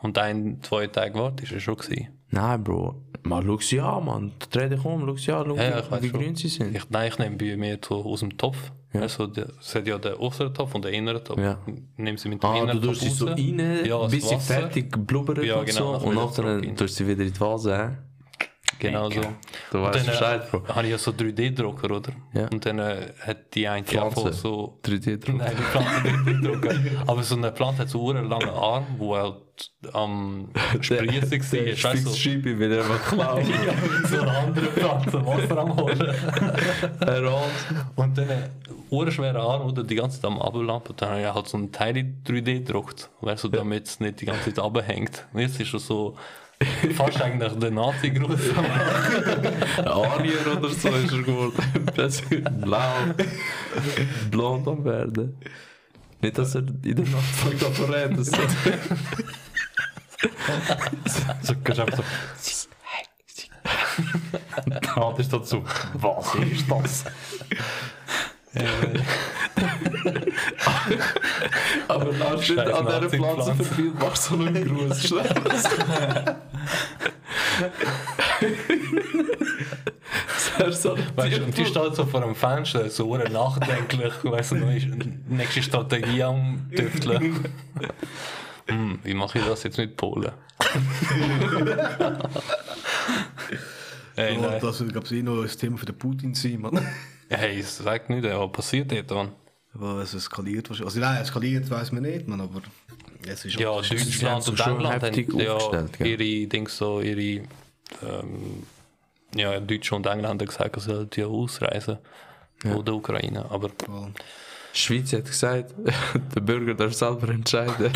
E: und ein, zwei Tage wartest, ist es schon gewesen.
G: Nein, Bro. Mal schau sie an, Mann. Dreh dich um, schau sie an, schau,
E: Ja, ja, ich
G: wie,
E: weiß
G: wie
E: schon.
G: grün sie sind.
E: Ich, nein, ich nehme bei mir so aus dem Topf. Also, der- es hat ja den äußeren Topf und den inneren Topf.
G: Ja.
E: Nimm sie mit dem
G: Ah,
E: inneren
G: du tust sie
E: Topf
G: so
E: raus.
G: rein,
E: Ja, das
G: bis sie
E: Wasser.
G: fertig blubbern
E: Ja,
G: und
E: genau,
G: so.
E: dann
G: Und
E: wieder
G: nachher
E: zurück rein.
G: tust du sie wieder in die Vase. hä?
E: Genau so.
G: Du
E: Und
G: weißt
E: dann, äh,
G: Bescheid, Bro.
E: Habe ich ja so 3D-Drucker, oder?
G: Ja.
E: Und dann äh, hat die eine
G: Pflanze.
E: Pflanze so.
G: 3D-Druck.
E: Nein, die Pflanze 3D-Drucker. Aber so eine Pflanze hat so einen langen Arm, wo halt am Sprießen war. Weißt du, so-
G: Schiebe wieder einfach klauen.
E: so eine andere Pflanze, Wasser am Holen. Und dann äh, urschwere Arm, oder die ganze Zeit am Ablampen. Dann habe ich halt so ein Teil in 3D gedruckt, weißt du, damit es nicht die ganze Zeit abhängt. Und jetzt ist er so fast eigentlich der Nazi-Gruß.
G: Arier oder so ist er geworden. Das ist blau. Blond am werden. Nicht, dass er in der Nacht fängt an zu reden. So.
E: Also,
C: so, kannst du einfach so, dann ist das so, was ist das?
G: Aber lass nicht
E: Scheiß
G: an dieser
E: Nazi-Pflanze.
G: Pflanze vorbei, mach so einen Gruß. schnell. Das ist so ein
E: Weißt du, und die steht so vor dem Fenster, so ur nachdenklich, weißt du, noch ist- nächste Strategie am Tüfteln. hm, wie mache ich das jetzt mit Polen? Ey,
B: Und
E: nein.
B: das wird, glaube ich, eh noch ein Thema für den Putin sein, Mann.
E: Hey, sag nicht, was passiert dort dann?
B: Weil es eskaliert wahrscheinlich. Also, nein, eskaliert weiß man nicht, Mann, aber es ist
E: Ja, Deutschland
G: sich
E: und
G: schon
E: England
G: heftig
E: haben ja,
G: aufgestellt, gell?
E: ihre Dings so, ihre ähm, ja, Deutsche und England haben gesagt, sie sollten ja ausreisen. Oder Ukraine, aber
G: Schweiz hat gesagt, der Bürger darf selber entscheiden.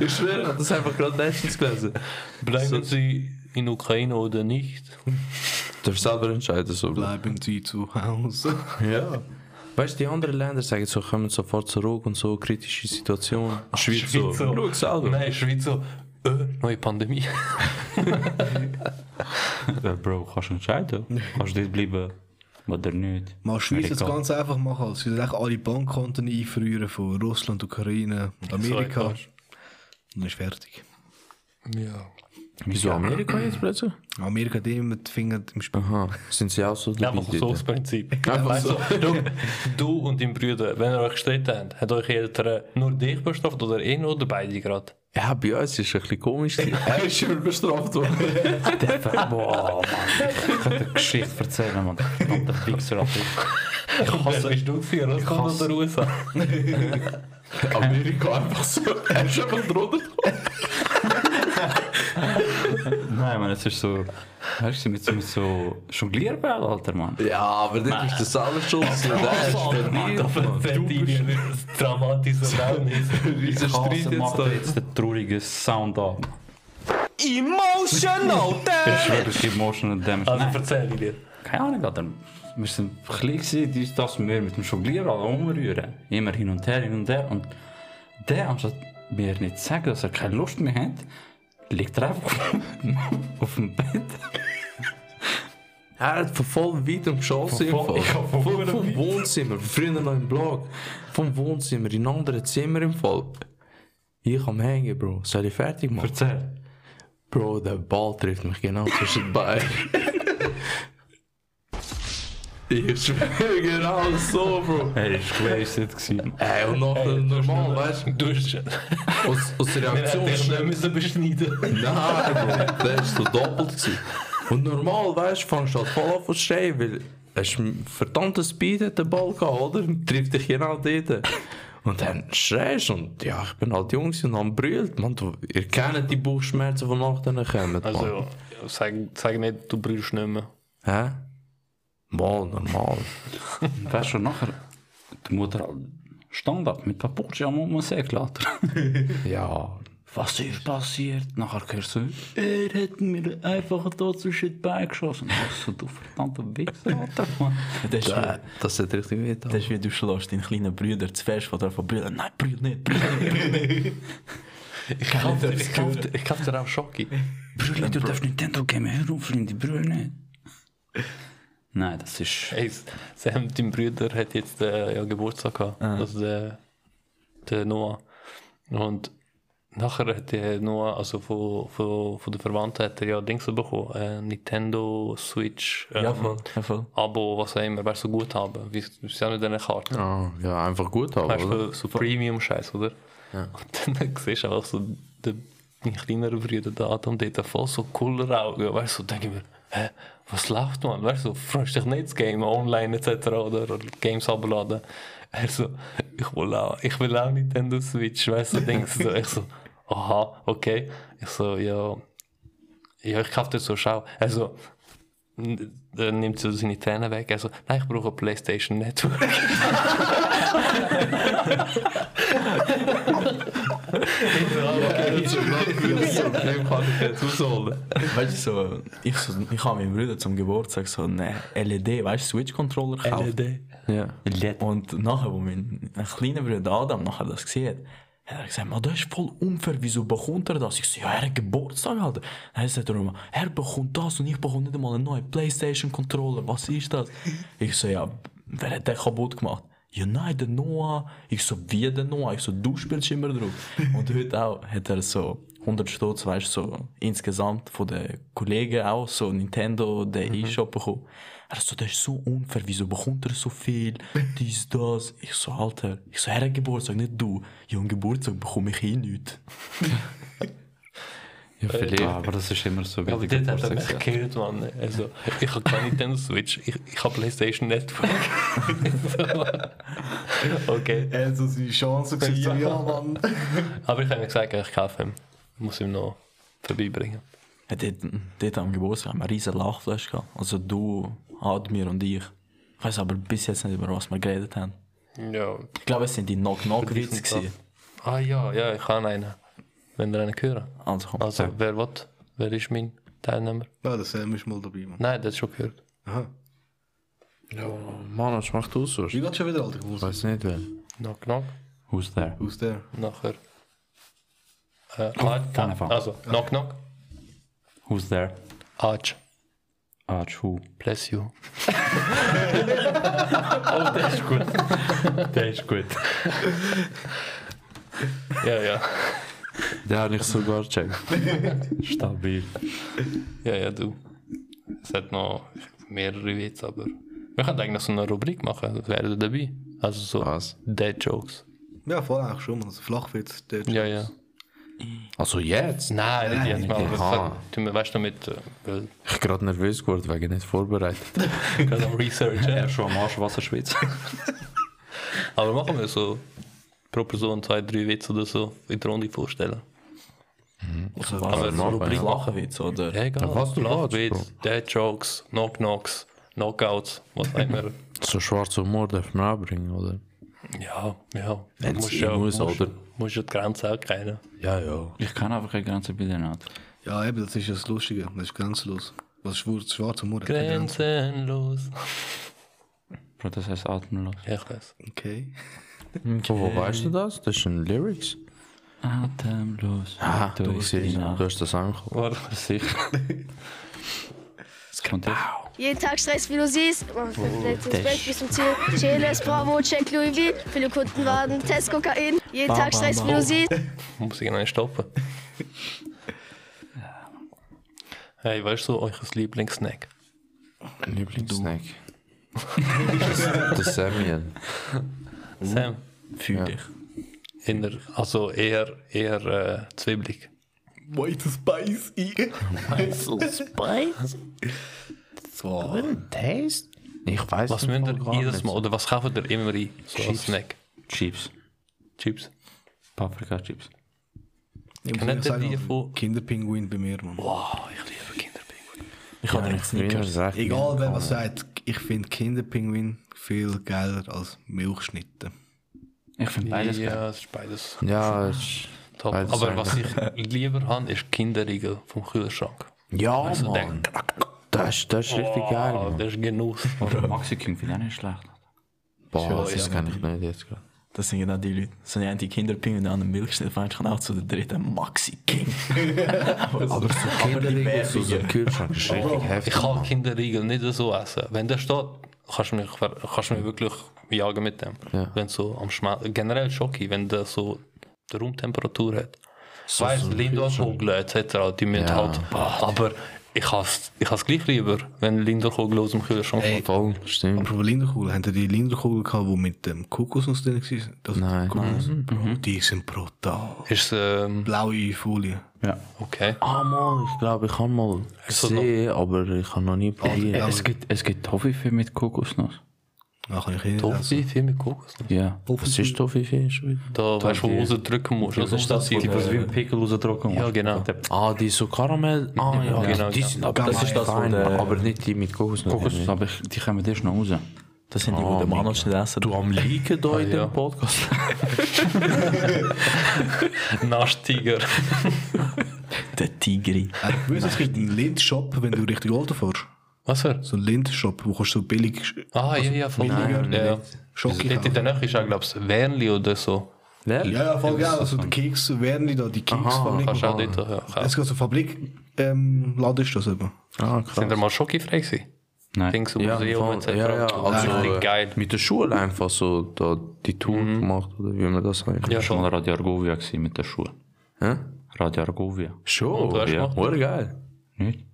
G: ich schwöre, ich habe das einfach gerade letztens gelesen.
E: bleiben sie in Ukraine oder nicht?
G: Darf selber entscheiden, so.
B: bleiben Sie zu Hause.
G: Ja. Weißt du, die anderen Länder sagen so, kommen sofort zurück und so, kritische Situation. Schweiz so.
E: Schweiz so.
G: Schau selber.
E: Nein, Schweiz so, äh, neue Pandemie.
C: Äh, Bro, kannst du entscheiden? Kannst du dort bleiben oder nicht?
B: Mal Schweiz das
C: Amerika.
B: ganz einfach machen. Sie sollen echt alle Bankkonten einfrieren von Russland, Ukraine und Amerika.
E: So,
B: Dann ist fertig.
E: ja.
G: Wieso Amerika jetzt plötzlich?
B: Amerika hat immer die Finger im Spiel.
G: Aha, sind sie auch so dabei?
E: Einfach so
G: dort?
E: das Prinzip.
G: Einfach
E: Weißt
G: so.
E: du, du, du und dein Bruder, wenn ihr euch gestritten habt, hat euch Eltern nur dich bestraft oder ihn oder beide gerade?
G: Ja, bei uns ist es ein bisschen komisch. er ist schon bestraft worden.
C: Boah, Mann. Ich könnte eine Geschichte erzählen, Mann. Verdammter Wichser, Alter.
E: Ich hasse, bist du gewesen, Russland
C: hasse-
E: oder USA?
G: Amerika einfach so. Er ist einfach drunter.
C: Nein, man, es ist so. Weißt du, mit so, mit so Jonglierball, Alter, Mann.
G: Ja, aber das ist der Sauerschutz. und der ist verdient.
E: Das dramatische Erlebnis.
C: Dieser Streit jetzt da. Jetzt der traurige Sound an.
F: Emotional
C: Das ist wirklich emotional damage.
E: Also
C: Nein,
E: erzähl ich dir.
C: keine Ahnung, Alter. Wir sind klein gewesen, die ist das mehr mit dem Jonglierball umrühren. Immer hin und her, hin und her. Und der, anstatt mir nicht zu sagen, dass er keine Lust mehr hat, liegt er einfach auf dem Bett.
G: Er hat von voll weitem geschossen.
C: Von voll-
G: im Fall.
C: ja, von voll
G: vom
C: weit.
G: Wohnzimmer, früher noch im Blog. Vom Wohnzimmer in einem anderen Zimmer im Fall. Ich am Hängen, Bro. Soll ich fertig machen?
C: Erzähl.
G: Bro, der Ball trifft mich genau zwischen die Beine. ich schwöre genau so, Bro.
C: Hey, ich weiß nicht gewesen.
G: Ey, und noch normal, weißt
E: Du hast dich
G: du? Aus, aus Reaktion
E: nicht müssen beschneiden.
G: Nein, Bro, der ist so doppelt gewesen. Und normal, weißt du, fangst du halt voll an zu schreien, weil er ist ein verdammter Speed hat den Ball gehabt, oder? Und trifft dich genau dort. Und dann schreist und ja, ich bin halt jung gewesen und dann brüllt. Man, du, ihr kennt die Bauchschmerzen, die nachher kommen.
E: Also,
G: Mann.
E: ja, sag, sag nicht, du brüllst nicht mehr.
G: Hä? Mal normal.
C: Weißt du, nachher die Mutter hat Standard mit Papucci am Umsägelater.
G: Ja.
C: Was ist passiert? Nachher hörst du, er hat mir einfach da zwischen die Beine geschossen. Was so, du verdammter Wichser, Alter, Mann.
F: Das ist wie-
G: Das hat richtig weh
F: das ist wie du schlägst deinen kleinen Bruder zu fest, der davon brüllt. Nein, brüll nicht, brüll nicht.
E: Ich kauf dir, ich kauf dir, ich kauf dir auch Schocki.
C: Brüder, du darfst Nintendo Game herrufen, die Brüder nicht. Nein, das ist...
E: Hey, Sam, dein Bruder hat jetzt äh, ja, Geburtstag gehabt.
F: Ah.
E: Also der, der Noah. Und nachher hat der Noah, also von, von, von den Verwandten, hat er ja Dings bekommen. Äh, Nintendo Switch. Ähm,
F: Ja, voll, ja, voll.
E: Abo, was auch immer, wäre so gut haben. Wie wie sie auch mit diesen Karten.
G: Ah, ja, einfach gut haben,
E: Weißt
G: oder?
E: du, so Premium-Scheiß, oder? Und dann siehst du auch so den, den kleineren Bruder, der Adam, der hat voll so cooler Augen. Weißt du, so denke ich mir, hä, was läuft, man? Weißt du, so, freust dich nicht das Game online etc. oder, oder Games abladen. Er so, ich will auch, ich will auch Nintendo Switch, weißt du, denkst du, so, ich so, aha, okay. Ich so, ja, ja, ich kauf dir so, schau. Er so, n- dann nimmt so seine Tränen weg. Er so, nein, ich brauche PlayStation Network.
F: Weißt du, so, ich, so, ich habe meinem Bruder zum Geburtstag so einen LED, weißt du, Switch-Controller gekauft.
G: Ja.
F: Und nachher, wo mein mein kleiner Bruder Adam nachher das gesehen hat, hat er gesagt, «Man, das ist voll unfair, wieso bekommt er das? Ich so, ja, er hat Geburtstag, Alter. Dann sagt er immer, er bekommt das und ich bekomme nicht einmal einen neuen Playstation-Controller, was ist das? Ich so, ja, wer hat den kaputt gemacht? Ja, nein, der Noah. Ich so, wie der Noah? Ich so, du spielst immer drauf. Und heute auch hat er so 100 Stutz, weißt du, so insgesamt von den Kollegen auch, so Nintendo, den E-Shop bekommen. Er so, Also, das ist so unfair, wieso bekommt er so viel? Dies, das. Ich so, Alter, ich so, er hat Geburtstag, nicht du. Ja, am Geburtstag bekomme ich eh nichts.
C: Ja, vielleicht.
G: Ah,
C: aber das ist immer so
E: Aber
C: wie
E: dort hat er mich gehört, Mann. Also, ich habe keine Nintendo Switch, ich, ich habe PlayStation Network. So. okay.
B: Er hat so seine Chance gesehen. Ja, Mann.
E: Aber ich habe ihm gesagt, ich kaufe ihn. Muss ihm noch vorbeibringen.
F: Ja, dort, dort am Geburtstag haben wir eine riesige Lachflasche gehabt. Also du, Admir und ich. Ich weiß aber bis jetzt nicht, über was wir geredet haben.
E: Ja.
F: Ich glaube, es sind die Knock-Knock-Witze
E: Verdient
F: gewesen.
E: Ah ja, ja, ich kann einen. Wenn ihr einen hören.
F: Also komm.
E: Also, wer will? Wer ist mein Teilnehmer?
B: Ja, der Sam ist mal dabei, Mann.
E: Nein, das schon gehört.
B: Aha.
G: Mann, was macht du sonst?
B: Wie
G: Ich
B: geht's schon wieder, Alter? Ich muss
G: weiß nicht, wer.
E: Knock, knock.
C: Who's there?
B: aus der.
E: Nachher. Äh, Arch.
C: Anfang.
E: Also, knock, knock.
C: Who's there?
E: Arch.
C: Ah, who?
E: Bless you.
C: Der ist gut.
E: Ja, ja.
G: Den habe ich sogar gecheckt.
C: Stabil.
E: Ja, ja, du. Es hat noch mehrere Witze, aber wir könnten eigentlich so eine Rubrik machen, das wäre dabei. Also so
G: Was?
E: Dead Jokes.
B: Ja, voll eigentlich schon, Mann. Also Flachwitz, der
E: Ja, ja.
G: Also jetzt?
E: Nein, das ja nicht mal.
G: nicht.
E: Aber das tun wir, weißt du, mit äh, weil-
G: Ich bin gerade nervös geworden, wegen nicht vorbereitet.
E: gerade am Research.
C: Er ist schon am Arsch Wasserschwitz.
E: aber machen wir so pro Person zwei, drei Witze oder so in der Runde vorstellen.
F: also, Was? Rubrik Lachenwitz, oder?
E: Ja, egal.
G: was du
E: Lachwitz, Dead Jokes, Knock Knocks, Knockouts, was auch immer.
G: So schwarzer Humor darf man auch bringen, oder?
E: ja, ja.
G: Wenn's
E: Musst
G: sein
E: ja-
G: muss,
E: musst-
G: oder?
E: Musst ja die Grenze auch kennen.
G: Ja, ja.
C: Ich kann einfach keine Grenze bei dir nicht.
B: Ja, eben, das ist ja das Lustige. Das ist grenzenlos. Was schwur, schwarz Humor
E: כן,
B: hat keine Grenzen.
E: Grenzenlos.
C: Bro, das heißt atemlos.
E: Ja, ich weiß.
B: Okay.
G: Von wo weißt du das? Das ist ein Lyrics.
C: Atemlos.
G: Ah,
C: durch
G: du siehst,
C: die
G: du
C: Nacht.
G: hast das angekommen.
E: Warte, sicher.
C: Und das?
H: Jeden Tag Stress, wie du siehst. Immer fünf Plätze ins Bett bis zum Ziel. Cheles, Bravo, Check, Louis V. Viele Kunden warten, Test, Kokain. Jeden Tag Stress, wie du siehst.
E: Muss ich noch stoppen. Hey, weißt du, eures Lieblingssnack?
G: Lieblingssnack. das Samuel.
E: Sam,
F: Fühl dich.
E: in der, also eher, eher äh, zwiebelig.
B: White Spicy.
G: Ich weiß
E: Was müsst ihr jedes Mal, oder was kauft ihr immer ein? So als Snack?
C: Chips.
E: Chips.
C: Paprika Chips.
B: Ich
E: Kennt ihr die von-
B: Kinderpinguin bei mir, Mann.
E: Wow, ich liebe Kinderpinguin.
F: Ich habe nichts Snickers.
B: Egal wer was sagt, ich finde Kinderpinguin viel geiler als Milchschnitte.
C: Ich finde beides geil.
E: Ja, es ist beides
G: Ja, ich,
E: top.
G: Beides
E: Aber
G: geil.
E: was ich lieber habe, ist Kinderriegel vom Kühlschrank.
G: ja
E: Also
G: Mann.
E: der,
G: Das, ist- das ist richtig geil.
E: Ah,
G: Mann.
E: das ist Genuss.
C: Oder Maxi King finde ich auch nicht schlecht.
G: Boah, das kann ich nicht jetzt gerade.
F: Das sind genau die Leute. Das sind die einen, die Kinderpinguin und anderen Milchschnitt. Findest du auch zu der dritten Maxi King. aber so
G: Kinderriegel so so im Kühlschrank ist richtig heftig.
E: Ich kann
G: Mann.
E: Kinderriegel nicht so essen. Wenn der steht, kannst du mich, ver- kannst du mich wirklich jagen mit dem.
G: Ja.
E: Wenn so am Schmelzen, generell Schoki, wenn der so die Raumtemperatur hat. Ich weiss, Lindor-Kugeln etc., die mit
G: Ja.
E: halt, aber ich has ich has gleich lieber, wenn Lindor-Kugeln aus dem Kühlschrank kommt.
G: Voll, stimmt.
B: Apropos Linderkugel, habt ihr die Linderkugel gehabt, die mit dem Kokosnuss drin war? Das
G: Nein.
B: Kokosnuss? Bro, die sind brutal.
E: Ist ähm,
B: Blaue Folie.
E: okay.
G: Ah, Mann, ich glaube, ich habe mal
E: so noch-
G: gesehen, aber ich habe noch nie probiert.
C: Es gibt, es gibt Toffifee mit Kokosnuss.
B: Da kann ich eh
E: Toffee, viel mit Kokosnuss.
C: Ja.
G: Was ist Toffifee schon wieder?
E: Da weißt du, wo du
C: die-
E: rausdrücken musst. Also, das
C: Die, was wie
E: ja,
C: ein Pickel rausdrücken muss.
E: genau.
G: Ah, die so Karamell. Ah, ja,
E: Genau,
G: die
E: genau.
G: sind aber
F: Das ist das, wo
G: fein,
F: der-
G: aber nicht die mit Kokosnuss.
C: Kokosnuss, aber ich, die kommen erst noch raus.
F: Das sind die, die den Manos nicht essen.
G: Du am Liegen da in
E: ja.
G: dem Podcast.
E: Naschtiger.
F: Der Tigri.
B: Ich Äh, weiß, es gibt einen Lindshop, wenn du richtig Auto fährst.
E: Was für?
B: So einen Lindshop, wo kannst du billig sch-
E: Ah, ja, ja, voll.
B: billiger
E: ja. Also
B: Schoki
E: Dort in
B: kaufen.
E: der Nähe ist auch, glaube ich, Wernli oder so.
G: Wer?
B: Ja, ja, voll geil. Also die Keks werden die da, die Keksfabrik.
E: Kannst du auch dort ja, kaufen.
B: Es gibt so eine Fabrik, ähm, Laden ist das eben.
G: Ah,
E: Sind
G: krass.
E: da mal schokifrei gewesen?
C: Nein.
E: Dings um
G: Ja,
E: Museum
G: voll.
E: etc.
G: ja, ja, also
E: richtig
G: äh,
E: geil.
G: mit der Schule einfach so da die Tour gemacht, oder wie man das sagt.
E: Mhm. Ja,
C: Schon
E: schon.
C: mal Radio Argovia gewesen mit der Schuhe.
G: Hä?
C: Radio Argovia.
G: Schon,
E: du hast
G: ja.
E: gemacht?
G: Voll geil.
C: Nicht?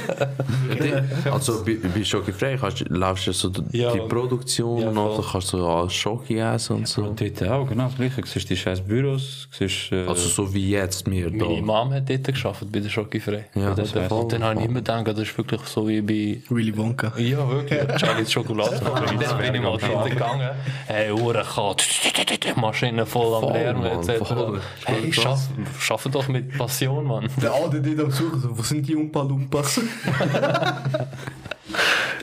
G: Also bei, bei Schokifrei kannst du- läufst du so die
E: Ja,
G: die
E: Mann.
G: Produktion
E: Ja,
G: und
E: voll. äh,
G: nachher kannst du so als Schoki essen und so.
C: Dort auch, genau das gleiche. Du siehst die scheiß Büros, du siehst... Äh,
G: Also so wie jetzt wir da.
E: Meine Mom hat dort geschafft bei der Schokifrei.
G: Ja,
E: Und
G: das
E: dann-
G: weiss ich.
E: Und dann habe ich immer gedacht, das ist wirklich so wie bei.
B: Willy Wonka.
E: Ja, wirklich. Charlie's Schokoladenfabrik. Dann bin ich mal dort gegangen. Hey, Uhrenkart. Maschine voll am
G: Voll,
E: Lärm
G: Mann, voll.
E: etc. Hey, schaff, schaff doch mit Passion, Mann.
B: Der Alte, die da suchen, so, wo sind die Umpa Lumpas?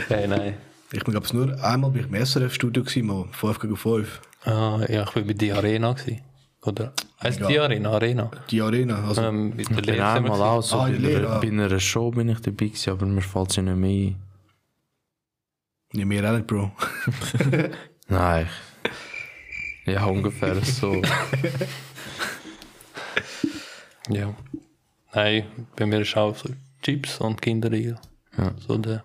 E: Hey, nein.
B: Ich glaube es nur einmal bin ich im SRF-Studio gewesen, mal 5 gegen 5.
E: Ah, ja, ich war bei der Arena. Gewesen. Oder? Heißt die Arena? Arena.
B: Die Arena, also
E: Ähm, mit der
G: Bin
E: Lehre sind wir
G: einmal Genau, auch so
B: Ah,
G: bei,
B: die
G: einer,
B: Lehrer.
G: bei einer Show bin ich dabei gewesen, aber mir fällt sie nicht mehr ein.
B: nicht mehr auch nicht, Bro.
G: Nein. ich- Ja, ungefähr so.
E: Ja. Nein, bei mir ist auch so Chips und Kinderriegel.
G: Ja.
E: So der,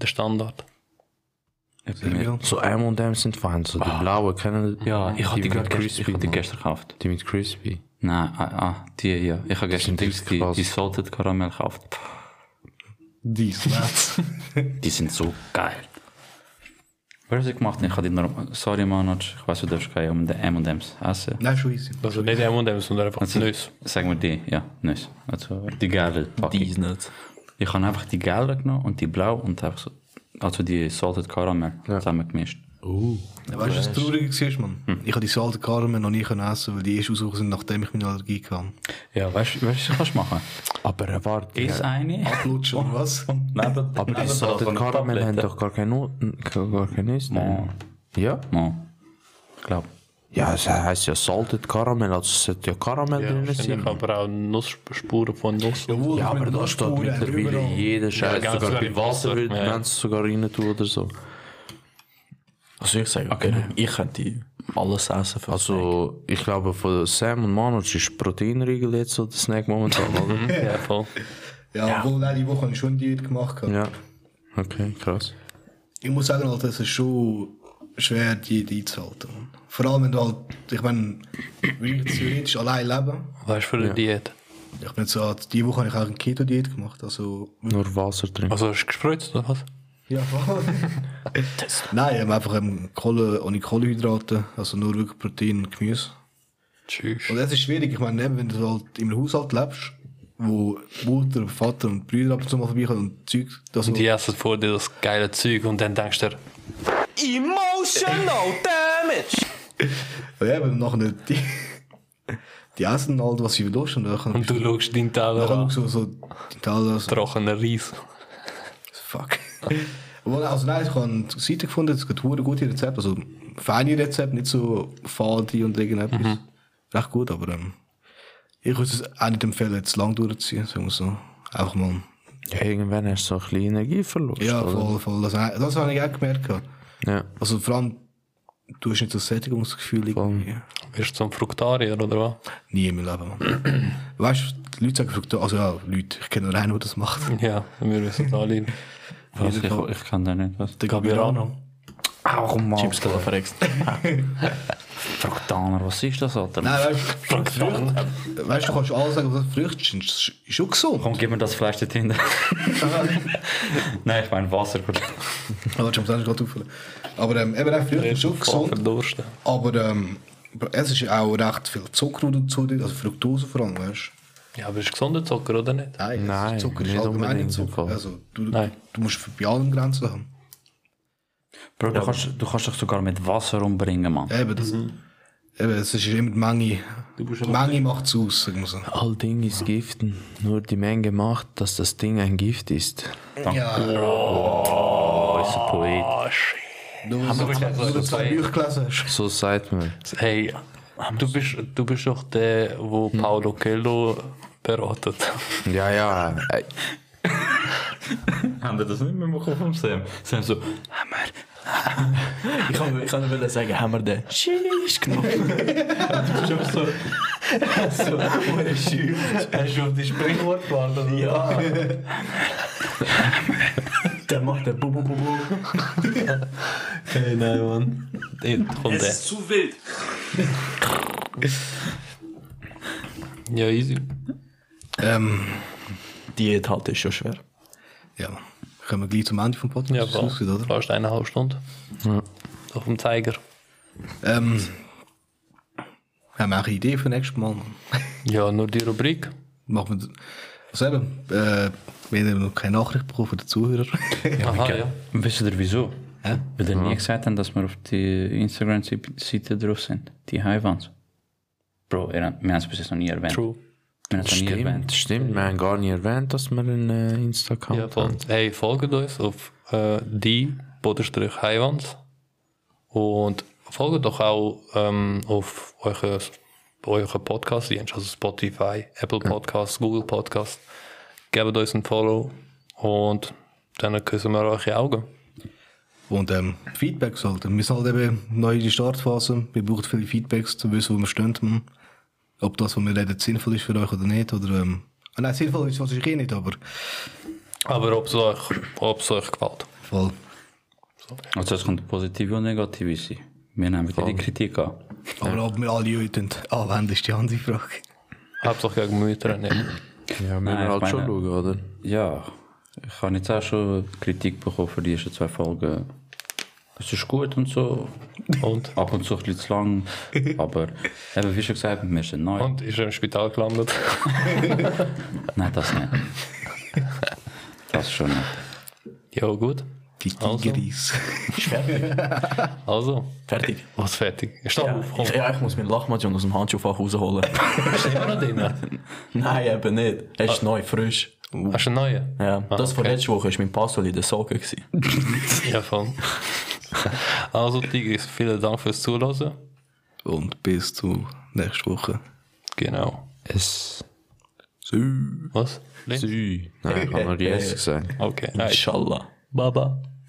E: der Standard.
B: Ja.
G: So M&M's sind fein, so die blauen kennen
C: Ah. ja, ich habe die,
G: mit
C: gerade gestern- ich
G: Crispy.
C: hab die
G: Mann.
C: gestern gekauft.
G: Die mit Crispy.
C: Nein, ah, ah die ja. Ich habe gestern
G: sind
C: die,
G: richtig
C: die,
G: krass.
C: die Salted Karamell gekauft.
B: Die Slats.
C: Die sind so geil. Wer hat sie gemacht? Ich habe die normal. Sorry, Manoj, ich weiß, du darfst keine um MMs essen.
B: Nein, schon easy.
E: Also nicht M&M, sondern einfach
C: Also-
E: Nüsse.
C: Sagen wir die, ja, nicht. Also die gelbe Packung.
F: Die nicht.
C: Ich habe einfach die gelbe genommen und die blau und einfach so. Also die Salted Caramel zusammengemischt.
B: Weißt du, was traurig war, Mann?
G: Hm.
B: Ich habe die Salted Caramel noch nie können essen, weil die erst aussuchen sind, nachdem ich meine Allergie hatte.
C: Ja, weißt du, was du kannst machen?
G: Aber äh, warte.
C: Ist eine.
B: Ablutschen,
G: Oh,
B: und was?
C: Neben,
G: Aber die Salted Caramel haben doch gar keine Noten, gar keine Nüsse. ne?
C: Mo.
G: Ja?
C: Mo. Ich glaube.
G: Ja, es heisst ja Salted Caramel, also es sollte ja Karamell drin sein.
E: Wahrscheinlich aber auch Nussspuren von Nuss.
B: Jawohl,
G: Ja, aber da steht mittlerweile jeder Scheiß,
E: ganz
G: sogar
E: sogar
G: bei
E: im
G: Wasser
E: Wasser,
G: wird
E: ja.
G: man es sogar rein tun oder so.
F: Also ich sage, ich könnte alles essen für
G: Also, ich glaube, von Sam und Manoj ist Proteinriegel jetzt so der Snack momentan,
C: Mhm.
G: oder?
E: Ja, voll.
B: Ja, obwohl, letzte Woche habe ich schon Diät gemacht. Ja.
G: ja. Okay, krass.
B: Ich muss sagen, Alter, es ist schon schwer, die Diät einzuhalten. Mann. Vor allem, wenn du halt, ich meine, wirklich theoretisch allein leben.
E: Weißt du, für eine Diät?
B: Ich bin jetzt so, diese Woche habe ich auch eine Keto-Diät gemacht, also...
G: Nur Wasser trinken.
E: Also hast du gespritzt oder was?
B: Ja, voll. Nein, ich habe einfach ähm, Kohle, ohne Kohlenhydrate, also nur wirklich Protein und Gemüse.
E: Tschüss.
B: Und das ist schwierig, ich meine, eben, wenn du halt im Haushalt lebst, wo Mutter, Vater und Brüder ab und zu mal vorbeikommen und Zeug, das
E: Die essen vor dir das geile Zeug und dann denkst du dir,
B: Ja, eben, nachher die, die essen halt, was sie Lust haben. Und dann
E: und du schaust deinen
B: dann
E: Teller an.
B: so, so die also Teller, so,
E: Trockener Reis.
B: fuck. Obwohl, also nein, ich habe eine Seite gefunden, es gibt verdammt gute Rezepte, also feine Rezepte, nicht so fade und irgendetwas. Recht gut, aber ähm, ich würde es auch nicht empfehlen, zu lang durchzuziehen, sagen wir so. Einfach mal...
G: Ja, irgendwann hast du so ein bisschen Energieverlust.
B: Ja,
G: oder?
B: voll, voll. Das, das habe ich auch gemerkt. gehabt.
G: Ja.
B: Also vor allem, du hast nicht so ein Sättigungsgefühl irgendwie.
E: Wirst du zum Fruktarier oder was?
B: Nie im Leben, Mann. weißt du, die Leute sagen, Fructo- also ja, Leute, ich kenne nur einen, der das macht.
E: Ja, wir wissen es alle.
C: Was, ich, ich kann da nicht was.
B: Der Gabirano.
F: Chips kaufen verreckst.
C: Fruktaner, was ist das, Alter?
B: Nein, weißt du, Früchte- weißt du, du kannst alles sagen, was Früchte sind. Das ist- Ist schon gesund.
C: Komm, gib mir das Fleisch dort hinten. Nein, ich meine Wasser. gut.
B: Aber ich muss es gerade auffüllen. Aber ähm, eben, auch Früchte sind schon gesund.
E: Verdursten.
B: Aber ähm, es ist auch recht viel Zucker und so drin, also Fructose vor allem, weißt du.
E: Ja, aber ist gesunder Zucker oder nicht?
B: Nein,
G: Nein,
B: Zucker ist
G: nicht
B: allgemein
G: unbedingt
B: nicht Zucker.
G: im Fall.
B: Also, du,
E: Nein.
B: du musst für bei allem Grenzen haben.
C: Bro, du, kannst, du kannst dich sogar mit Wasser umbringen, Mann.
B: Eben, das,
G: Mhm.
B: eben, es ist immer die Menge. Die Menge macht es aus, sagen wir so.
G: All Ding ist Giften. Nur die Menge macht, dass das Ding ein Gift ist.
C: Oh, ist ein Poet.
B: Nur so
E: wir gesagt,
B: nur
E: so
B: zwei
E: zwei-
B: Bücher gelesen hast.
G: So sagt man.
E: Hey, du bist, du bist doch der, wo Paolo Coelho beratet.
G: Ja, ja. äh,
C: Haben wir das nicht mehr bekommen vom Sam? Sam so,
F: Ich kann, ich kann nur sagen, haben wir den Schisch genommen.
C: ich hab so,
F: so, ohne Schisch.
E: Hast du auf die Springwort gewartet?
F: Ja. Der macht den Bubu Bubu.
E: Hey, nein, Mann. Kommt der.
C: zu wild.
E: Ja, easy.
B: Ähm,
F: Diät halt ist schon schwer.
B: ja, kommen wir gleich zum Ende vom Podcast.
E: Ja,
B: wie es
E: voll.
B: aussieht, oder?
E: Fast eineinhalb Stunden. Auf dem Zeiger.
B: Ähm, haben wir auch eine Idee für nächstes Mal? Mann?
E: Ja, nur die Rubrik.
B: Machen wir. Also eben, äh, wenn ihr noch keine Nachricht bekommt von den Zuhörern.
E: Aha, ja.
C: Wisst ihr wieso? Weil ihr nie gesagt habt, dass wir auf die Instagram-Seite drauf sind. Die Haiwans. Bro, ihr, habt- wir haben es bis jetzt noch nie erwähnt.
E: True.
C: Wir haben es noch nie
G: Stimmt,
C: erwähnt.
G: stimmt. Wir haben gar nicht erwähnt, dass wir einen äh, Insta-Account
E: Ja, voll.
G: haben.
E: Hey, folgt uns auf äh, die Bodenstrich Heiwand und folgt doch auch ähm, auf euren eure Podcast-Dienst, also Spotify, Apple Podcasts, Google Podcasts. Gebt uns ein Follow und dann küssen wir eure Augen.
B: Und ähm, Feedback sollten. Wir sind halt eben neu in die Startphase. Wir brauchen viele Feedbacks, um zu wissen, wo wir stehen. Mann. Ob das, was wir reden, sinnvoll ist für euch oder nicht. Oder, ähm, ah, nein, sinnvoll ist es wahrscheinlich eh nicht, aber
E: Aber ob es euch, ob's euch gefällt.
B: voll.
C: Also es kommt positive und negative sein. Wir nehmen wieder die Kritik an.
B: Aber ob wir alle heute anwenden, ist die andere Frage.
E: Hauptsache gegen Mütter nicht.
G: Ja, müssen wir
C: Nein,
G: halt
C: ich
G: schon
C: meine-
G: schauen, oder?
C: Ja, ich habe jetzt auch schon Kritik bekommen für die ersten zwei Folgen. Es ist gut und so.
E: Und,
C: Ab und zu ein bisschen zu lang. Aber eben, wie schon gesagt, wir sind neu.
E: und ist er im Spital gelandet.
C: Nein, das nicht. Das schon nicht.
E: ja, gut.
B: Die Tigeris.
E: Also,
F: Fertig.
E: was fertig. Steh auf, komm.
F: Ich, ja, ich muss meinen Lachmation aus dem Handschuhfach rausholen.
E: Ist immer noch drin.
F: Nein, eben nicht. Er ist neu, frisch.
E: Hast du einen neuen?
F: Ja, das von
E: Ah. okay.
F: letzter Woche war mein Passwort in der Socke. gewesen.
E: Ja, voll. Also, Tigris, vielen Dank fürs Zuhören.
B: Und bis zu nächste Woche.
E: Genau.
G: Es.
E: Was? Lin?
G: Nein, ich habe nur Yes gesagt.
E: Okay. Nein.
F: Inshallah.
E: Baba.